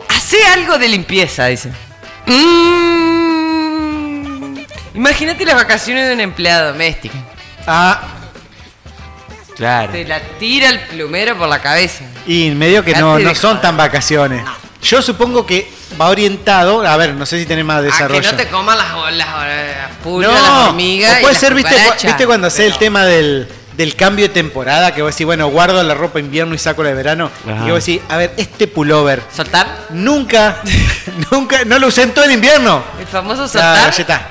Hace algo de limpieza, dice. Mm. Imagínate las vacaciones de una empleada doméstica.
Ah,
claro.
Te la tira el plumero por la cabeza.
Y medio que no,
Date
no
de
son tan vacaciones. Yo supongo que va orientado, a ver, no sé si tenés más
A Ah, que
desarrollo.
no te coman las, las, las pulgas,
No,
las
o
hormigas. y
puede
las
ser, viste, cua-
cucarachas.
viste cuando hace el tema del, del cambio de temporada, que vos decís, bueno, guardo la ropa invierno y saco la de verano.
Ajá.
Y vos decís, a ver, este pullover.
¿Soltar?
Nunca, nunca, no lo usé en todo el invierno.
El famoso
Claro,
saltar
ya está.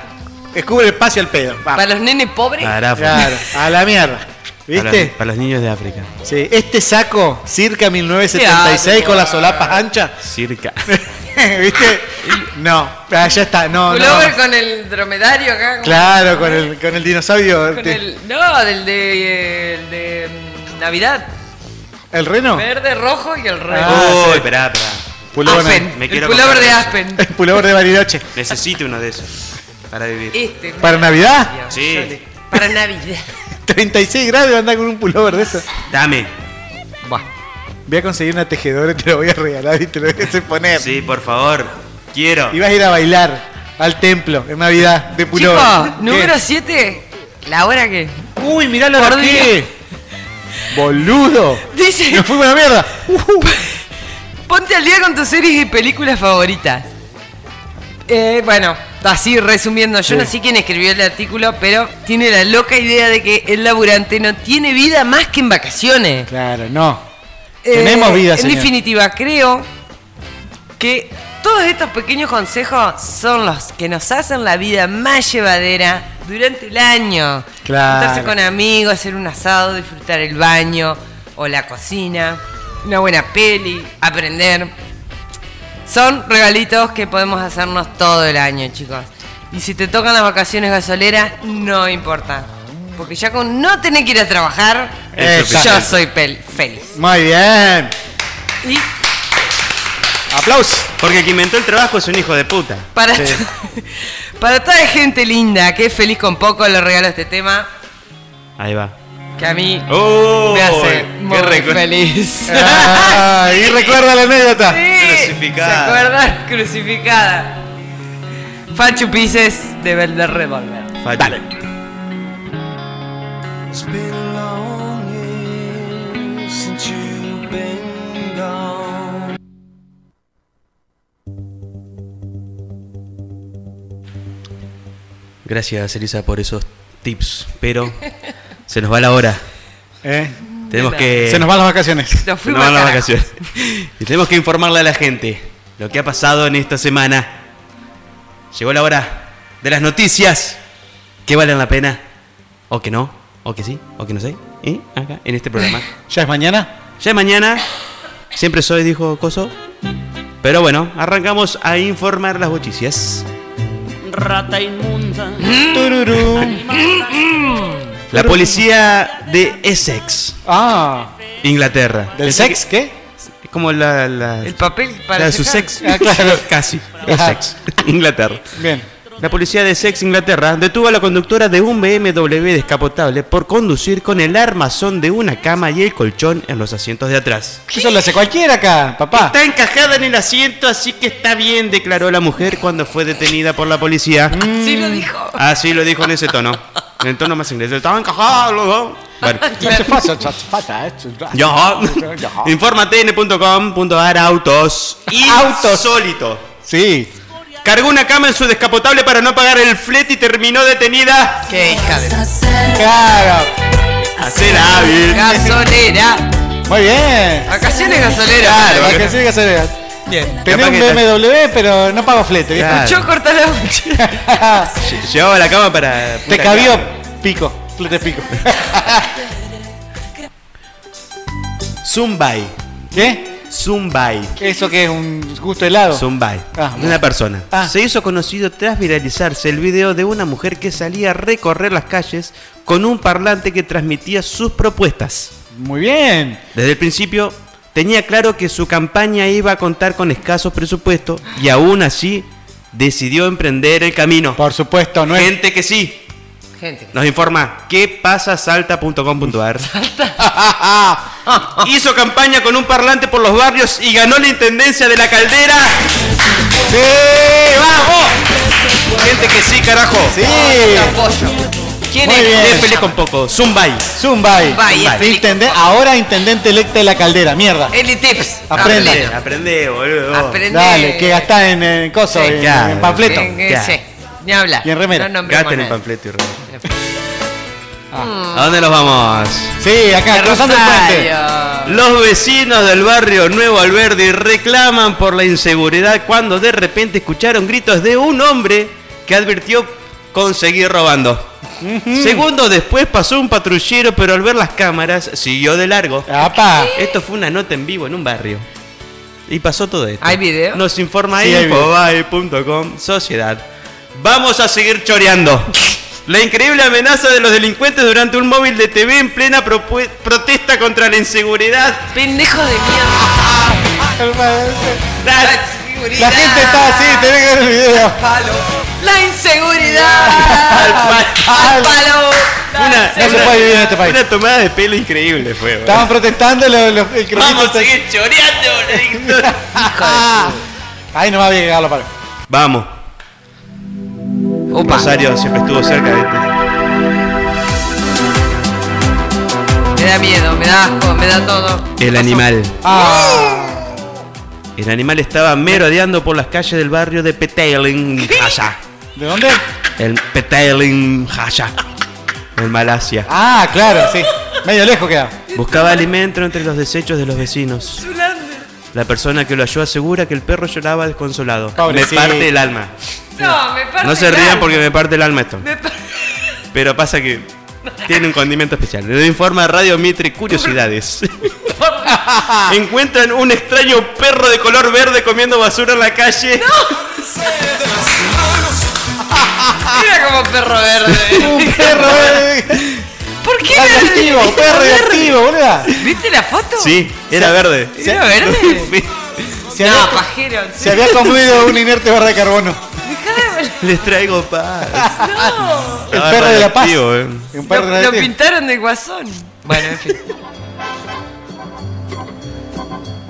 Descubre el espacio al pedo. Va.
para los nenes pobres.
Ah,
Carajo.
Claro, a la mierda.
Para los,
¿Viste?
para los niños de África.
Sí, este saco, circa 1976, con
ah,
las solapas anchas.
Circa.
¿Viste? No, ah, ya está, no, no.
Pullover con el dromedario acá. como-
Claro, con el, con el dinosaurio.
con
te-
el- no, del de, el de mm, Navidad.
¿El reno?
Verde, rojo y el rey.
Uy, esperá, esperá.
Ah, Pullover.
Aspen,
Me
el
quiero
pullover
comprar
de
eso.
Aspen.
El pullover de Bariloche.
Necesito uno de esos. Para vivir.
Este.
¿Para Navidad?
Sí.
Para Navidad.
36 grados andar con un pullover de eso.
Dame.
Voy a conseguir una tejedora y te lo voy a regalar y te lo voy a hacer poner.
Sí, por favor. Quiero.
Y vas a ir a bailar al templo en Navidad de pullover.
Chico,
¿Qué?
número 7. La hora que.
Uy, mirá la
Por
hora que. Boludo.
Dice.
Nos fuimos a la mierda.
Ponte al día con tus series y películas favoritas. Eh, bueno, así resumiendo, yo no sé quién escribió el artículo, pero tiene la loca idea de que el laburante no tiene vida más que en vacaciones.
Claro, no.
Eh,
Tenemos vida,
En
señor.
definitiva, creo que todos estos pequeños consejos son los que nos hacen la vida más llevadera durante el año.
Claro.
Juntarse con amigos, hacer un asado, disfrutar el baño o la cocina, una buena peli, aprender. Son regalitos que podemos hacernos todo el año, chicos. Y si te tocan las vacaciones gasoleras, no importa. Porque ya con no tener que ir a trabajar,
Eso,
yo
perfecto.
soy pel- feliz.
Muy bien.
Y
Aplausos.
Porque el que inventó el trabajo es un hijo de puta.
para, para toda gente linda que es feliz con poco, le regalo este tema
Ahí va.
que a mí
¡Oh!
me hace
qué
muy
recu-
feliz.
Ah, y recuerda la anécdota.
Sí,
Crucificada.
¿Se acuerdan? Crucificada. Fachu Pises de Belder Revolver.
Facho.
It's been a long year since you've been gone.
Gracias, Elisa, por esos tips. Pero se nos va la hora.
Eh,
Tenemos que.
Se nos van las vacaciones.
Nos
Se nos
fuimos
van
al
las
carajo.
vacaciones. Y tenemos que informarle a la gente lo que ha pasado en esta semana. Llegó la hora de las noticias que valen la pena. O que no, o que sí, o que no sé. ¿eh? Acá, en este programa.
¿Ya es mañana?
Ya es mañana. Siempre soy, dijo Coso. Pero bueno, arrancamos a informar las bochicias.
Rata inmunda.
Tururú.
animal
La policía de Essex.
Ah.
Inglaterra.
¿Del
Pensé
sex qué?
Es como la. la
El papel para
la de su
cejar.
sex.
Ah, claro.
Casi.
Ajá.
Essex. Inglaterra.
Bien.
La policía de Essex, Inglaterra, detuvo a la conductora de un BMW descapotable por conducir con el armazón de una cama y el colchón en los asientos de atrás.
Eso lo hace cualquiera acá, papá.
Está encajada en el asiento, así que está bien, declaró la mujer cuando fue detenida por la policía.
Sí lo dijo.
Así lo dijo en ese tono. En el tono más inglés. Estaban encajados los dos. Bueno. Yo, informatn.com.ar autos. Insólito.
Sí.
Cargó una cama en su descapotable para no pagar el flete y terminó detenida.
Qué hija de.
Claro.
Hacer hábil.
Gasolera.
Muy bien.
Vacaciones gasoleras.
Claro, vacaciones gasoleras.
Bien.
Tenés un BMW, pero no pago flete. viejo.
Claro.
Yo corté la mochila.
Llevaba la cama para.
Te cabió pico. Flete pico.
Zumbai.
¿Qué?
Zumbai.
¿Eso qué es? ¿Un gusto de helado?
Zumbai.
Ah,
una persona.
Ah.
Se hizo conocido tras viralizarse el video de una mujer que salía a recorrer las calles con un parlante que transmitía sus propuestas.
Muy bien.
Desde el principio tenía claro que su campaña iba a contar con escasos presupuestos y aún así decidió emprender el camino.
Por supuesto, no es-
Gente que sí.
Gente.
Nos informa qué pasa salta.com.ar. Hizo campaña con un parlante por los barrios y ganó la intendencia de la caldera. ¡Sí! ¡Vamos! Gente que sí, carajo.
Sí.
Te apoyo. ¿Quién
Muy
es?
bien.
¿Cómo se
Déjele
llama?
con poco. Zumbay.
Zumbay.
Zumbay, es
Intende- Ahora intendente electa de la caldera, mierda.
Eli Tips.
Aprende.
Aprende.
Aprende, boludo.
Aprende.
Dale, que gastá en, en coso, en,
claro.
en panfleto.
Que- que- Sí. Ni habla.
Y en remera.
No nombremos
Gaten el
nada.
panfleto y re- ¿A dónde los vamos?
Sí, acá, cruzando el puente.
Los vecinos del barrio Nuevo Alberdi reclaman por la inseguridad cuando de repente escucharon gritos de un hombre que advirtió conseguir robando. Segundos después pasó un patrullero, pero al ver las cámaras siguió de largo.
¡Apa!
Esto fue una nota en vivo en un barrio. Y pasó todo esto.
¿Hay video?
Nos informa
Sí, hay video.
infobay.com Sociedad. Vamos a seguir choreando. La increíble amenaza de los delincuentes durante un móvil de TV en plena propu- protesta contra la inseguridad.
Pendejo de mierda. La
La
inseguridad.
gente está así, tenés que ver el video.
Palo. La inseguridad.
Al pa-
Al palo. La
Una,
No se
una-
puede vivir en este país.
una tomada de pelo increíble fue. boludo.
Estaban protestando los, los el
Vamos a
cronista-
seguir choreando, boludo.
Ahí nomás había que llegarlo para.
Vamos.
Opa.
Rosario siempre estuvo cerca de este.
Me da miedo, me da asco, me da todo.
El animal.
Ah,
El animal estaba merodeando por las calles del barrio de Petaling, Haya.
¿De dónde?
El Petaling, Haya. En Malasia.
Ah, claro, sí. Medio lejos queda.
Buscaba alimento entre los desechos de los vecinos. La persona que lo halló asegura que el perro lloraba desconsolado.
Pobrecito.
Me parte el alma.
No, me parte
No se
el
rían
alma.
porque me parte el alma esto.
Me par-
Pero pasa que tiene un condimento especial. Le informa Radio Mitre Curiosidades. Encuentran un extraño perro de color verde comiendo basura en la calle.
Mira como perro verde.
Un perro eh,
¿Por qué
radioactivo,
verde?
perro radioactivo, boluda.
¿Viste la foto?
Sí, era verde.
¿Era verde?
Se
no,
había,
pajero.
se había comido un inerte barra de carbono.
Les traigo paz.
No.
El perro de la paz.
radioactivo, eh.
Un perro
Lo, lo
radioactivo.
pintaron de guasón. Bueno, en fin.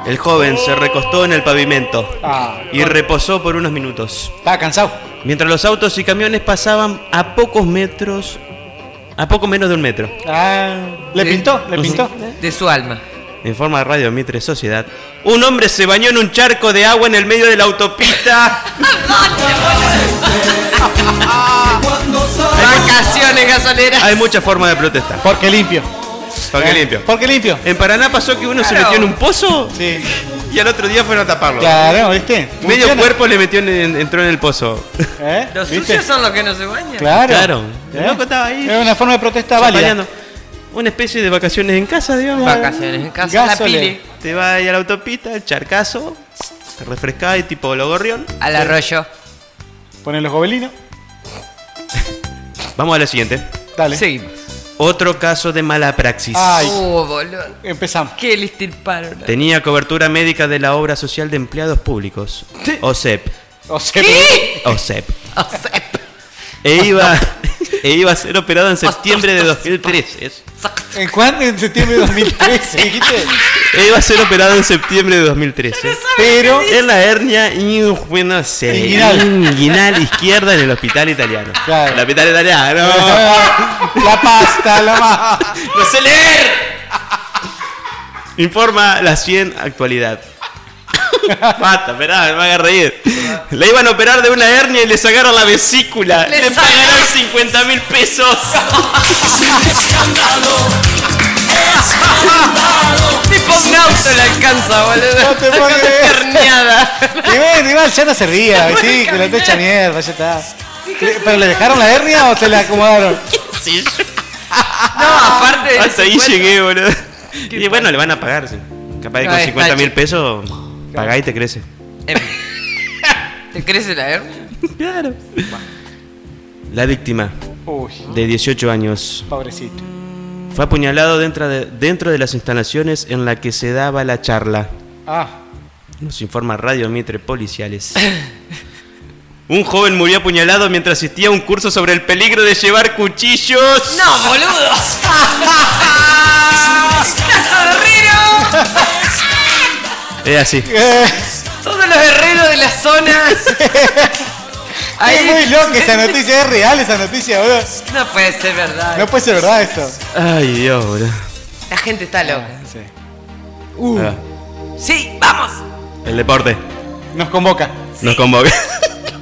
El joven se recostó en el pavimento
Ah,
y reposó por unos minutos.
estaba cansado.
Mientras los autos y camiones pasaban a pocos metros, a poco menos de un metro.
Ah, ¿Le
Sí.
pintó? ¿Le pintó?
De su alma.
En forma de Radio Mitre Sociedad, un hombre se bañó en un charco de agua en el medio de la autopista.
Vacaciones gasoleras.
Hay muchas formas de protestar.
Porque limpio.
Para que limpio.
Porque limpio.
En Paraná pasó que uno se
Claro.
metió en un pozo
Sí.
y al otro día fueron a taparlo.
Claro, ¿viste?
Medio
Funciona.
cuerpo le metió en- en- entró en el pozo.
¿Eh?
Los
¿Viste?
suyos son los que no se bañan.
Claro.
Claro.
¿Eh?
El loco estaba ahí.
Es una forma de protesta válida.
acompañando. Una especie de vacaciones en casa, digamos.
Vacaciones en casa, la
Gasole.
pile.
Te vas ahí a la autopista, el charcazo, te refrescás y tipo lo gorrión.
Al arroyo.
Ponen los gobelinos.
Vamos a la siguiente.
Dale.
Seguimos.
Otro caso de mala praxis.
Ah.
Ay.
Uh.
Oh, boludo.
Empezamos.
¿Qué le estirparon?
Tenía cobertura médica de la Obra Social de Empleados Públicos. E OSEP.
OSEP.
OSEP. E iba, e iba a ser operado en septiembre de 2013.
¿En cuándo? En septiembre de 2013, dijiste.
E iba a ser operado en septiembre de 2013.
Pero
en la hernia inguinal. inguinal izquierda en el hospital italiano.
Claro.
El hospital italiano.
La pasta, la pasta.
¡No sé leer! Informa la 100 actualidad. Basta, esperá, me haga reír. Le iban a operar de una hernia y le sacaron la vesícula. Le,
Le
pagaron 50 mil pesos.
Tipo un auto le alcanza, boludo.
No te puedo creer.
Herniada.
Igual, igual ya no se ría, sí, que la techa mierda, ya está. Le- ¿Pero le dejaron la hernia o se la acomodaron?
Sí.
No, aparte de
Hasta ahí
50.
llegué, boludo. Y bueno, le van a pagar. sí. Capaz que
No,
con
es
50 mil
tacho.
pesos pagá y te crece.
¿Te crece la hernia?
Claro. La víctima,
Uy,
de 18 años,
pobrecito.
fue apuñalado dentro de, dentro de las instalaciones en la que se daba la charla.
Ah,
Nos informa Radio Mitre Policiales. Un joven murió apuñalado mientras asistía a un curso sobre el peligro de llevar cuchillos.
¡No, boludo! ¡Caso herrero!
Es así.
Todos los herreros de la zona.
es muy loca esa noticia, es real esa noticia, boludo.
No puede ser verdad.
No puede ser verdad esto.
Ay, Dios, boludo.
La gente está loca.
Sí.
Ah,
Sí, vamos.
el deporte
Nos convoca.
nos convoca.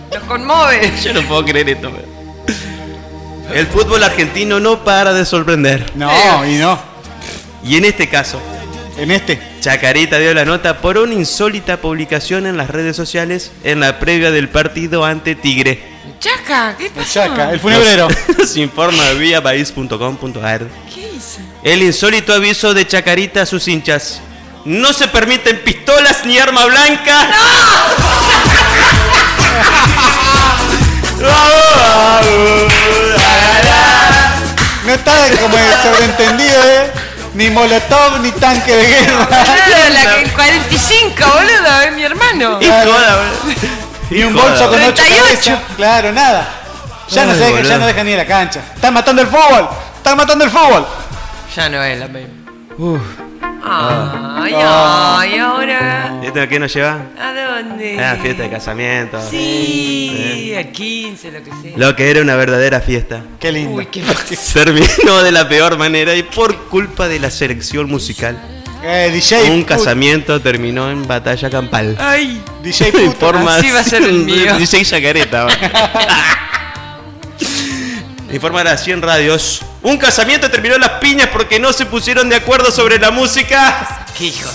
Nos conmueve.
Yo no puedo creer esto, pero- El fútbol argentino no para de sorprender.
No, y no.
Y en este caso.
En este.
Chacarita dio la nota por una insólita publicación en las redes sociales en la previa del partido ante Tigre.
Chaca, ¿qué pasó?
Nos- Nos informa vía país.com.ar.
¿Qué hizo?
El insólito aviso de Chacarita a sus hinchas. No se permiten pistolas ni arma blanca.
No está de- como de sobreentendido, eh. Ni molotov, ni tanque de guerra.
Boludo, la que 45, boludo, es mi hermano.
Y joda,
Ni
un bolso con ocho
38.
cabezas. Claro, nada. Ya no,
Ay,
se deja, ya
boludo.
no deja ni ir a la cancha. Están matando el fútbol. Están matando el fútbol.
Ya no es la baby.
Uf.
Ay,
Ah.
ay, ahora.
¿Y esto a ¿Este qué nos lleva?
¿A dónde?
Ah, fiesta de casamiento.
Sí, a 15, lo que sea.
Lo que era una verdadera fiesta.
Qué lindo.
Uy, qué fácil.
Terminó de la peor manera y por culpa de la selección musical.
Eh, DJ.
un
put-
casamiento terminó en batalla campal.
Ay.
DJ
Me
puto.
informa
Así va a ser el mío.
DJ Chacareta. va. Informa a 100 radios. Un casamiento terminó en las piñas porque no se pusieron de acuerdo sobre la música.
Qué hijo.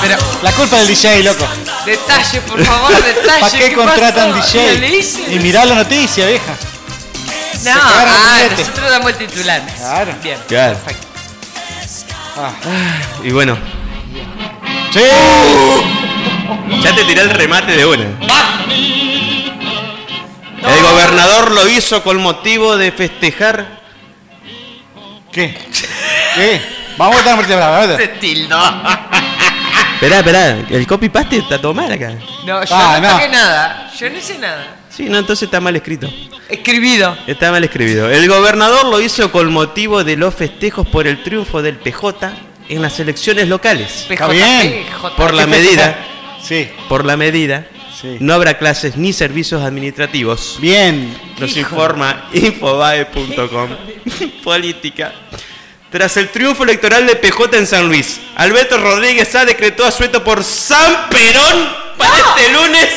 Pero la culpa del DJ, loco.
Detalle, por favor, detalle.
¿Para qué, contratan
pasó?
DJ?
¿Qué le hice?
Y mirá la noticia, vieja.
No,
cagaron
ah,
billete.
nosotros damos el titular. Claro. Bien.
Claro. Y bueno. Ya te tiré el remate de una. El gobernador lo hizo con motivo de festejar.
¿Qué? ¿Qué? Vamos a votar por la
Se tildó.
Esperá, esperá, el copy paste está todo mal acá.
No, yo
Ah,
no,
no.
toqué nada. Yo no hice nada.
Sí, no, entonces está mal escrito.
Escribido.
Está mal escribido. El gobernador lo hizo con motivo de los festejos por el triunfo del PJ en las elecciones locales.
PJ, Está bien. PJ.
Por la
¿Qué
medida.
Sí.
Por la medida.
Sí.
No habrá clases ni servicios administrativos.
Bien.
Nos
Hijo.
informa infobae.com. Política. Tras el triunfo electoral de PJ en San Luis, Alberto Rodríguez A decretó asueto por San Perón para este lunes.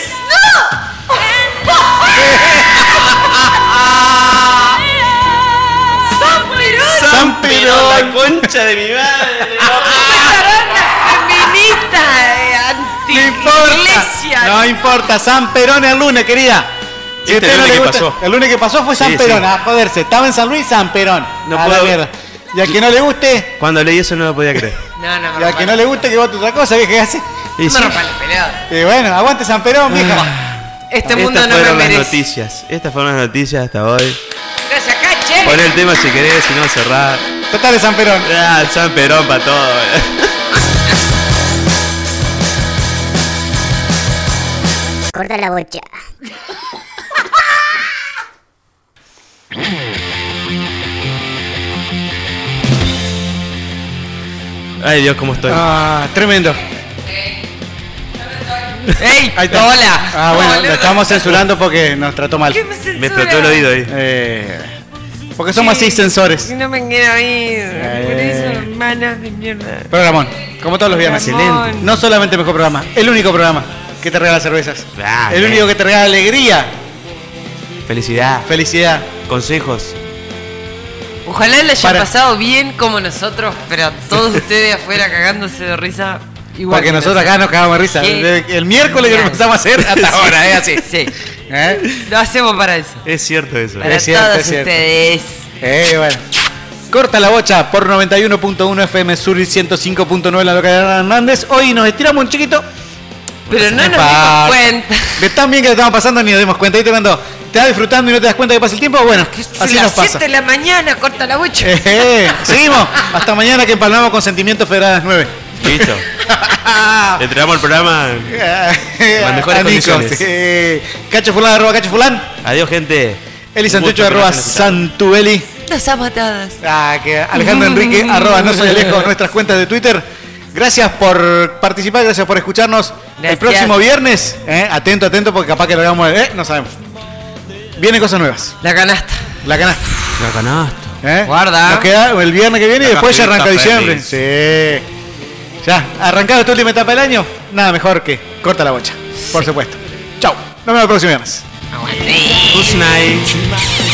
¡San Perón!
San Perón, la concha de mi madre.
feminista eh, anti iglesia.
No importa, San Perón el lunes, querida. Si
Este
a usted
lunes
le
que
gusta-
pasó.
El lunes que pasó fue San
Sí,
Perón,
sí.
a joderse. Estaba en San Luis, San Perón.
No
a
puedo-
la mierda. Y al que no le guste,
Cuando leí eso no lo podía creer.
No, no,
y al que no le guste, que vote otra cosa, vieja, ¿qué hace?
Y sí.
Y bueno, aguante San Perón, vieja.
Este
Estas fueron las noticias. Estas fueron las noticias hasta hoy.
Gracias, Cache.
Poné el tema si querés, si no cerrar.
Total de San Perón.
Ah, San Perón para todo.
Corta la bocha.
Ay Dios, cómo estoy.
Ah, tremendo.
¡Ey!
Ahí está.
¡Hola!
Ah, bueno,
Hola.
lo estamos censurando porque nos trató mal. Eh,
¿Qué me censura? Me explotó el
oído ahí.
porque somos así sensores.
Si no me quiero ir.
Eh,
Por eso, hermanas de mierda.
Programón, como todos los viernes.
Programón. Excelente.
No solamente el mejor programa, el único programa que te regala cervezas. el único que te regala alegría,
Felicidad.
Felicidad.
Consejos.
Ojalá le hayan
Para.
pasado bien como nosotros, pero todos ustedes afuera cagándose de risa. Igual
porque nosotros acá nos cagamos de risa.
Qué
Desde El miércoles que lo
genial.
empezamos a hacer hasta ahora, ¿eh? Así.
Sí.
¿Eh?
Lo hacemos para eso.
Es cierto eso.
Para todos ustedes.
Eh, bueno. Corta la bocha por 91.1 FM Sur y 105.9 en la localidad de Hernández. Hoy nos estiramos un chiquito.
Pero no nos dimos cuenta.
De tan bien que lo estamos pasando ni nos dimos cuenta. ¿Viste cuando te estás disfrutando y no te das cuenta que pasa el tiempo? Bueno, así
a las
nos pasa.
7 de la mañana corta la bocha.
Eh, seguimos. Hasta mañana que empalmamos con Sentimientos Federales 9.
Listo. Le entregamos el programa. en Las mejores
A Nico,
condiciones.
Ah, sí. Cacho Fulán, arroba Cacho Fulán.
Adiós, gente.
Eli
Un gusto
Santucho,
que
arroba
nos hayan escuchado.
Santubeli.
Las amatadas.
Ah, que Alejandro Enrique, arroba no soy Alejo, nuestras cuentas de Twitter. Gracias por participar, gracias por escucharnos. El
Gracias.
próximo viernes, eh, atento, atento, porque capaz que lo hagamos, eh, no sabemos. Vienen cosas nuevas.
La canasta.
La canasta.
La canasta.
¿eh?
Guarda.
Nos queda el viernes que viene y
La
después ya
cajita
arranca diciembre. Sí. Ya, arrancado tu última etapa del año, nada mejor que corta Ah, la bocha, por supuesto. Chau, nos vemos el próximo viernes.
Good night.